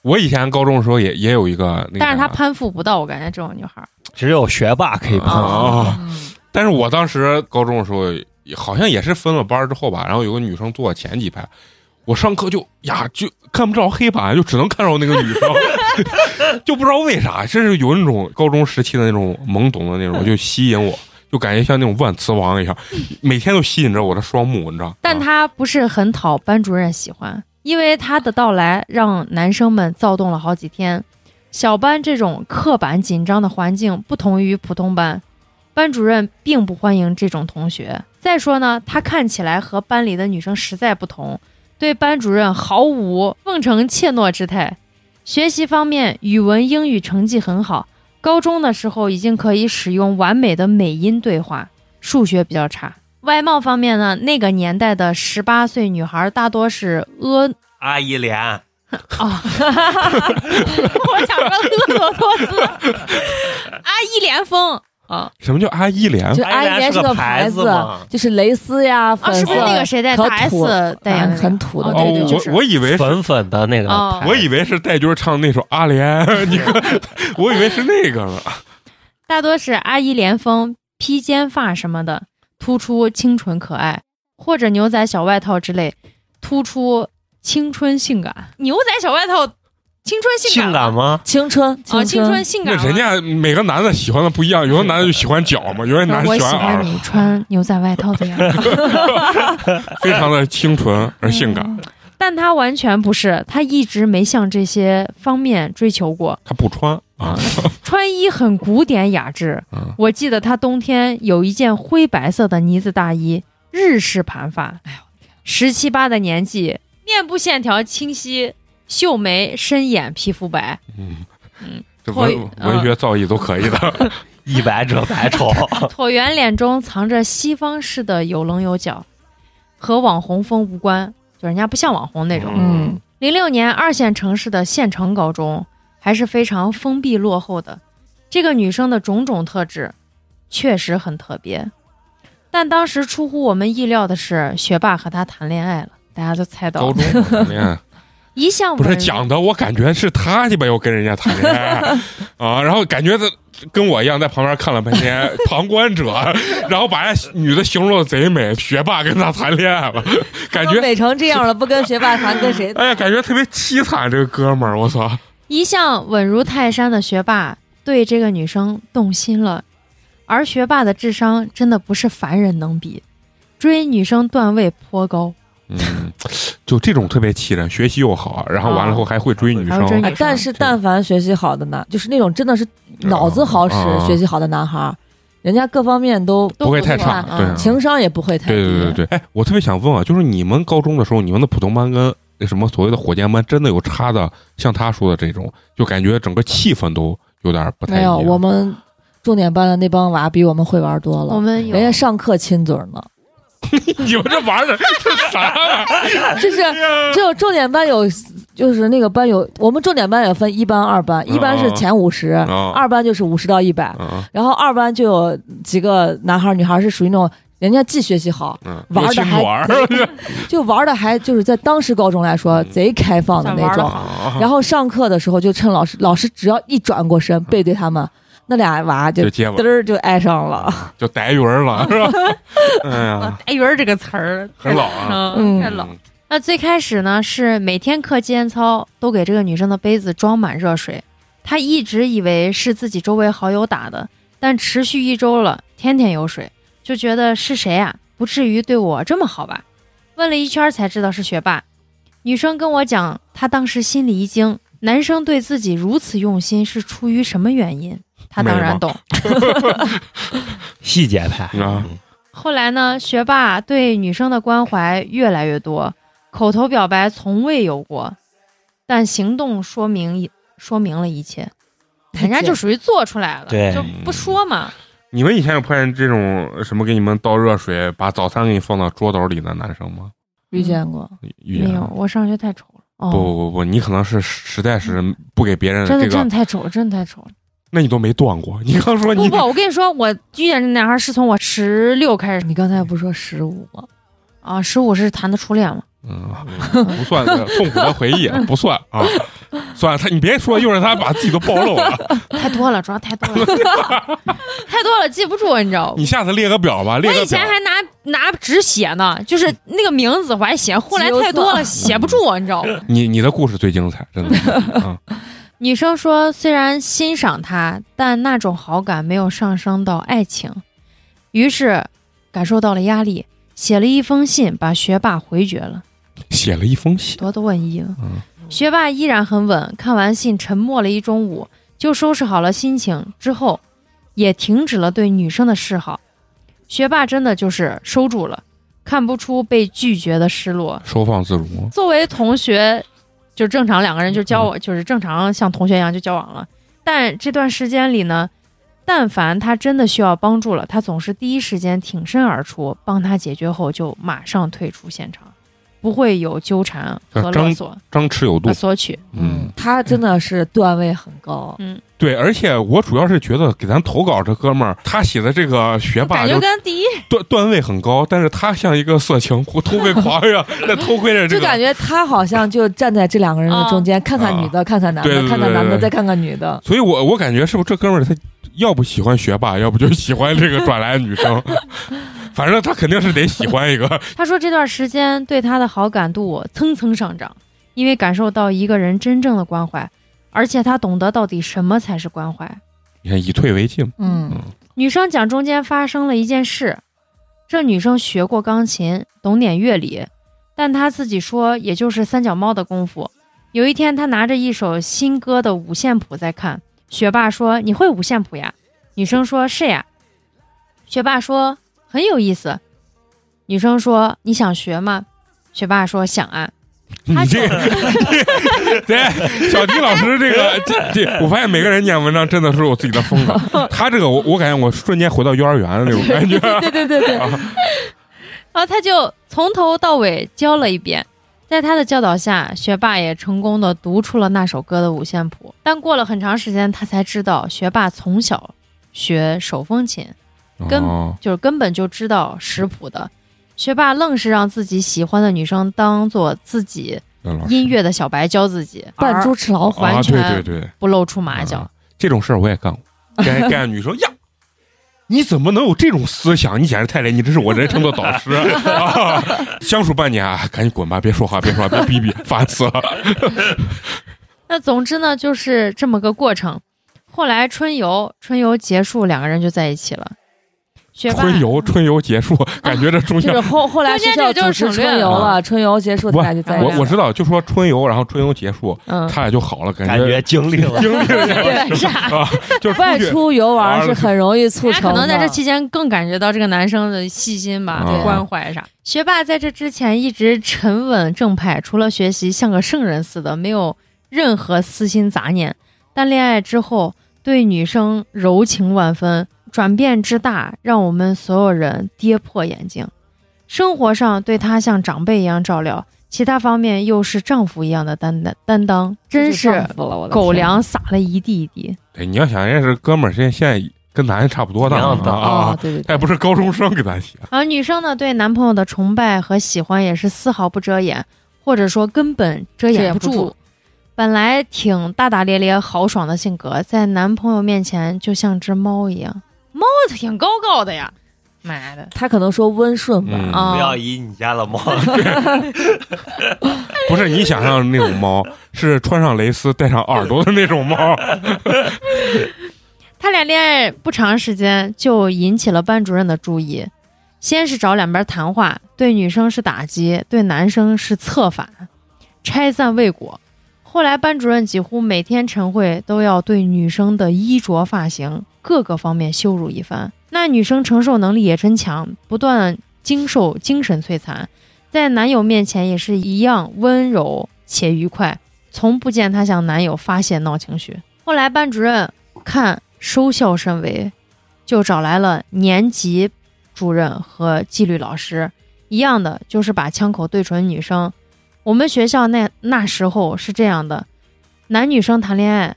我以前高中的时候也也有一个那个啥，但是她攀附不到，我感觉这种女孩儿。只有学霸可以啊碰。啊！嗯但是我当时高中的时候，好像也是分了班儿之后吧，然后有个女生坐我前几排，我上课就呀就看不着黑板，就只能看着那个女 生，就不知道为啥，真是有那种高中时期的那种懵懂的那种，就吸引嗯我，就感觉像那种万磁王一样，每天都吸引着我的双目，你知道？但啊他不是很讨班主任喜欢，因为他的到来让男生们躁动了好几天。小班这种刻板紧张的环境不同于普通班，班主任并不欢迎这种同学。再说呢，他看起来和班里的女生实在不同，对班主任毫无奉承怯懦之态。学习方面，语文、英语成绩很好，高中的时候已经可以使用完美的美音对话，数学比较差。外貌方面呢，那个年代的十八岁女孩大多是婀阿姨脸，哦，我想说婀娜多姿，阿一连峰啊什么叫阿姨脸？就阿阿姨姨莲莲是是个个牌牌子子嘛，就是蕾丝呀、啊，粉是色不是那个谁在可大土 S 代言啊的那个很土的哦哦，对对就我是我以为是粉粉的那个哦牌子。我以为是戴军唱那首《阿莲》，你看，我以为是那个呢。大多是阿姨连峰、披肩发什么的，突出清纯可爱，或者牛仔小外套之类，突出青春性感。牛仔小外套，青春性性感感吗？青春啊，青春 性那感了。人家每个男的喜欢的不一样，有的男的就喜欢脚嘛，有的男的我喜欢欢耳，你穿牛仔外套的样子，非常的清纯而性嗯感。但他完全不是，他一直没向这些方面追求过。他不穿啊，穿衣很古典雅致嗯。我记得他冬天有一件灰白色的呢子大衣，日式盘发。哎呦，十七八的年纪，面部线条清晰，秀眉深眼，皮肤 白。嗯嗯，这文会嗯文学造诣都可以的。 一白遮百丑，椭圆脸中藏着西方式的有棱有角，和网红风无关，就人家不像网红那种。嗯，零六年二线城市的县城高中还是非常封闭落后的。这个女生的种种特质确实很特别，但当时出乎我们意料的是，学霸和她谈恋爱了，大家都猜到高了。中 谈恋爱一向嗯不文是讲的，我感觉是他鸡巴要跟人家谈恋 爱啊，然后感觉他跟我一样在旁边看了半天，旁观者， 然后把人家女的形容的贼美，学霸跟他谈恋爱了，感觉美成这样了，不跟 学霸谈，跟谁？哎呀，感觉特别凄惨，这个哥们儿，我操！一向稳如泰山的学霸对这个女生动心了，而学霸的智商真的不是凡人能比，追女生段位颇高。嗯，就这种特别气人，学习又好，然后完哦了后还会追女还会追生女，哎，但是但凡学习好的男，就是那种真的是脑子好使、嗯嗯嗯学习好的男孩儿，人家各方面都都不会不太错差，嗯对啊，情商也不会太低。对对对对。哎，我特别想问啊，就是你们高中的时候，你们的普通班跟什么所谓的火箭班，真的有差的？像他说的这种，就感觉整个气氛都有点不太啊没一有，样。我们重点班的那帮娃比我们会玩多我了。们有人家上课亲嘴儿呢，你们这玩的是 啥玩意儿？就是哎只有重点班有，就是那个班有，我们重点班也分一班、二班，一班是前五十、嗯二班就是五十到一百、嗯然后二班就有几个男孩儿女孩儿是属于那种人家既学习好，嗯，玩尤的其还玩贼就玩的还就是在当时高中来说嗯贼开放的算那玩得种。好儿，然后上课的时候就趁老师老师只要一转过身背对他们，那俩娃就嗯就接嘚吻，儿就爱上了。就逮鱼儿了，是吧？ 哎 呀， “带鱼儿”这个词儿很老啊。嗯太老。那最开始呢，是每天课间操都给这个女生的杯子装满热水。她一直以为是自己周围好友打的，但持续一周了，天天有水，就觉得是谁啊？不至于对我这么好吧？问了一圈才知道是学霸。女生跟我讲，她当时心里一惊，男生对自己如此用心是出于什么原因？她当然美懂。细节派啊后来呢，学霸对女生的关怀越来越多，口头表白从未有过，但行动说明一说明了一切。嗯 人家就属于做出来了，对就不说嘛。你们以前有碰见这种什么给你们倒热水，把早餐给你放到桌斗里的男生吗？遇见过，遇见嗯没了有，我上学太丑了。不哦，不不不，你可能是实在是不给别人真的这真的个，太丑了，真的太丑了。那你都没断过。你刚说不你不，我跟你说，我遇见这男孩是从我十六开始你刚才不说十五吗？啊，十五是谈的初恋嘛。嗯，不算这痛苦的回忆，不算啊，算了他，你别说，一会儿他把自己都暴露了。太多了，主要太多 了，太多了，记不住，你知道吗你？下次列个表吧，列我个以前表。还拿拿纸写呢，就是那个名字我还写，后来太多了写不住，啊你知道吗？你你的故事最精彩，真的啊！ 女生说，虽然欣赏他，但那种好感没有上升到爱情，于是感受到了压力，写了一封信把学霸回绝了。写了一封信，多多文艺呢。嗯学霸依然很稳，看完信沉默了一中午，就收拾好了心情之后，也停止了对女生的示好。学霸真的就是收住了，看不出被拒绝的失落。收放自如。作为同学，就正常两个人就交往，就是正常像同学一样就交往了。但这段时间里呢，但凡他真的需要帮助了，他总是第一时间挺身而出，帮他解决后就马上退出现场，不会有纠缠和呃张勒索、张弛有度和，索取。嗯，他真的是段位很高，对，而且我主要是觉得给咱投稿这哥们儿，他写的这个学霸感觉就跟第一段段位很高，但是他像一个色情偷窥狂一样，在偷窥 着这就个啊感觉他好像就站在这两个人的中间，看看女的，看看男对对的，对看看男对的，对再看看女的。所以我我感觉是不是这哥们儿他要不喜欢学霸，要不就喜欢这个转来的女 生，反正他肯定是得喜欢一个。他说这段时间对他的好感度蹭蹭上涨，因为感受到一个人真正的关怀，而且他懂得到底什么才是关怀。你看，以退为进，嗯，女生讲中间发生了一件事，这女生学过钢琴，懂点乐理，但她自己说也就是三脚猫的功夫。有一天，她拿着一首新歌的五线谱在看，学霸说：“你会五线谱呀？”女生说：“是呀。”学霸说：“很有意思。”女生说：“你想学吗？”学霸说：“想啊。”你他这个， 对小迪老师这个，这这，我发现每个人念文章真的是有自己的风 格。他这个我，我感觉我瞬间回到幼儿园的那种感觉。对对对对。然后他就从头到尾教了一遍，在他的教导下，学霸也成功的读出了那首歌的五线谱。但过了很长时间，他才知道学霸从小学手风琴，跟哦就是根本就知道识谱的。学霸愣是让自己喜欢的女生当做自己那老师音乐的小白教自己，扮猪而吃 老虎，完啊，全对对对，不露出马脚。啊这种事儿我也干过，干干女生呀。你怎么能有这种思想？你简直太雷！你这是我人生的导师。啊、相处半年啊，赶紧滚吧！别说话，别说话，别逼逼，烦死了。那总之呢，就是这么个过程。后来春游，春游结束，两个人就在一起了。学霸春游，春游结束，感觉这中就 间、是后后来中间学校这就组是织省略春游了了，春游结束啊不大家就在一我起我了。知道，就说春游，然后春游结束，嗯，他俩就好了，感感觉觉经历 了，经历了一下对，傻。啊，就是外出去出游啊玩是很容易促大家成的，可能在这期间更感觉到这个男生的细心吧、啊关怀啥。学霸在这之前一直沉稳正派，除了学习像个圣人似的，没有任何私心杂念。但恋爱之后，对女生柔情万分，转变之大，让我们所有人跌破眼镜。生活上对她像长辈一样照料，其他方面又是丈夫一样的担担担当，真这就丈是夫了我的狗天粮撒了一地一地。对，哎你要想人家是哥们儿，人家现在跟咱也差不多大一样大啊啊，，对对他也对，不是高中生给咱啊写，而女生呢，对男朋友的崇拜和喜欢也是丝毫不遮掩，或者说根本遮遮掩掩不不住。住本来挺大大咧咧、豪爽的性格，在男朋友面前就像只猫一样，猫挺高高的呀，妈的他可能说温顺吧，嗯啊！不要以你家的猫，不是你想象的那种猫，是穿上蕾丝、带上耳朵的那种猫。他俩恋爱不长时间就引起了班主任的注意，先是找两边谈话，对女生是打击，对男生是策反，拆散未果。后来班主任几乎每天晨会都要对女生的衣着、发型各个方面羞辱一番。那女生承受能力也真强，不断经受精神摧残，在男友面前也是一样温柔且愉快，从不见她向男友发泄闹情绪。后来班主任看收效甚微，就找来了年级主任和纪律老师，一样的就是把枪口对准女生。我们学校那那时候是这样的，男女生谈恋爱，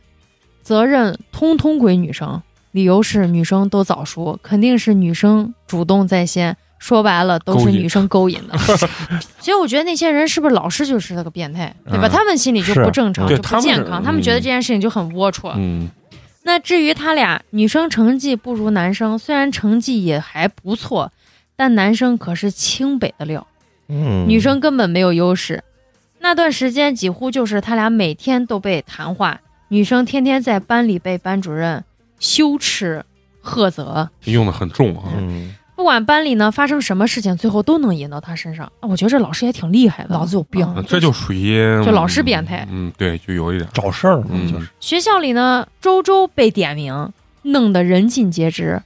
责任通通归女生，理由是女生都早熟，肯定是女生主动在先。说白了，都勾是引女生勾引 的，所以我觉得那些人是不是老师就是那个变态，对吧？嗯他们心里就不是正常，对就他不们健是康，他们觉得嗯这件事情就很龌龊。嗯，那至于他俩，女生成绩不如男生，虽然成绩也还不错，但男生可是清北的料，嗯，女生根本没有优势。那段时间几乎就是他俩每天都被谈话，女生天天在班里被班主任羞耻、呵责。用的很重啊。嗯，不不管班里呢发生什么事情，最后都能引到他身上。啊我觉得这老师也挺厉害的，脑子有病嗯这就属于就老师变态嗯，对，就有一点。找事儿嘛，嗯就是学校里呢，周周被点名，弄得人尽皆知。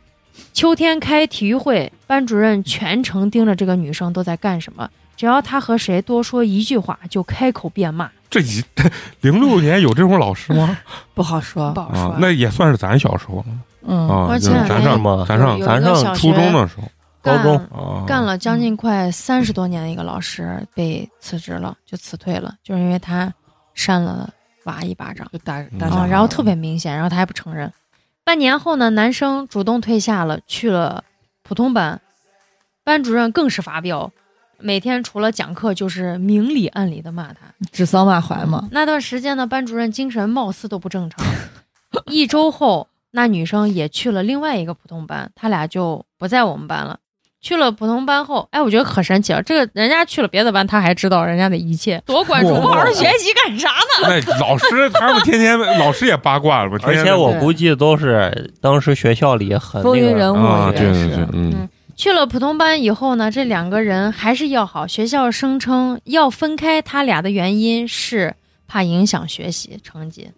秋天开体育会，班主任全程盯着这个女生都在干什么，只要她和谁多说一句话，就开口便骂，这一 零六年有这种老师吗？不好说不。好说。啊，那也算是咱小时候了嗯，啊，而就且是还咱什上么咱上有咱一个上小初学中的时候高中干啊，干了将近快三十多年的一个老师被辞职了，就辞退了，就是因为他扇了娃一巴掌。就打打嗯哦小啊，孩然后特别明显，然后他还不承认。半年后呢，男生主动退下了，去了普通班，班主任更是发飙，每天除了讲课就是明里暗里的骂他。指桑骂槐嘛。那段时间呢，班主任精神貌似都不正 常。一周后，那女生也去了另外一个普通班，他俩就不在我们班了。去了普通班后，哎，我觉得可神奇了，这个人家去了别的班，他还知道人家的一切，多关注，哇不好好学习干啥呢？那老师他们天天老师也八卦了吧？ 而天且天我对估计都是当时学校里很风那云个人物啊，应对该对对是，，嗯，去了普通班以后呢，这两个人还是要好。学校声称要分开他俩的原因是怕影响学习成绩，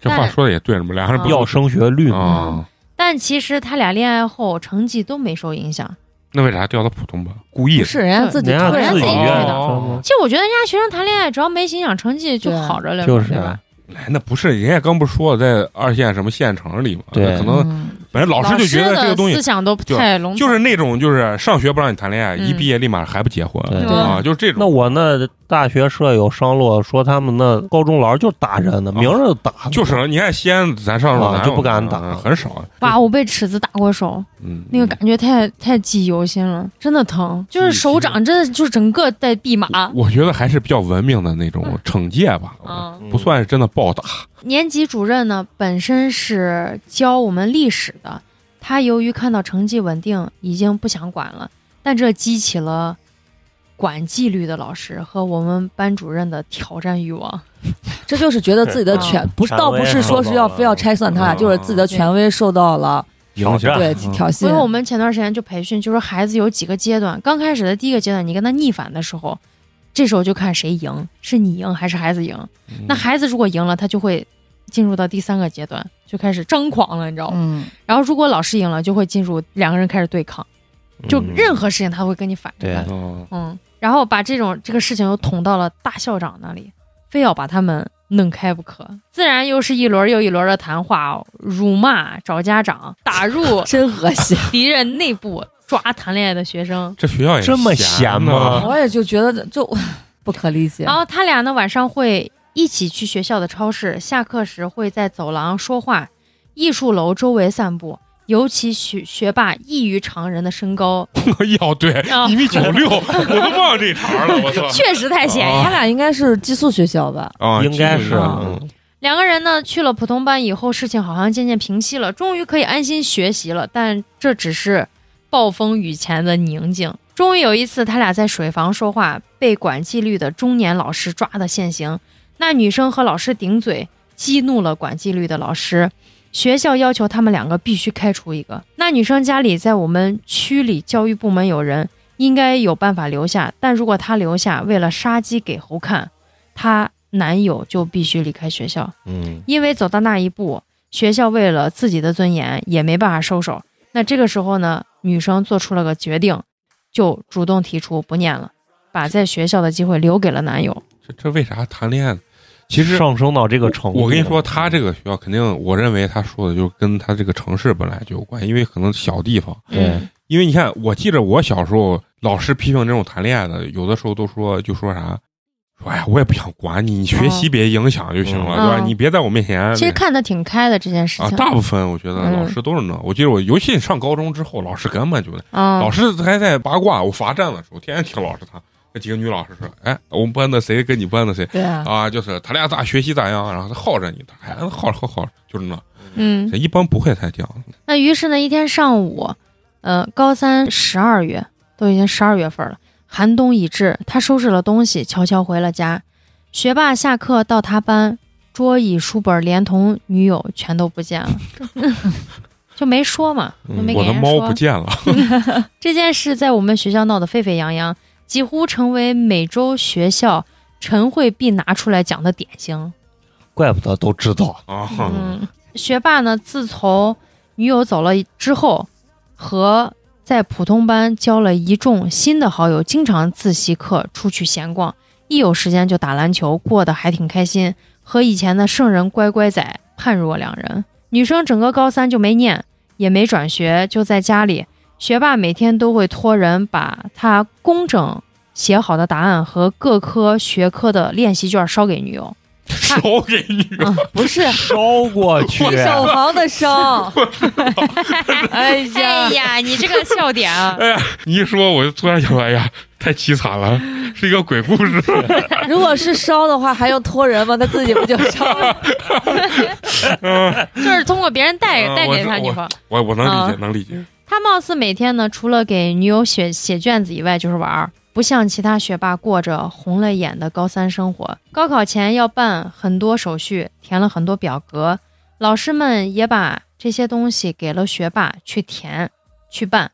这话说的也对，我们俩人不要升学率嘛，啊，但其实他俩恋爱后成绩都没受影响。那为啥调到普通班？故意不是人家自己人家突然自己哦愿意的哦其实我觉得人家学生谈恋爱只要没影响成绩就对好着了嘛，就是对啊吧？哎，那不是人家刚不是说在二线什么县城里嘛？对那可能嗯本来老师就觉得这个东老师的思西想都不太笼统，就是那种就是上学不让你谈恋爱，嗯一毕业立马还不结婚对啊，就是这那种，我那大学舍友商洛说他们那高中老师就打人的，啊明着哦就打，就是了你看西安咱上啊了咱就不敢打很少，哇，我被尺子打过手，嗯，那个感觉太太记忆犹新了，真的疼，就是手掌真的就是整个在蓖麻。我觉得还是比较文明的那种惩戒吧，嗯，不算是真的暴打。年级主任呢，本身是教我们历史的，他由于看到成绩稳定，已经不想管了，但这激起了管纪律的老师和我们班主任的挑战欲望。这就是觉得自己的权不是，权威啊倒不是说是要非要拆散他俩，嗯就是自己的权威受到了挑战对嗯挑所以我衅，们前段时间就培训，就说孩子有几个阶段，刚开始的第一个阶段，你跟他逆反的时候，这时候就看谁赢，是你赢还是孩子赢。嗯那孩子如果赢了，他就会进入到第三个阶段，就开始张狂了，你知道吗？嗯，然后如果老师赢了，就会进入两个人开始对抗，嗯就任何事情他会跟你反着对干，嗯嗯，然后把这种这个事情又捅到了大校长那里，非要把他们弄开不可。自然又是一轮又一轮的谈话、辱骂、找家长、打入真和谐。敌人内部、抓谈恋爱的 学生。这学校也这么闲闲吗呢？我也就觉得就不可理解然，后他俩呢晚上会一起去学校的超市，下课时会在走廊说话，艺术楼周围散步。尤其学学霸异于常人的身高， 要对啊一米九六，我都忘这茬了， 我操！确实太显眼他俩应该是寄宿学校吧？啊，应该这是个嗯两个人呢去了普通班以后，事情好像渐渐平息了，终于可以安心学习了。但这只是暴风雨前的宁静。终于有一次，他俩在水房说话，被管纪律的中年老师抓的现行。那女生和老师顶嘴，激怒了管纪律的老师。学校要求他们两个必须开除一个。那女生家里在我们区里教育部门有人，应该有办法留下。但如果她留下，为了杀鸡给猴看，她男友就必须离开学校。嗯，因为走到那一步，学校为了自己的尊严也没办法收手。那这个时候呢，女生做出了个决定，就主动提出不念了，把在学校的机会留给了男友。这这为啥谈恋爱呢？其实上升到这个程度，我跟你说，他这个学校肯定，我认为他说的就跟他这个城市本来就有关，因为可能小地方。嗯对因为你看，我记着我小时候老师批评这种谈恋爱的，有的时候都说就说啥，说哎呀，我也不想管你，你学习别影响就行了，哎嗯对吧？嗯你别在我面前。其实看得挺开的这件事啊，情，大部分我觉得嗯老师都是那。我记得我，尤其上高中之后，老师根本就嗯，老师还在八卦，我罚站的时候，天天听老师谈。那几个女老师说：“哎，我们班的谁跟你班的谁对啊，啊？就是他俩咋学习咋样？啊然后他耗着你，他还耗着耗着耗着，就是那。嗯，这一般不会太这样。那于是呢，一天上午，呃，高三十二月都已经十二月份了，寒冬已至，他收拾了东西，悄悄回了家。学霸下课到他班，桌椅、书本连同女友全都不见了，就没说嘛，就没嗯给我的人猫说不。见了，这件事在我们学校闹得沸沸扬扬，几乎成为每周学校晨会必拿出来讲的典型。怪不得都知道。啊，嗯，学霸呢，自从女友走了之后，和在普通班交了一众新的好友，经常自习课出去闲逛，一有时间就打篮球，过得还挺开心，和以前的圣人乖乖仔判若两人。女生整个高三就没念，也没转学，就在家里。学霸每天都会托人把他工整写好的答案和各科学科的练习卷捎给女友。 烧给你，不是烧过去，啊手房 的烧， 哎呀，呀，你这个笑点啊！哎呀，你一说我就突然想到，哎呀，太凄惨了，是一个鬼故事， 如果是烧的话，还用托人吗？他自己不就烧了？ 就是通过别人带嗯带给我他知女朋友。我我能理啊解，能理解，他貌似每天呢，除了给女友写写卷子以外，就是玩儿，不像其他学霸过着红了眼的高三生活。高考前要办很多手续，填了很多表格，老师们也把这些东西给了学霸去填去办。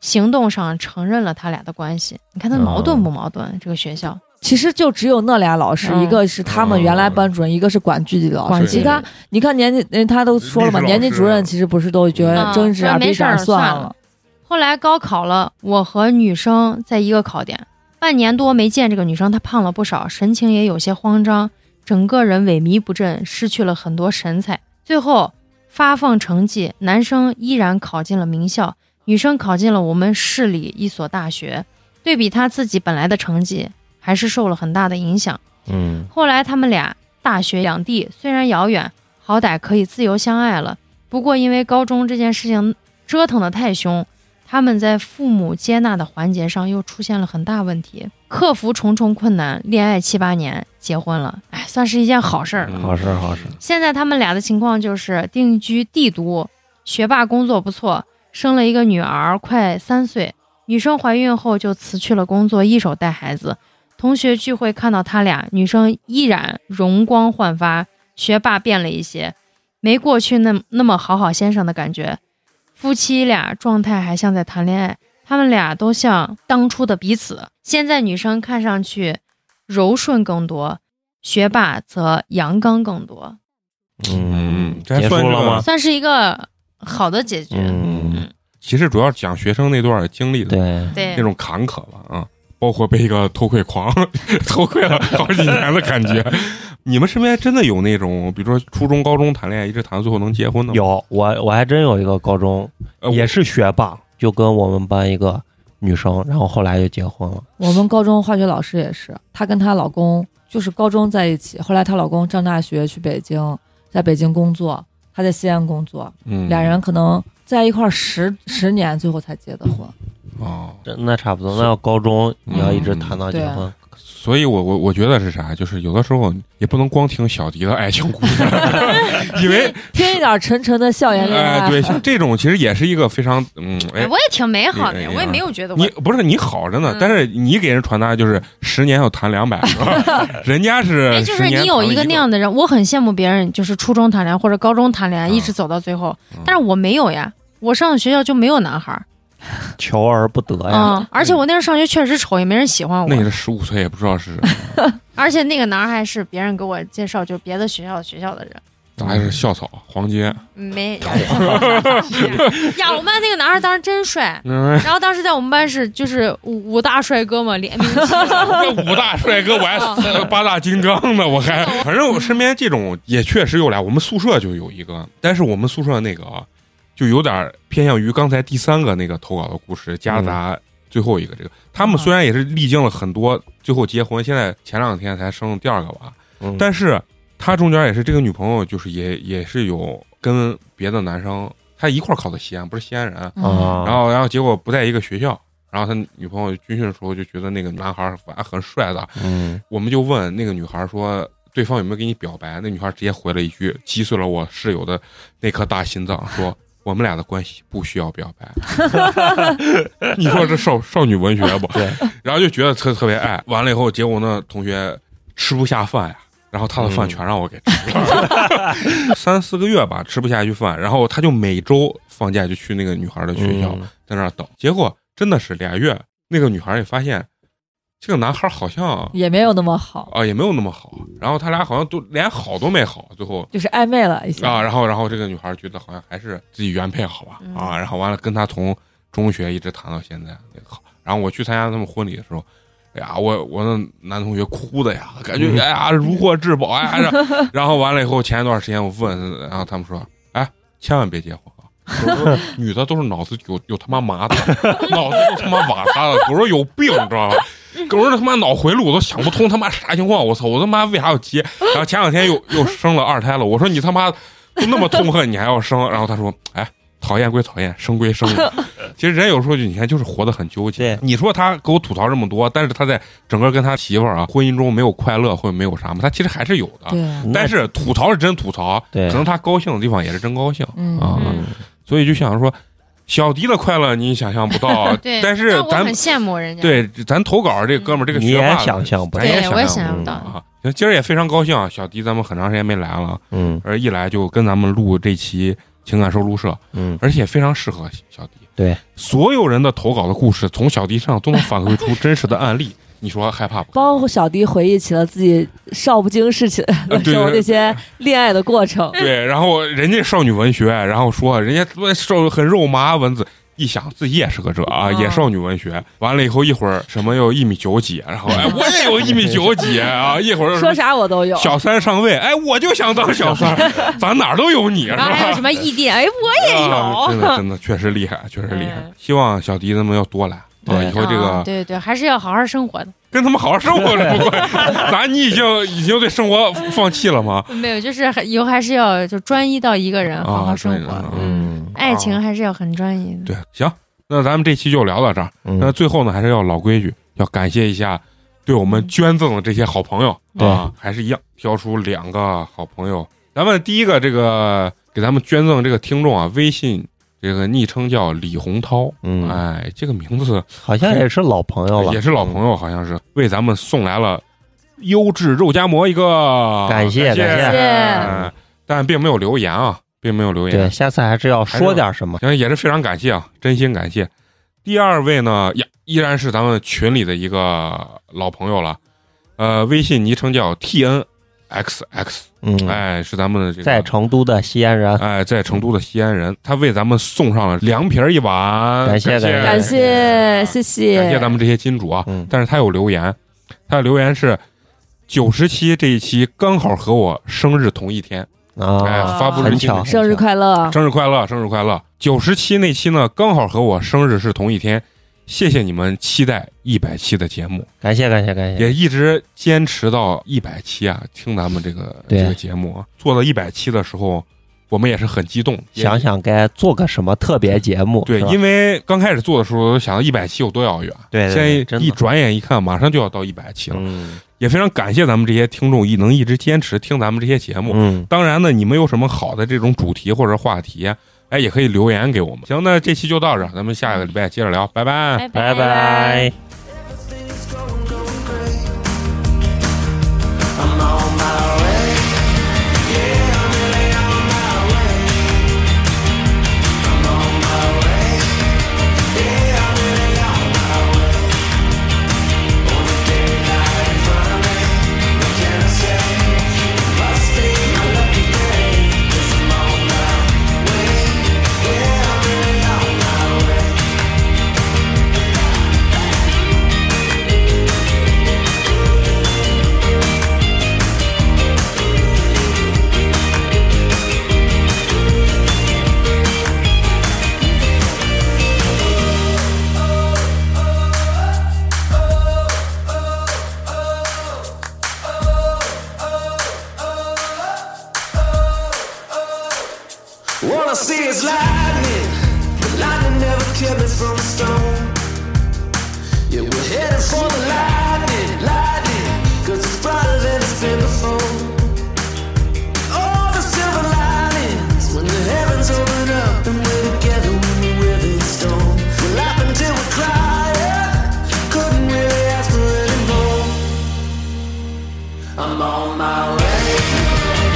行动上承认了他俩的关系，你哦看他矛盾不矛盾？这个学校其实就只有那俩老师，嗯一个是他们原哦来班主任，一个是管剧的老管师。剧其他你看年级，人他都说了嘛，历史老师啊年级主任其实不是都觉得嗯争执啊、说没闭事上儿算算了了。后来高考了，我和女生在一个考点，半年多没见这个女生，她胖了不少，神情也有些慌张，整个人萎靡不振，失去了很多神采。最后发放成绩，男生依然考进了名校，女生考进了我们市里一所大学。对比她自己本来的成绩，还是受了很大的影响。嗯，后来他们俩大学两地，虽然遥远，好歹可以自由相爱了。不过因为高中这件事情折腾的太凶，他们在父母接纳的环节上又出现了很大问题，克服重重困难，恋爱七八年，结婚了，哎，算是一件好事儿了。好事好事，现在他们俩的情况就是定居帝都，学霸工作不错，生了一个女儿，快三岁。女生怀孕后就辞去了工作，一手带孩子。同学聚会看到他俩，女生依然容光焕发，学霸变了一些，没过去那那么好好先生的感觉。夫妻俩状态还像在谈恋爱，他们俩都像当初的彼此。现在女生看上去柔顺更多，学霸则阳刚更多。嗯嗯，这还结束算是了吗？ 算是一个好的解决。嗯，其实主要讲学生那段经历的对，对那，种坎坷吧啊，包括被一个偷窥狂 偷窥了好几年的感觉。你们身边真的有那种，比如说初中、高中谈恋爱一直谈到最后能结婚的吗？有我我还真有一个高中呃，也是学霸，就跟我们班一个女生，然后后来就结婚了。我们高中化学老师也是，她跟她老公就是高中在一起，后来她老公上大学去北京，在北京工作，她在西安工作，嗯，俩人可能在一块儿十十年，最后才结的婚。哦，这那差不多，那要高中你要一直谈到对结啊嗯婚，所以我我我觉得是啥，就是有的时候也不能光听小迪的爱情故 事，因为听一点沉沉的校园恋哎、爱，对像这种其实也是一个非常嗯哎哎。我也挺美哎好的哎，我也没有觉得我你不是你好着呢，嗯但是你给人传达就是十年要谈 两百，是吧人家是哎，就10是呃年你有谈了一一个那样的人，我很羡慕别人，就是初中谈恋爱或者高中谈恋爱，嗯一直走到最后嗯，但是我没有呀。我上的学校就没有男孩儿，求而不得呀。嗯，而且我那时候上学确实丑，也没人喜欢哎那你我，是十五岁也不知道是而且那个男孩还是别人给我介绍，就是别的学校的学校的人，咋还是校草黄金， 没 呀，我们班那个男孩当时真帅，嗯，然后当时在我们班是就是五五大帅哥嘛，连名齐 扬，，那五大帅哥，我还死了八大金刚呢，我还反正我身边这种也确实有俩，我们宿舍就有一个，但是我们宿舍那个啊，就有点偏向于刚才第三个那个投稿的故事夹杂最后一个这个，他们虽然也是历经了很多，最后结婚，现在前两天才生第二个娃，嗯但是他中间也是这个女朋友，就是也也是有跟别的男生，他一块儿考的西安，不是西安人，嗯啊，然后然后结果不在一个学校。然后他女朋友军训的时候就觉得那个男孩儿反正很帅的，嗯，我们就问那个女孩说，对方有没有给你表白？那女孩直接回了一句，击碎了我室友的那颗大心脏，说我们俩的关系不需要表白。 你说这少少女文学不？对，然后就觉得特特别爱，完了以后，结果呢，同学吃不下饭呀，然后他的饭全让我给吃了， 三四个月吧，吃不下去饭，然后他就每周放假就去那个女孩的学校，嗯在那儿等，结果真的是俩月，那个女孩也发现这个男孩好像啊、也没有那么好，也没有那么好，啊然后他俩好像都连好都没好，最后就是暧昧了一下。啊，然后然后这个女孩觉得好像还是自己原配好吧、嗯啊，然后完了跟他从中学一直谈到现在那个好，然后我去参加他们婚礼的时候。哎呀，我我那男同学哭的呀，感觉嗯哎呀如获至宝哎呀，然然后完了以后，前一段时间我问，然后他们说，哎，千万别结婚啊，我说女的都是脑子有有他妈麻的， 脑子都他妈瓦塌了，我说有病你知道吧？狗日的他妈脑回路我都想不通，他妈啥情况？我操！我他妈为啥要急？然后前两天又 又生了二胎了，我说你他妈 都那么痛恨，你还要生？然后他说，哎。讨厌归讨厌，生归生。其实人有时候就你看，就是活得很纠结对。你说他给我吐槽这么多，但是他在整个跟他媳妇儿啊婚姻中没有快乐或者没有啥嘛，他其实还是有的。对，但是吐槽是真吐槽，对可能他高兴的地方也是真高兴嗯啊。嗯所以就想说，小迪的快乐你想象不到啊 对，但是我咱很羡慕人家，对，咱投稿这哥们儿这个学你也霸，想象不到咱，也对，我也想象象不不到到。 啊。行，今儿也非常高兴啊，小迪咱们很长时间没来了，啊嗯而一来就跟咱们录这期情感收录社，嗯，而且非常适合小迪。对，所有人的投稿的故事，从小迪身上都能反馈出真实的案例，你说害怕不？帮小迪回忆起了自己少不经事起的时候啊对对对那些恋爱的过 程。对，然后人家少女文学，然后说人家他妈少很肉麻文字。一想自己也是个这啊，嗯也少女文学。完了以后，一会儿什么又一米九几，然 后哎，我也有一米九几啊，一会儿又什么说啥我都有，小三上位，哎，我就想当小 三儿，咱哪儿都有你，是然后还有吧什？么异地？哎，我也啊有。真的真的确实厉害，确实厉害嗯。希望小迪他们要多来啊，对以后这啊个对对，还是要好好生活的。跟他们好好生活是不会。 咱你已经已经对生活放弃了吗？没有，就是还以后还是要就专一到一个人，好啊，好生对活。的嗯，嗯爱情还是要很专一的。对，行，那咱们这期就聊到这儿。那嗯，最后呢，还是要老规矩，要感谢一下对我们捐赠的这些好朋友嗯啊，还是一样挑出两个好朋友。咱们第一个这个给咱们捐赠这个听众啊，微信这个昵称叫李洪涛，嗯哎，这个名字好像也是老朋友了，嗯也是老朋友，好像是为咱们送来了优质肉夹馍一个，感谢感感谢哎但并没有留言啊，并没有留言对，，下次还是要说点什么。行，也是非常感谢啊，真心感谢。第二位呢，呀，依然是咱们群里的一个老朋友了，呃，微信昵称叫 T N X X，嗯，哎，是咱们的这个在成都的西安人，哎在成都的西安人，他为咱们送上了凉皮儿一碗，感谢感感谢谢谢谢，哎感谢咱们这些金主啊。嗯但是他有留言，他的留言是九十期这一期刚好和我生日同一天，哎啊，，发布日很期那巧天生日快啊乐，生日快乐，生日快乐！九十期那期呢，刚好和我生日是同一天，谢谢你们期待一百期的节目，感谢感谢感谢，也一直坚持到一百期啊，听咱们这个对这个节目啊，做到一百期的时候，我们也是很激动，也想想该做个什么特别节目，对是，吧因为刚开始做的时候，想到一百期有多遥远，对对对现在真的一转眼一看，马上就要到一百期了，嗯也非常感谢咱们这些听众一能一直坚持听咱们这些节目，嗯，当然呢，你们有什么好的这种主题或者话题，哎，也可以留言给我们。行，那这期就到这儿，咱们下个礼拜接着聊，拜拜。拜拜。 Everything's going, going great. I'm on my way. Yeah, I'm really on my way. I'm on my way. Yeah, I'm really on my way. Only day that in front of me. What can I say? It must be my lucky day. i I'm on my way. Yeah, I'm really on my way. All I see is lightning. The lightning never kept me from a stone. Yeah, we're headed for the lightning, lightning. Cause it's brighter than it's been before. All the silver linings. When the heavens open up and we're together when we're with storm. We laugh until we cry. yeah. Couldn't really ask for any more. I'm on my way.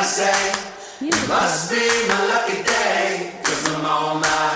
Must be my lucky day, cause I'm on my